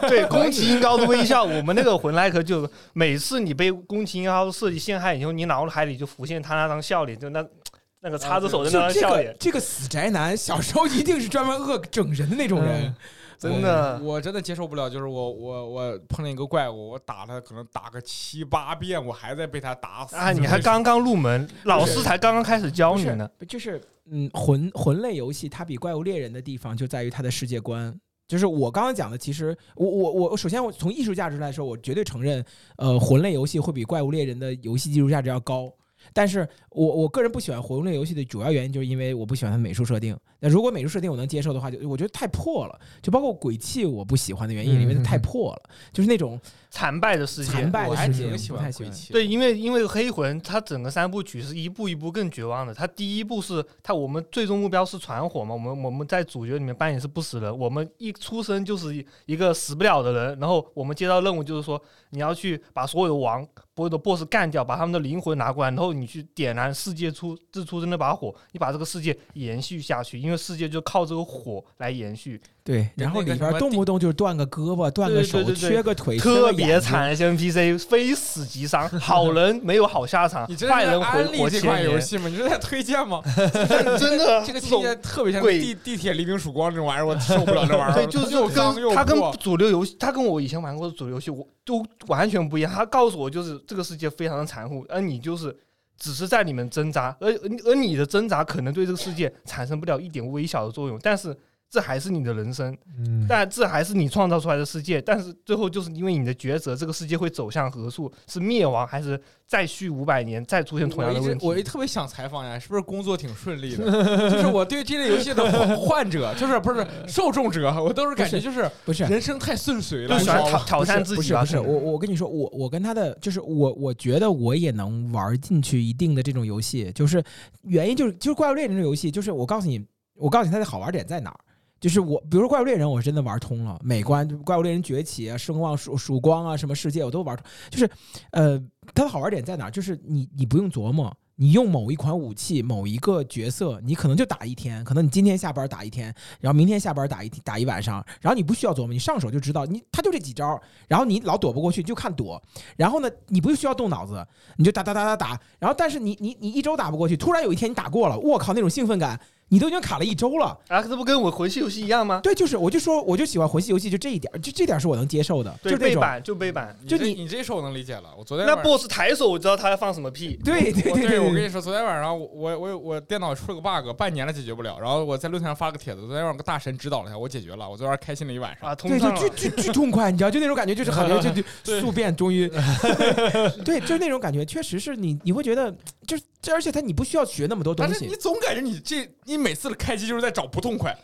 对，宫崎英高的微笑，我们那个魂来可就每次你被宫崎英高的设计陷害以后，你脑海里就浮现他那张笑脸，就那那个叉着手的
就
那张
这
笑
个
脸，
这个死宅男，小时候一定是专门恶整人的那种人
嗯。真的
讲，。我真的接受不了，就是我我我碰见一个怪物，我打他可能打个七八遍，我还在被他打死。
啊，你还刚刚入门，老师才刚刚开始教
不
你
是
呢。，
就是嗯，魂魂类游戏它比怪物猎人的地方就在于它的世界观。就是我刚刚讲的，其实我我我首先我从艺术价值来说，我绝对承认，呃，魂类游戏会比怪物猎人的游戏技术价值要高。但是我我个人不喜欢魂类游戏的主要原因，就是因为我不喜欢它的美术设定。那如果美术设定我能接受的话，就我觉得太破了。就包括鬼泣，我不喜欢的原
嗯
因，因为它太破了，就是那种
惨败的世界，
残败
我
的
还
事情，
挺喜
不太
欢
喜
鬼
欢。
泣。
对，因为因为黑魂它整个三部曲是一步一步更绝望的。它第一步是它我们最终目标是传火嘛，我们我们在主角里面扮演是不死人，我们一出生就是一个死不了的人，然后我们接到任务就是说你要去把所有的王、所有的 BOSS 干掉，把他们的灵魂拿过来，然后你去点燃世界出最初的那把火，你把这个世界延续下去，因为世界就靠这个火来延续。
对，然后
那个
里
什
边
么
动不动就断个胳膊、断个
对对
手、
对对
缺个腿，缺个
特别
眼睛。
惨，SMPC 非死即伤，好人没有好下场
你这，是
坏
在
人
安
活
利
活
这
千
款游
年。
戏吗？你是在推荐 吗？
真的，啊
这个
这
听起来
种
特别像
鬼
地地铁黎明曙光这种玩意儿，我受不了这玩意儿。
对，就是
又脏又
跟它跟
破
主流游戏，它跟我以前玩过的主流游戏，我都完全不一样。它告诉我就是这个世界非常的残酷，而你就是只是在里面挣扎，而而而你的挣扎可能对这个世界产生不了一点微小的作用，但是这还是你的人生，
嗯，
但这还是你创造出来的世界。但是最后就是因为你的抉择，这个世界会走向何处？是灭亡，还是再续五百年再出现同
我
样
一
的
直
问题？
我一特别想采访一下，是不是工作挺顺利 的？就是我对这类游戏的患患者，就是不是受众者，我都是感觉就是
不 是，
人生太顺遂
就
了，
喜欢
你知道
挑
吗
挑战
不是
自己吧？
不是，不
可
是
能
我我跟你说，我我跟他的就是我我觉得我也能玩进去一定的这种游戏，就是原因就是就是怪物猎人这种游戏，就是我告诉你，我告诉你它的好玩点在哪儿。就是我，比如说怪物猎人，我是真的玩通了，美观怪物猎人崛起啊，声望曙曙光啊，什么世界我都玩通。就是，呃，它的好玩点在哪儿？就是你你不用琢磨，你用某一款武器、某一个角色，你可能就打一天，可能你今天下班打一天，然后明天下班打一打一晚上，然后你不需要琢磨，你上手就知道，你他就这几招，然后你老躲不过去，你就看躲。然后呢，你不需要动脑子，你就打打打打打。然后，但是你你你一周打不过去，突然有一天你打过了，我靠，那种兴奋感，你都已经卡了一周了。
啊，这不跟我魂系游戏一样吗？
对，就是我就说，我就喜欢魂系游戏，就这一点儿，就这点儿是我能接受的，就
对，
这
背
种。
板就背板。
你
就
这
你
你这事我能理解了。我昨天
那
晚上
BOSS 抬手，我知道他要放什么屁。
对对
我
对
对，我跟
对
你说，昨天晚上我我我我电脑出了个 bug，半年了解决不了。然后我在论坛上发个帖子，昨天晚上有个大神指导了一下，我解决了。我昨天晚上开心了一晚上。
啊，通
对，
畅
就
了
巨巨巨痛快，你知道，就那种感觉，就是好像就就宿便终于，对，就是那种感觉，确实是你你会觉得，就是这，而且他你不需要学那么多东
但是
西
你，总感觉你这你每次的开机就是在找不痛快，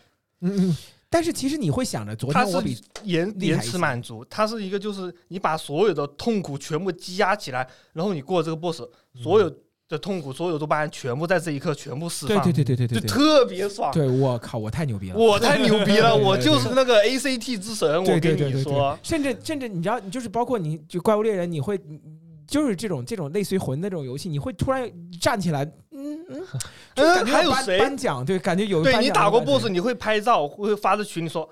嗯嗯，但是其实你会想着，昨
它
天我
是
比
延
厉害
延
一些
迟满足，它是一个就是你把所有的痛苦全部积压起来，然后你过这个 BOSS，所有的痛苦、所有的不安全部在这一刻全部释
嗯对
放，
对对对对对
就
对，
特别爽。
对我靠，我太牛逼了！
我太牛逼了，
对对对
我就是那个 ACT 之神，
对对
我跟
对
你
对
说
对，，甚至甚至你知道，你就是包括你就怪物猎人，你会你就是这种这种类似于魂的这种游戏，你会突然站起来，嗯嗯，就感
嗯，
觉
还有
颁
谁？
颁奖？对，感觉有
对
颁
你
奖
打
的
过
感觉
BOSS，你会拍照，会发在群里说，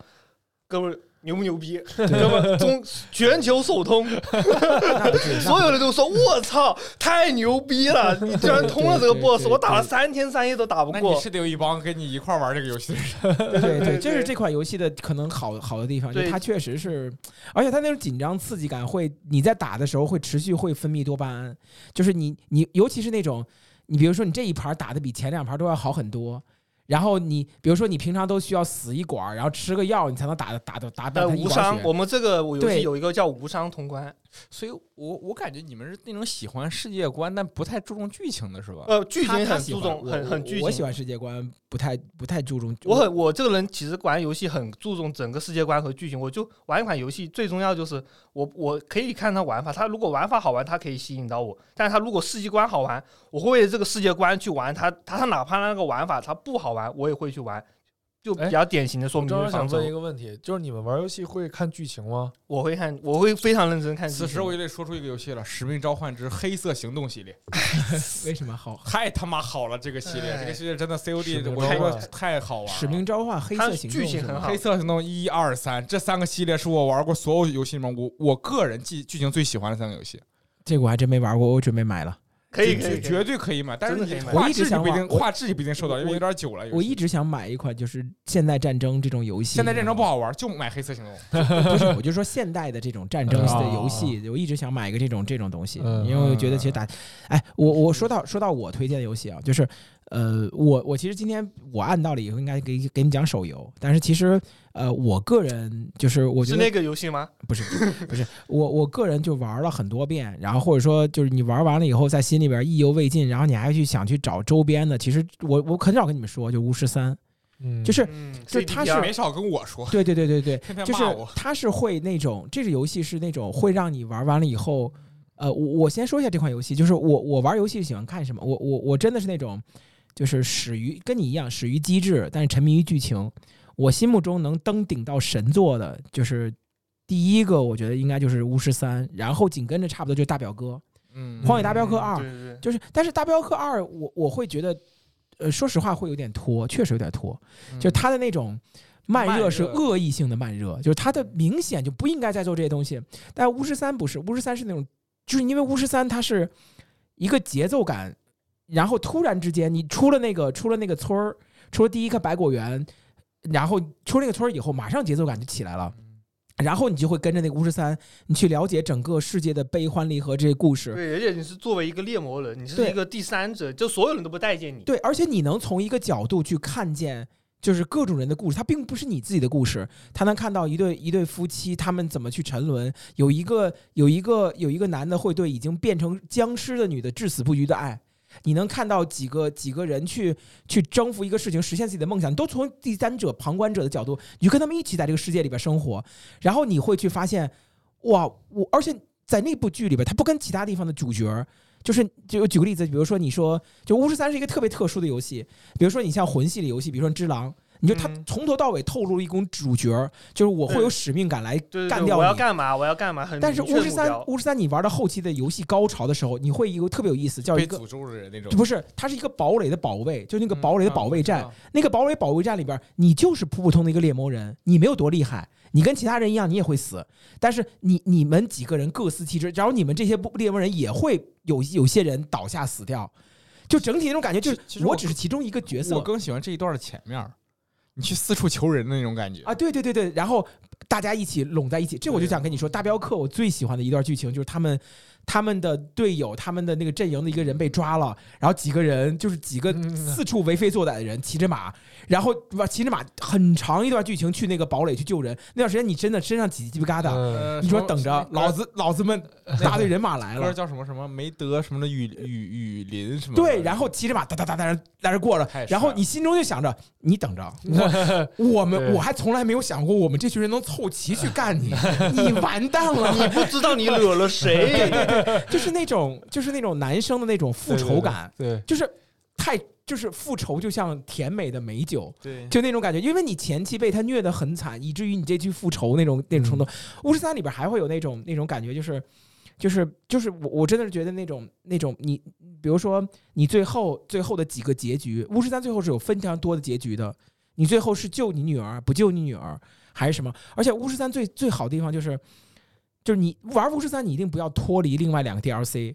哥们儿牛不牛逼？哥们儿中全球首通，
那不至于
所有人都说：“我操，太牛逼 了！你居然通了这个
对对
boss，
对
我打了三天三夜都打不
那你
过。
是得有一帮跟你一块儿玩这个游戏的人。
对对 对，
对
这是这款游戏的可能好好的地方，就
对
它确实是，而且它那种紧张刺激感会，你在打的时候会持续会分泌多巴胺，就是你你尤其是那种，你比如说你这一盘打的比前两盘都要好很多。然后你，比如说你平常都需要死一管儿，然后吃个药，你才能打打打打”打
但
他一
呃无
管
伤，
血
我们这个游
对啊
戏有一个叫无伤通关。
所以我我感觉你们是那种喜欢世界观但不太注重剧情的是吧？
呃，剧
他
情
他
很
喜
注
欢
重，
我
很很
我
剧
我喜
情。
欢世界观，不太不太注重。
我很我这个人其实玩游戏很注重整个世界观和剧情。我就玩一款游戏，最重要就是我我可以看它玩法，它如果玩法好玩，它可以吸引到我；但是它如果世界观好玩，我会为了这个世界观去玩它。它它哪怕那个玩法它不好玩，我也会去玩。就
哎
比较典型的说
我
明
正好
日
想
方
问一
舟，
个问题，就是你们玩游戏会看剧情吗？
我会看，我会非常认真看剧情。
此时我就得说出一个游戏了，《使命召唤之黑色行动》系列，
为什么好？
太他妈好了！这个系列，
哎
这个系列真的
使
COD，
命
我觉
召
得
唤
太好玩了。
使命召唤黑
它
色行动
剧情
是
很
吗
好
黑色行动一二三这三个系列是我玩过所有游戏里面，我我个人剧剧情最喜欢的三个游戏，
这个我还真没玩过，我准备买了。
可以可
绝
以，
绝对可以买。但是
真
你
的可以买
画质你不一
我一直
定，
想玩
画质你不一定受到，因为有点久了。游戏
我一直想买一款就是现代战争这种游戏。
现在战争 不好玩，就买黑色行动。
不是，我就说现代的这种战争的游戏，我一直想买一个这种这种东西，
嗯
因为我觉得其实打，哎，我我说到说到我推荐的游戏啊，就是呃，我我其实今天我按道理应该给给你们讲手游，但是其实呃，我个人就是我觉
是
得
那个游戏吗？
不是不是，我我个人就玩了很多遍，然后或者说就是你玩完了以后，在心里边意犹未尽，然后你还去想去找周边的，其实我我很少跟你们说，就巫师三，
嗯
就是
嗯，
就是它是
CDPR
没少跟我说，
对对对对对，
天天
就是
骂我。
它是会那种，这个游戏是那种会让你玩完了以后，呃，我我先说一下这款游戏，就是我我玩游戏喜欢看什么，我我我真的是那种，就是始于跟你一样始于机制，但是沉迷于剧情。我心目中能登顶到神作的，就是第一个，我觉得应该就是《巫师三》，然后紧跟着差不多就是《大表哥》。
嗯，
荒野大镖客二
嗯对对对，
就是，但是《大镖客二》，
嗯
我我会觉得，呃，说实话会有点拖，确实有点拖，就是它的那种。嗯慢热是嗯
慢热
恶意性的慢热，就是它的明显就不应该再做这些东西。但巫师三不是，巫师三是那种，就是因为巫师三它是一个节奏感，然后突然之间你出了那个出了那个村儿，出了第一个百果园，然后出了那个村儿以后，马上节奏感就起来了。然后你就会跟着那个巫师三，你去了解整个世界的悲欢离合这些故事。
对，而且你是作为一个猎魔人，你是
对
一个第三者，就所有人都不待见你。
对，而且你能从一个角度去看见，就是各种人的故事，它并不是你自己的故事，他能看到一对一对夫妻他们怎么去沉沦，有一个有一个有一个男的会对已经变成僵尸的女的至死不渝的爱。你能看到几个几个人去去征服一个事情，实现自己的梦想，你都从第三者、旁观者的角度，你就跟他们一起在这个世界里边生活，然后你会去发现，哇，我而且在那部剧里边，它不跟其他地方的主角儿，就是就举个例子，比如说你说就巫师三是一个特别特殊的游戏，比如说你像魂系的游戏，比如说只狼，你就它
嗯
从头到尾透露了一种主角儿，就是我会有
对
使命感来
对对
干
对
掉
我要
你
干嘛？我要干嘛？很
但是
明确
巫
的
师
目
三
标
巫师三，你玩到后期的游戏高潮的时候，你会有一个特别有意思，叫一
被
个
诅咒的人那种。
不是，它是一个堡垒的保卫，就那个
嗯
堡垒的保卫战。，
啊
那个堡垒保卫战里边，你就是普普通的一个猎魔人，你没有多厉害，你跟其他人一样，你也会死。但是你你们几个人各司其职，然后你们这些不猎魔人也会有有些人倒下死掉，就整体那种感觉就
其其
是
实我
我只是其中一个角
我
色
更喜欢这一段的前面儿，你去四处求人的那种感觉。
啊，对对对对，然后大家一起拢在一起，这我就
对
想跟你说，大镖客我最喜欢的一段剧情就是他们。他们的队友，他们的那个阵营的一个人被抓了，然后几个人就是几个
嗯
四处为非作歹的人骑着马，然后对吧？骑着马很长一段剧情去那个堡垒去救人，那段时间你真的身上起鸡皮疙瘩，
嗯
呃
你说
什么
等着
什么
老子老子 们大队人马来
歌
了，
叫什么什么梅德什么的雨雨雨林什么的
对，然后骑着马哒哒哒哒在这过了
太，帅
然后你心中就想着你等 着，我我们
对
我还从来没有想过我们这群人能凑齐去干你，你完蛋了，你
不知道你惹 了谁，
就是那种就是那种男生的那种复仇感，
对，
就是太就是复仇就像甜美的美酒，
对，
就那种感觉，因为你前期被他虐得很惨，以至于你这去复仇那种那种冲动。巫师三里边还会有那种那种感觉、就是，就是就是我我真的是觉得那种那种你，比如说你最后最后的几个结局，巫师三最后是有非常多的结局的，你最后是救你女儿，不救你女儿还是什么？而且巫师三最最好的地方就是，就是你玩巫师三，你一定不要脱离另外两个 DLC，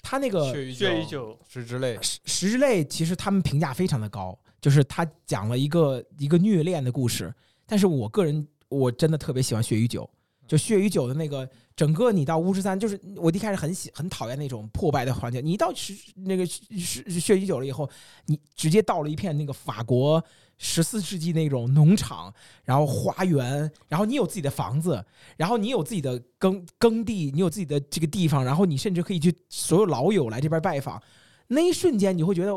它那个
血与
血与酒，
呃是之类，
十十之类其实他们评价非常的高，就是他讲了一个一个虐恋的故事。但是我个人我真的特别喜欢《血与酒》，就《血与酒》的那个整个你到巫师三，就是我一开始很喜很讨厌那种破败的环境，你一到十那个十十《血与酒》了以后，你直接到了一片那个法国。十四世纪那种农场，然后花园，然后你有自己的房子，然后你有自己的耕耕地，你有自己的这个地方，然后你甚至可以去所有老友来这边拜访，那一瞬间你会觉得，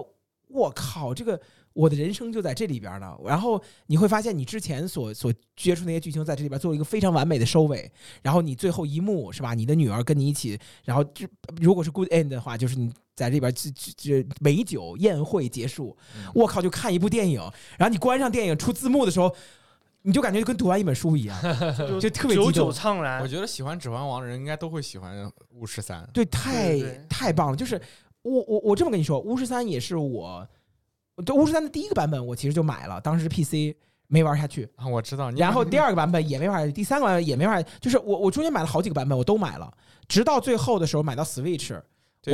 我靠，这个我的人生就在这里边了。然后你会发现，你之前所所接触那些剧情，在这里边做了一个非常完美的收尾。然后你最后一幕是吧？你的女儿跟你一起，然后就如果是 good end 的话，就是你在这边这这这美酒宴会结束。我靠，就看一部电影，然后你关上电影出字幕的时候。你就感觉跟读完一本书一样，就特别激
久
动
久怅然
嗯我。觉得喜欢《指环王》的人应该都会喜欢巫师三。
对，太
对对
太棒了！就是我我我这么跟你说，巫师三也是我，对巫师三的第一个版本我其实就买了，当时 PC 没玩下去，
啊，我知道。你
然后第二个版本也没玩下去，第三个版本也没玩下去，就是我我中间买了好几个版本，我都买了，直到最后的时候买到 Switch，
对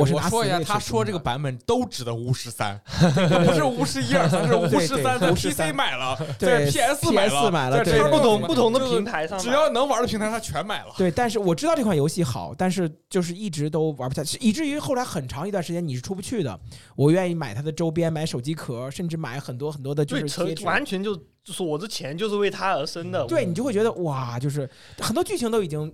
我
我
是拿
说一下，
Switch
他说
进
这
的
个版本都指的巫师 三，不是巫师一二三，是巫
对
师
对
三，在
巫师三
PC 买了，
对
在 PS 买
PS 买了
在
对
叉
对
不
box
同
买了
不同的
就是
平台上买，
只要能玩的平台，他全买了。
对，但是我知道这款游戏好，但是就是一直都玩不下去，以至于后来很长一段时间你是出不去的。我愿意买它的周边，买手机壳，甚至买很多很多的就
对
是贴纸。
成完全就就是我的钱就是为他而生的。
对你就会觉得哇，就是很多剧情都已经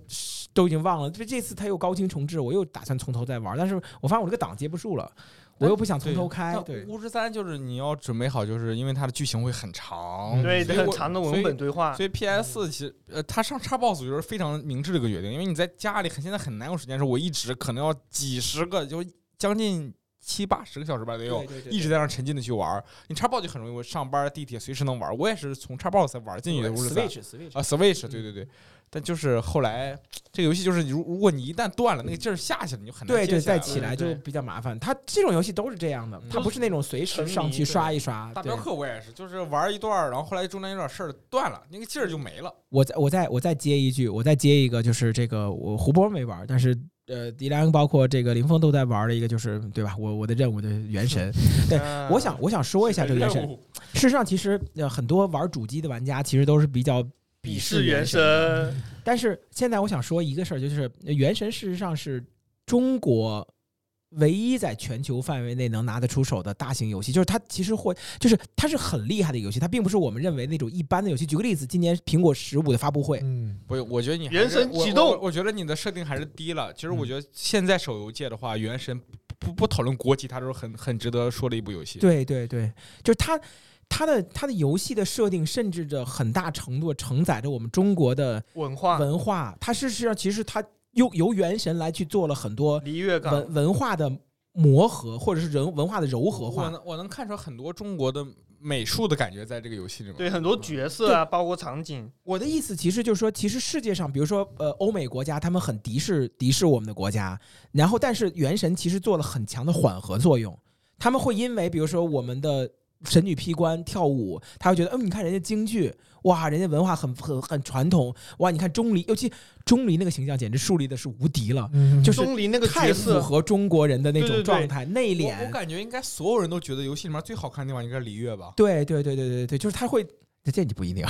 都已经忘了，这这次他又高清重置，我又打算从头再玩，但是我发现我这个档接不住了，我又不想从头开
那，
对
巫师三就是你要准备好，就是因为它的剧情会很长，
嗯
对
所以
很
我
长的
所
文
以
本对话
所，以 PS
嗯
其实呃，它上 Xbox 我觉得非常明智的一个决定，因为你在家里很现在很难有时间说，我一直可能要几十个，就将近七八十个小时吧得有
对，对对
一直在那儿沉浸的去玩儿。你 Xbox 就很容易，我上班地铁随时能玩儿。我也是从 Xbox 才玩进去的，
对
不是在
Switch 嗯 Switch，
啊 Switch，对对对。但就是后来这个游戏就是你如如果你一旦断了，那个劲儿下去了，你就很难
对
接
对，
下来
再
了
起来就
对
比较麻烦。它这种游戏都是这样的，它
都
不是那种随时上去刷一刷。
大
对
镖客我也是，就是玩一段儿，然后后来中间有点事儿断了，那个劲儿就没了。
我再我再我再接一句，我再接一个，就是这个我胡波没玩，但是呃，迪莱恩包括这个林峰都在玩的一个，就是对吧？我我的任务的原神，对
嗯
我想我想说一下这个原神
任。务
事实上，其实呃很多玩主机的玩家其实都是比较鄙
鄙
视
视原
神
神
的，但是现在我想说一个事儿，就是呃原神事实上是中国唯一在全球范围内能拿得出手的大型游戏，就是它其实会，就是它是很厉害的游戏，它并不是我们认为那种一般的游戏。举个例子，今年苹果十五的发布会，
嗯，
不，我觉得你还是
原神
我
启动
我我我觉得你的设定还是低了。其实
嗯
我觉得现在手游界的话，原神不不不讨论国籍，它都是很很值得说的一部游戏。
对对对，就是它它的它的游戏的设定，甚至着很大程度承载着我们中国的
文化
文化，它事实上其实它由由原神来去做了很多
璃月港
文文化的磨合，或者是人文化的柔和
我
化。
能我能看出很多中国的美术的感觉在这个游戏里面。
对很多角色啊，包括场景，
我的意思其实就是说，其实世界上，比如说呃，欧美国家他们很敌视敌视我们的国家，然后呃但是《原神》其实做了很强的缓和作用，他们会因为比如说我们的。神女劈关跳舞，他会觉得，嗯，你看人家京剧，哇，人家文化很很很传统，哇，你看钟离，尤其钟离那个形象，简直树立的是无敌了，就是
钟离那个
太
角
符
色，
合中国人的那
对
种
对对
状态，内敛。
我我感觉应该所有人都觉得游戏里面最好看的地方应该是璃月吧。
对对对对对对，就是他会，这这你不一 定，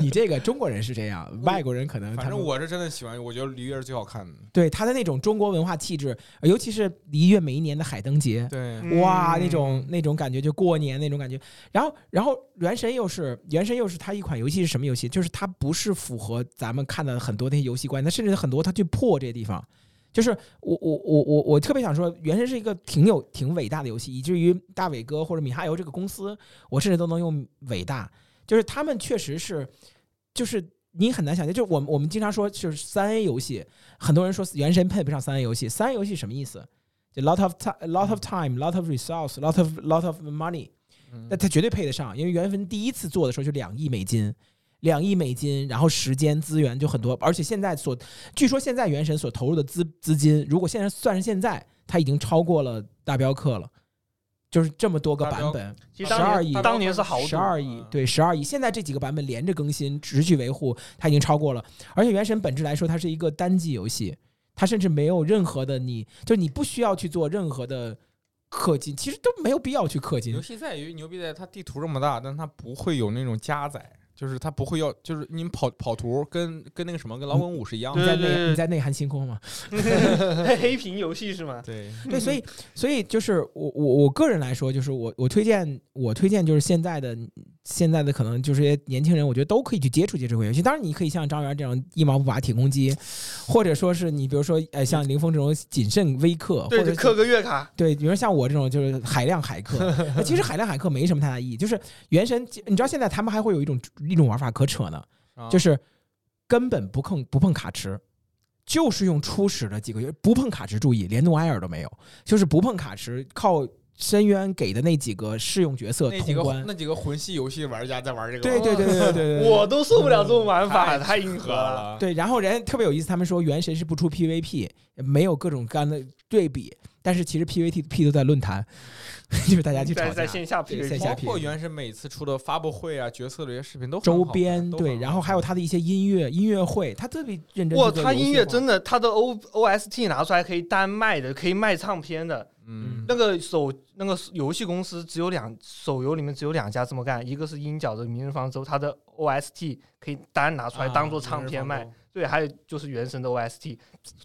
你这个中国人是这样，外国人可嗯能他
反正
们
我是真的喜欢，我觉得璃月是最好看的。
对他的那种中国文化气质，呃尤其是璃月每一年的海灯节，
对，
嗯
哇，那种那种感觉，就过年那种感觉。然后，然后《原神》又是《原神》又是它一款游戏是什么游戏？就是它不是符合咱们看的很多那些游戏观，它甚至很多它去破这些地方。就是我我我我我特别想说，《原神》是一个挺有挺伟大的游戏，以至于大伟哥或者米哈游这个公司，我甚至都能用伟大，就是他们确实是，就是你很难想象，就是我们我们经常说就是三 A 游戏，很多人说《原神》配不上三 A 游戏，三 A 游戏什么意思？就 lot of time,
嗯
lot of time, lot of resource, lot of lot of money，那
嗯
它绝对配得上，因为原神第一次做的时候就两亿美金，两亿美金，然后时间资源就很多，而且现在所据说现在原神所投入的资资金，如果现在算是现在，它已经超过了大镖客了，就是这么多个
大镖
版本，
其实
十二
当
亿
年当年是豪
十
赌，
二亿
嗯，
对，十二亿。现在这几个版本连着更新，持续维护，它已经超过了。而且《原神》本质来说，它是一个单机游戏，它甚至没有任何的你，就是你不需要去做任何的氪金，其实都没有必要去氪金
游。戏在于牛逼在它地图这么大，但它不会有那种加载，就是它不会要，就是你们跑跑图跟跟那个什么
嗯
跟狼人五是一样
你
的。
在
对对
内
对
你在内涵星空吗？
黑屏游戏是吗？
对，
对，
嗯
所以所以就是我我我个人来说，就是我我推荐我推荐就是现在的现在的可能就是一些年轻人，我觉得都可以去接触接触这款游戏。当然，你可以像张元这样一毛不拔铁公鸡，或者说是你比如说呃像林峰这种谨慎微氪，或
对，
者
就氪个月卡，
对，比如像我这种就是海量海客， 那其实海量海客没什么太大意义。就是原神，你知道现在他们还会有一种一种玩法可扯呢，
啊
就是根本不碰不碰卡池，就是用初始的几个月不碰卡池，注意连诺埃尔都没有，就是不碰卡池，靠深渊给的那几个试用角色
那几
通
个
关。
那几个魂系游戏玩家在玩这个，
对对对对对对对对
我都受不了这种玩法，
太
太硬核
喝
了。
了。
对，然后人家特别有意思，他们说原神是不出 PVP，没有各种各样的对比，但是其实 PVP 都在论坛， 就是大家去吵
在
架
在。线下
对线
PVP，
下
包
PVP
括原神每次出的发布会啊，角色的一些视频都很
周
好看
边
都
对，
很
然
好
后还有他的一些音乐音乐会，他特别认真去做
哇，
游戏化。
他音乐真的，他的 O OST 拿出来可以单卖的，可以卖唱片的。
嗯，
那个手那个游戏公司只有两，手游里面只有两家这么干，一个是鹰角的《明日方舟》，它的 OST 可以单拿
啊
出来当做唱
啊
片卖。，对，还有就是《原神》的 OST，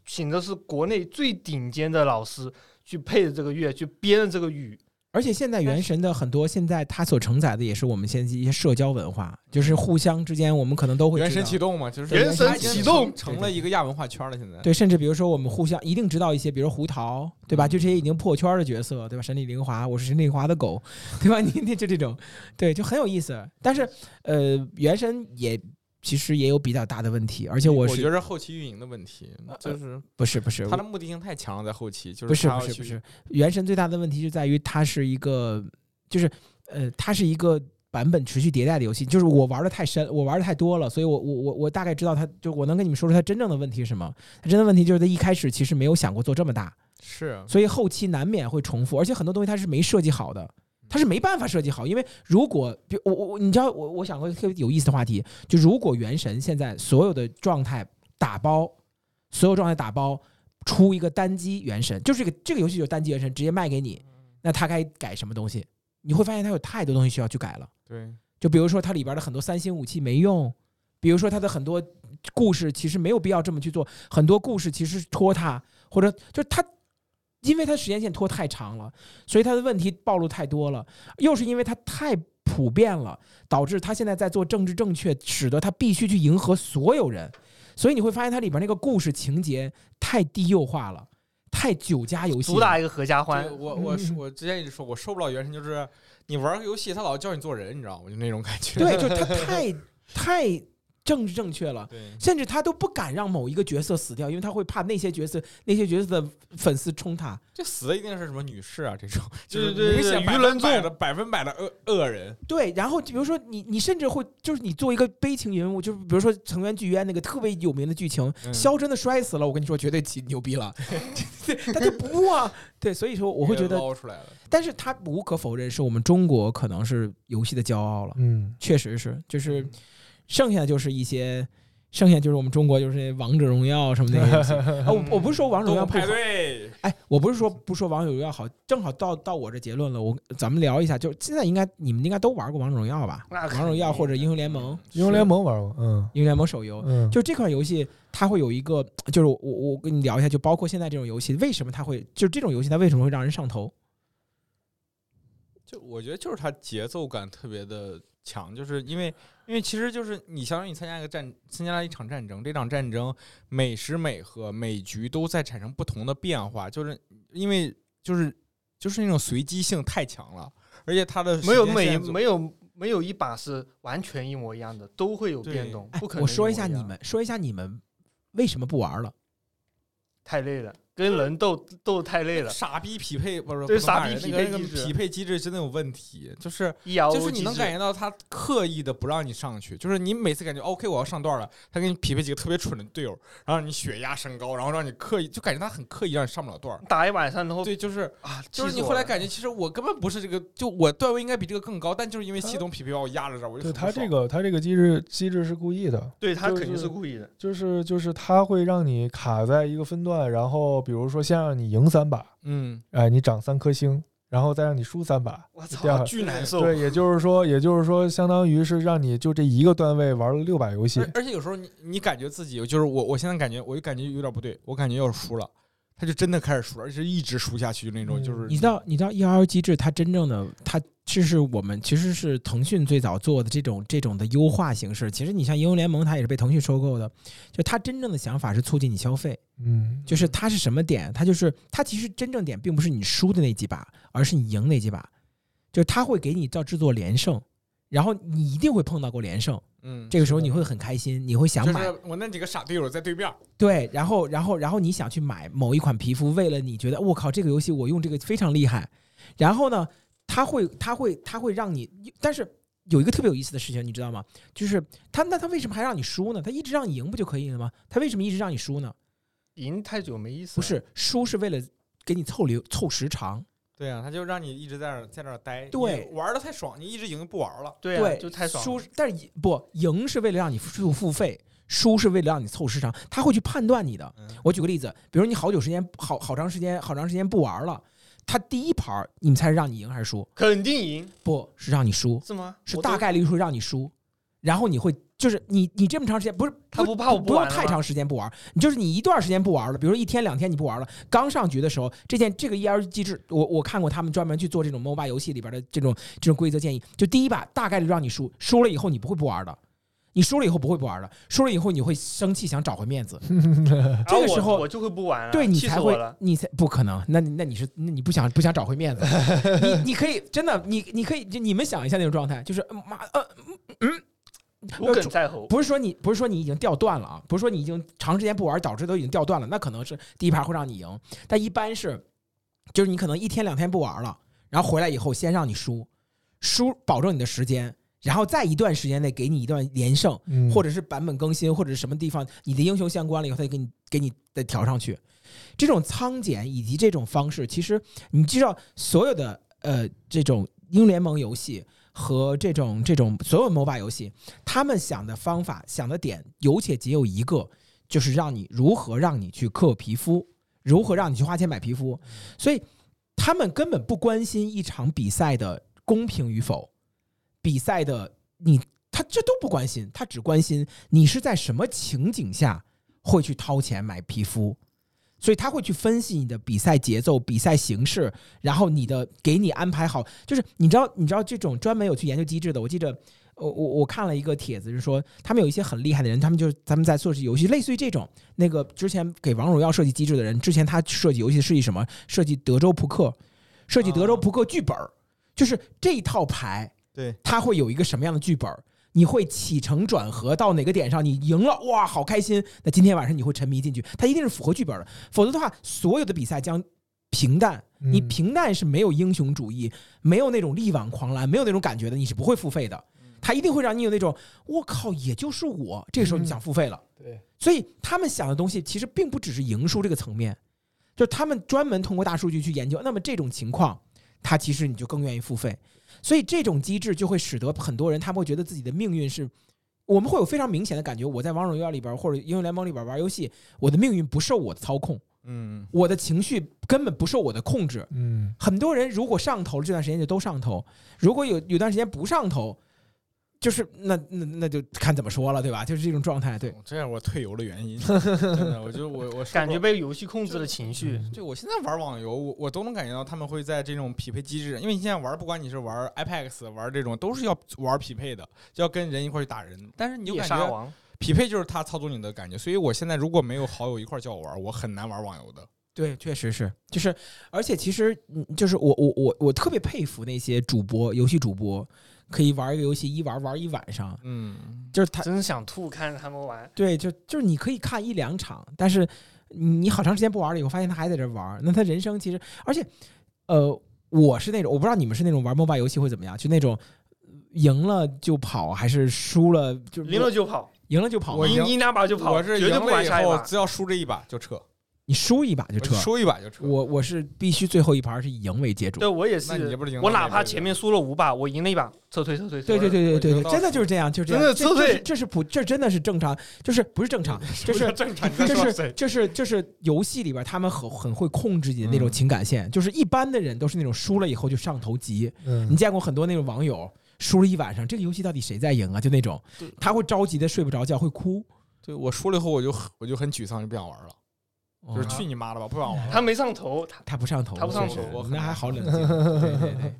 请的是国内最顶尖的老师去配的这个乐，去编的这个语。
而且现在原神的很多，现在它所承载的也是我们现在一些社交文化，就是互相之间我们可能都会
原
知
神
道
启动嘛，就是
原神
它已经
启动
成成了一个亚文化圈了，现在。
对，甚至比如说我们互相一定知道一些，比如胡桃，对吧？就这些已经破圈的角色，对吧？神力凌华，我是神力凌华的狗， 对吧？你你就这种，对，就很有意思。但是呃，原神也其实也有比较大的问题，而且我
我
是
觉得后期运营的问题，就是
不是不是
它的目的性太强了，在后期就是
不是
它
不
要
是
去
不是，原神最大的问题就在于它是一个，就是呃，它是一个版本持续迭代的游戏，就是我玩的太深，我玩的太多了，所以我我我我大概知道它，就我能跟你们说出它真正的问题是什么。它真正的问题就是它一开始其实没有想过做这么大，
是啊
所以后期难免会重复，而且很多东西它是没设计好的，它是没办法设计好，因为如果比我我我你知道我我想过一个特别有意思的话题，就如果原神现在所有的状态打包，所有状态打包出一个单机原神，就是这个这个游戏就是单机原神直接卖给你，那它该改什么东西？你会发现它有太多东西需要去改了。
对，
就比如说它里边的很多三星武器没用，比如说它的很多故事其实没有必要这么去做，很多故事其实是拖沓，或者就是它，因为它时间线拖太长了，所以它的问题暴露太多了，又是因为它太普遍了，导致它现在在做政治正确，使得它必须去迎合所有人，所以你会发现它里边那个故事情节太低幼化了，太酒家游戏了，
主打一个合家欢
对，我我我之前一直说，我受不了原神，就是你玩个游戏，他老叫你做人，你知道吗？就那种感觉。
对，就是它 太太政治正确了。
对
甚至他都不敢让某一个角色死掉，因为他会怕那些角色那些角色的粉丝冲他。
这死的一定是什么女士啊，这种就
对
是
对对
明显
对
百
舆
分
论
百
纵
的百分百的恶恶人。
对，然后比如说你，你甚至会就是你做一个悲情人物，就是比如说《藤原巨渊》那个特别有名的剧情，
嗯
肖真的摔死了，我跟你说绝对起牛逼了，他就不啊，对，所以说我会觉
给
得，
捞出来了，
但是他无可否认是我们中国可能是游戏的骄傲了，
嗯，
确实是，就是剩下的就是一些。剩下就是我们中国就是那王者荣耀什么那个游戏啊，我我不是说王者荣
动
耀
物
不好
派，对，
哎，我不是说不说王者荣耀好，正好到到我这结论了，我咱们聊一下，就是现在应该你们应该都玩过王者荣耀吧？
那
王
肯
者荣耀
定嗯
或者英雄联
嗯
盟，
英雄联盟玩过，嗯
英雄联盟手游，
嗯，
就这款游戏它会有一个，就是我我我跟你聊一下，就包括现在这种游戏为什么它会，就这种游戏它为什么会让人上头？
就我觉得就是它节奏感特别的强，就是因为因为其实就是你相当于你参加一个战，参加了一场战争，这场战争每时每刻每局都在产生不同的变化，就是因为就是就是那种随机性太强了，而且它的
没
时
有
间
每
线组
没有没有一把是完全一模一样的，都会有
对
变动，
哎
不可，能。
我说一下你，们，说一下你们为什么不玩了？
太累了，跟人斗斗太累了，
傻逼匹配不是
对
不能骂人
傻逼
那个那
匹配
个
机制
匹配机制真的有问题，就是
一摇
就是你能感
觉
觉到他刻意的不让你上去，就是你每次感觉 OK 我要上段了，他给你匹配几个特别蠢的队友，然后让你血压升高，然后让你刻意就感觉他很刻意让你上不了段儿。
打一晚上，然后
对，就是
啊，
就是
气
你
死
后
我
来
了
感觉其实我根本不是这个，就我段位应该比这个更高，但就是因为系统匹配把我压在这儿，我就
对
很
他
不
这
爽。
个他这个机制机制是故意的，
对他
就
肯定
是
是故意的，
就是就是它会让你卡在一个分段，然后比如说先让你赢三把，
嗯，
哎，你涨三颗星，然后再让你输三把。
我
第二
操，巨难受。
对，也就是说，也就是说，相当于是让你就这一个段位玩了六把游戏
而。而且有时候你你感觉自己就是我，我现在感觉我就感觉有点不对，我感觉要是输了，他就真的开始输了，而且一直输下去那种，
嗯
就是
你知道，你知道 E R 机制它真正的，它这是我们其实是腾讯最早做的这种这种的优化形式。其实你像英雄联盟，它也是被腾讯收购的，就它真正的想法是促进你消费。
嗯，
就是它是什么点？它就是它其实真正点并不是你输的那几把，而是你赢那几把，就是它会给你到制作连胜，然后你一定会碰到过连胜，
嗯，
这个时候
是的
你会很开心，你会想
就
买，
是我那几个傻队友在对面儿，
对，然后然后然后你想去买某一款皮肤，为了你觉得我靠这个游戏我用这个非常厉害，然后呢，它会它会它会让你，但是有一个特别有意思的事情，你知道吗？就是它那它为什么还让你输呢？它一直让你赢不就可以了吗？它为什么一直让你输呢？
赢太久没意思。
不，是输是为了给你凑流凑时长。
对啊，他就让你一直在那儿在那儿待，
对
你玩的太爽，你一直赢不玩了。
对啊，
对，
就太爽
输
了。，
但是不赢是为了让你付付费，输是为了让你凑时长，他会去判断你的。
嗯，
我举个例子，比如你好久时间好好长时间好长时间不玩了，他第一盘儿你们猜是让你赢还是输？
肯定赢
不是让你输，
是吗？
是
我
大
都
概率会让你输，然后你会就是你你这么长时间不是
他不怕我
不
不
用
玩了
太
吗
长时间不玩，你就是你一段时间不玩了，比如说一天两天你不玩了，刚上局的时候，这件这个 E R 机制，我我看过他们专门去做这种 MOBA 游戏里边的这种这种规则建议，就第一把大概率让你输，输了以后你不会不玩的。你输了以后不会不玩的，输了以后你会生气，想找回面子，
然
这
后
个
我
时候
我就会不玩了，
对你
啊气
才
死我
会
了，。
你才不可能。那你那你是那你不想不想找回 面子？你你可以真的，你你可以就你们想一下那种状态，就是嗯妈呃
无梗在喉，
不是说你不是说你已经掉段了啊，不是说你已经长时间不玩导致都已经掉段了，那可能是第一盘会让你赢，但一般是就是你可能一天两天不玩了，然后回来以后先让你输，输保证你的时间，然后在一段时间内给你一段连胜，
嗯
或者是版本更新，或者是什么地方你的英雄相关了以后，他就给你给你再调上去。这种仓减以及这种方式，其实你知道，所有的呃这种英联盟游戏和这种这种所有 MOBA 游戏，他们想的方法、想的点，有且只有一个，就是让你如何让你去氪皮肤，如何让你去花钱买皮肤，所以他们根本不关心一场比赛的公平与否，比赛的你他这都不关心，他只关心你是在什么情景下会去掏钱买皮肤，所以他会去分析你的比赛节奏、比赛形式，然后你的给你安排好，就是你知道，你知道这种专门有去研究机制的，我记着。我我我看了一个帖子，是说他们有一些很厉害的人，他们就他们在做游戏，类似于这种那个之前给王者荣耀设计机制的人，之前他设计游戏设计什么？设计德州扑克，设计德州扑克剧本儿，就是这套牌，
对，
它会有一个什么样的剧本儿？你会起承转合到哪个点上？你赢了，哇，好开心！那今天晚上你会沉迷进去，它一定是符合剧本的，否则的话，所有的比赛将平淡。你
嗯
平淡是没有英雄主义，没有那种力挽狂澜，没有那种感觉的，你是不会付费的。它一定会让你有那种我靠，也就是我，这个时候你想付费了。
对，
所以他们想的东西其实并不只是赢输这个层面，就是他们专门通过大数据去研究。那么这种情况，它其实你就更愿意付费。所以这种机制就会使得很多人他们会觉得自己的命运是，我们会有非常明显的感觉，我在王者荣耀里边或者英雄联盟里边玩游戏，我的命运不受我的操控，
嗯，
我的情绪根本不受我的控制。
嗯
很多人如果上头了，这段时间就都上头；如果有有段时间不上头，就是那那那就看怎么说了，对吧？就是这种状态，对。
这是我退游 的原因，真的，我就我我受
感
不
觉
了
被游戏控制了情绪。
嗯
就我现在玩网游，我我都能感觉到他们会在这种匹配机制，因为你现在玩，不管你是玩 IPX 玩这种，都是要玩匹配的，就要跟人一块儿去打人。但是你就
夜
感
杀
觉
王，
匹配就是他操纵你的感觉，所以我现在如果没有好友一块儿叫我玩，我很难玩网游的。
对，确实是，就是，而且其实，嗯就是我我我我特别佩服那些主播，游戏主播，可以玩一个游戏一玩玩一晚上，
嗯，
就是他，
真想吐，看着他们玩。
对，就就是你可以看一两场，但是你好长时间不玩了以后，发现他还在这玩，那他人生其实，而且，呃，我是那种，我不知道你们是那种玩 MOBA 游戏会怎么样，就那种赢了就跑，还是输了就
赢了就跑，
赢了就跑
我
吗，
你
赢
你拿把就跑，
我是
绝
赢
对不
了
玩
以
下一
后，
把。
只要输这一把就撤，
你输一把就
我
撤。
输一把就撤。
我我是必须最后一盘是以赢为接主
对，我也
那你这
是，
不是赢了
我
那
哪
一
怕
把就
前
撤
面输了五把，我赢了一把，撤退撤退。撤
对
退
对对对对对，
我觉得
真的就是这样，就是这
真
样，
的
这这
对
是这是普，这真的是正常，就是不是正 常，就是
正常，你在
这
说
是
谁？
这是这是游戏里边他们很很会控制你的那
嗯
种情感线，就是一般的人都是那种输了以后就上头急，你
嗯，
见过很多那种网友。输了一晚上，这个游戏到底谁在赢啊？就那种
对，
他会着急的睡不着觉，会哭。
对我输了以后，我就很我就很沮丧，就不想玩了，就
就是
是去你妈的吧，不想玩了。
他没上头，他
哦他不上头，
他不上
确实
头我
那还好冷静。对对 对，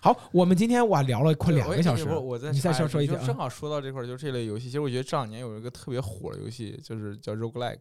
好，我们今天哇聊了快
对
两
我
个小时
我也，我再
你再
插
说
句
说一
就
点啊
正好说到这块儿，就这类游戏，其实我觉得这两年有一个特别火的游戏，就是叫 roguelike。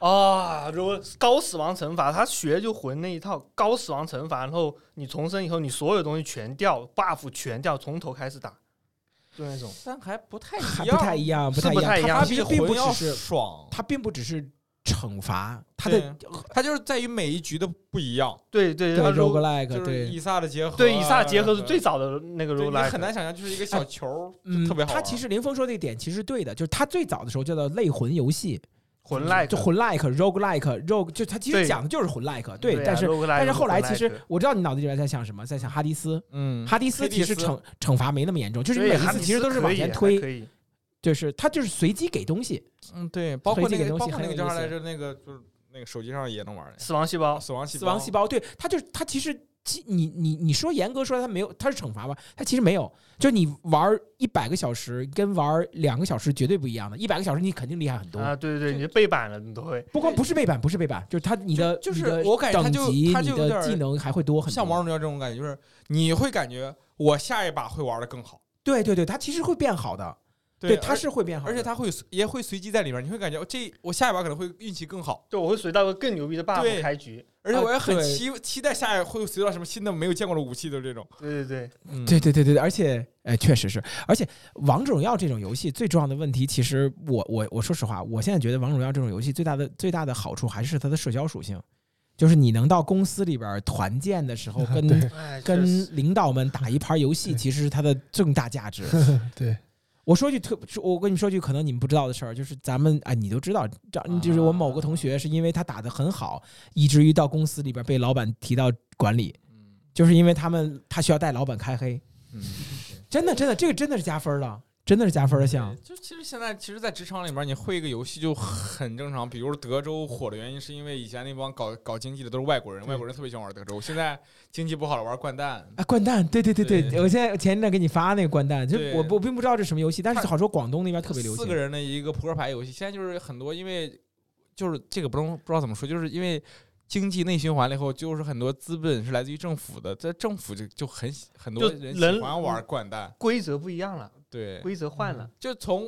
啊，如果高死亡惩罚，他学就混那一套高死亡惩罚，然后你重生以后，你所有东西全掉，buff 全掉，从头开始打，
嗯
就那种。
但还不太
还
一
不太一样，
是
太
不太一样
它
它
其
比
实并
魂
不
要
只是
爽，
它并不只是惩罚，它的
它就是在于每一局的不一样，
对对，
对
他
roguelike
就是
对，
以撒的结合，
对以撒结合是最早的那个
对
roll
你
like，
很难想象，就是一个小球儿，
嗯
就特别好
它
玩。
其实林峰说这个点其实对的，就是它最早的时候叫做类魂游戏，
混 like，
就魂 like rogue like rogue，就它其实
对
讲的就是魂 like，
对
对
啊，
但是
roguelike
但是后来其
混
实
like
我知道你脑子里面在想什么，在想哈迪斯，
嗯，
哈迪斯
黑帝
其实
斯
惩惩罚没那么严重，就是
对
每一
哈
次
迪
其实
斯
都是
可
往
以
前
还
推，
可以。
就是它就是随机给东西，
嗯对，包括
推
那
这个
个
东
包
西
括
很
那
有
个叫啥
意思
来着？那个就是那个手机上也能玩儿
死亡细
啊
胞，
死亡细
死亡细胞，对，它就是它其实。其你你你说严格说它没有，它是惩罚吧？它其实没有，就你玩一百个小时跟玩两个小时绝对不一样的。一百个小时你肯定厉害很多，
啊，对对对，你就背板了，你都会。
不光不是背板，不是背板，就是它你的
就
你
是
的
我感觉它
等
就
级
它
你
就有点
的
儿
技能还会多很多。
像王者荣耀这种感觉，就是你会感觉我下一把会玩的更好，
对对对，它其实会变好的，对，它
而
是会变好的，
而且它会也会随机在里面，你会感觉哦这我下一把可能会运气更好，
对，我会随到个更牛逼的 buff
对
开局。
而且我也很
对
期、期待下一把会随到什么新的没有见过的武器的这种。
对对对，
嗯
对对对对，对，而且哎，确实是，而且《王者荣耀》这种游戏最重要的问题，其实我我我说实话，我现在觉得《王者荣耀》这种游戏最大的最大的好处还是它的社交属性。就是你能到公司里边儿团建的时 候跟，跟
哎，确实
跟领导们打一盘游戏，
对
其实是它的重大价值。
对，
我说句特，我跟你说句可能你们不知道的事儿，就是咱们哎，你都知道，这
啊
就是我某个同学是因为他打得很好，以至于到公司里边被老板提到管理，
嗯
就是因为他们他需要带老板开黑，
嗯，
真的真的这个真的是加分了，真的是加分的项。
就其实现在，其实，在职场里面，你会一个游戏就很正常。比如德州火的原因，是因为以前那帮搞搞经济的都是外国人，
对
外国人特别喜欢玩德州。现在经济不好了，玩掼蛋。
啊，掼蛋，对对对对，
对
我现在前一阵给你发那个掼蛋，就
对
我我并不知道这是什么游戏，但是
它
好说广东那边特别流
四个
行。
人的一个扑克牌游戏，现在就是很多，因为就是这个不能不知道怎么说，就是因为经济内循环了以后，就是很多资本是来自于政府的，在政府就就很喜很多
就
人
人嗯
喜欢玩掼蛋，
规则不一样了，
对，
规则换了，
就从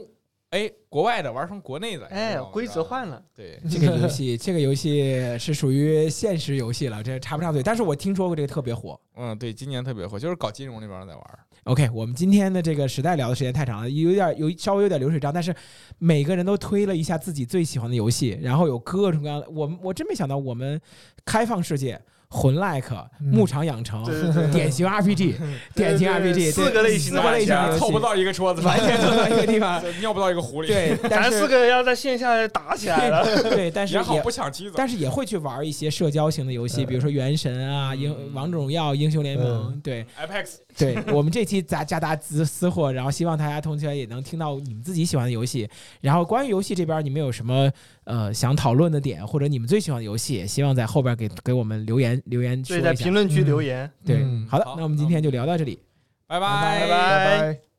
哎国外的玩成国内
嗯
的，你知
哎
道吗，
规则，换
啊
了，
对，
这个游 戏，这个游戏是属于现实游戏了，这插不上嘴。但是我听说过这个特别火。
嗯，对，今年特别火，就是搞金融那边在玩，
OK，我们今天的这个时代聊的时间太长了，有点有稍微有点流水账，但是每个人都推了一下自己最喜欢的游戏，然后有各种各样的。我们我真没想到，我们开放世界、魂 like、
嗯
牧场养成、
对对对
典型 RPG、典型
对
RPG 对
四个类型
四
的
个类型的游戏
凑不到一个桌子上
完，全坐到一个地 方。
尿不到一个壶里，，
对，但
咱
是
四个要在线下打起来了，
对，但是
也好
也
不抢机子，
但是也会去玩一些社交型的游戏，
嗯
比如说《原神》啊，《
嗯
英王者荣耀》、《英雄联盟》
嗯
对
Apex
对，我们这期杂加大私私货，然后希望大家同学也能听到你们自己喜欢的游戏。然后关于游戏这边，你们有什么呃想讨论的点，或者你们最喜欢的游戏，也希望在后边给给我们留言留 言说
所以在
一下
评。论区
嗯
留言。
对，
嗯
好的
好，
那我们今天就聊到这里。
拜
拜
拜
拜
拜拜。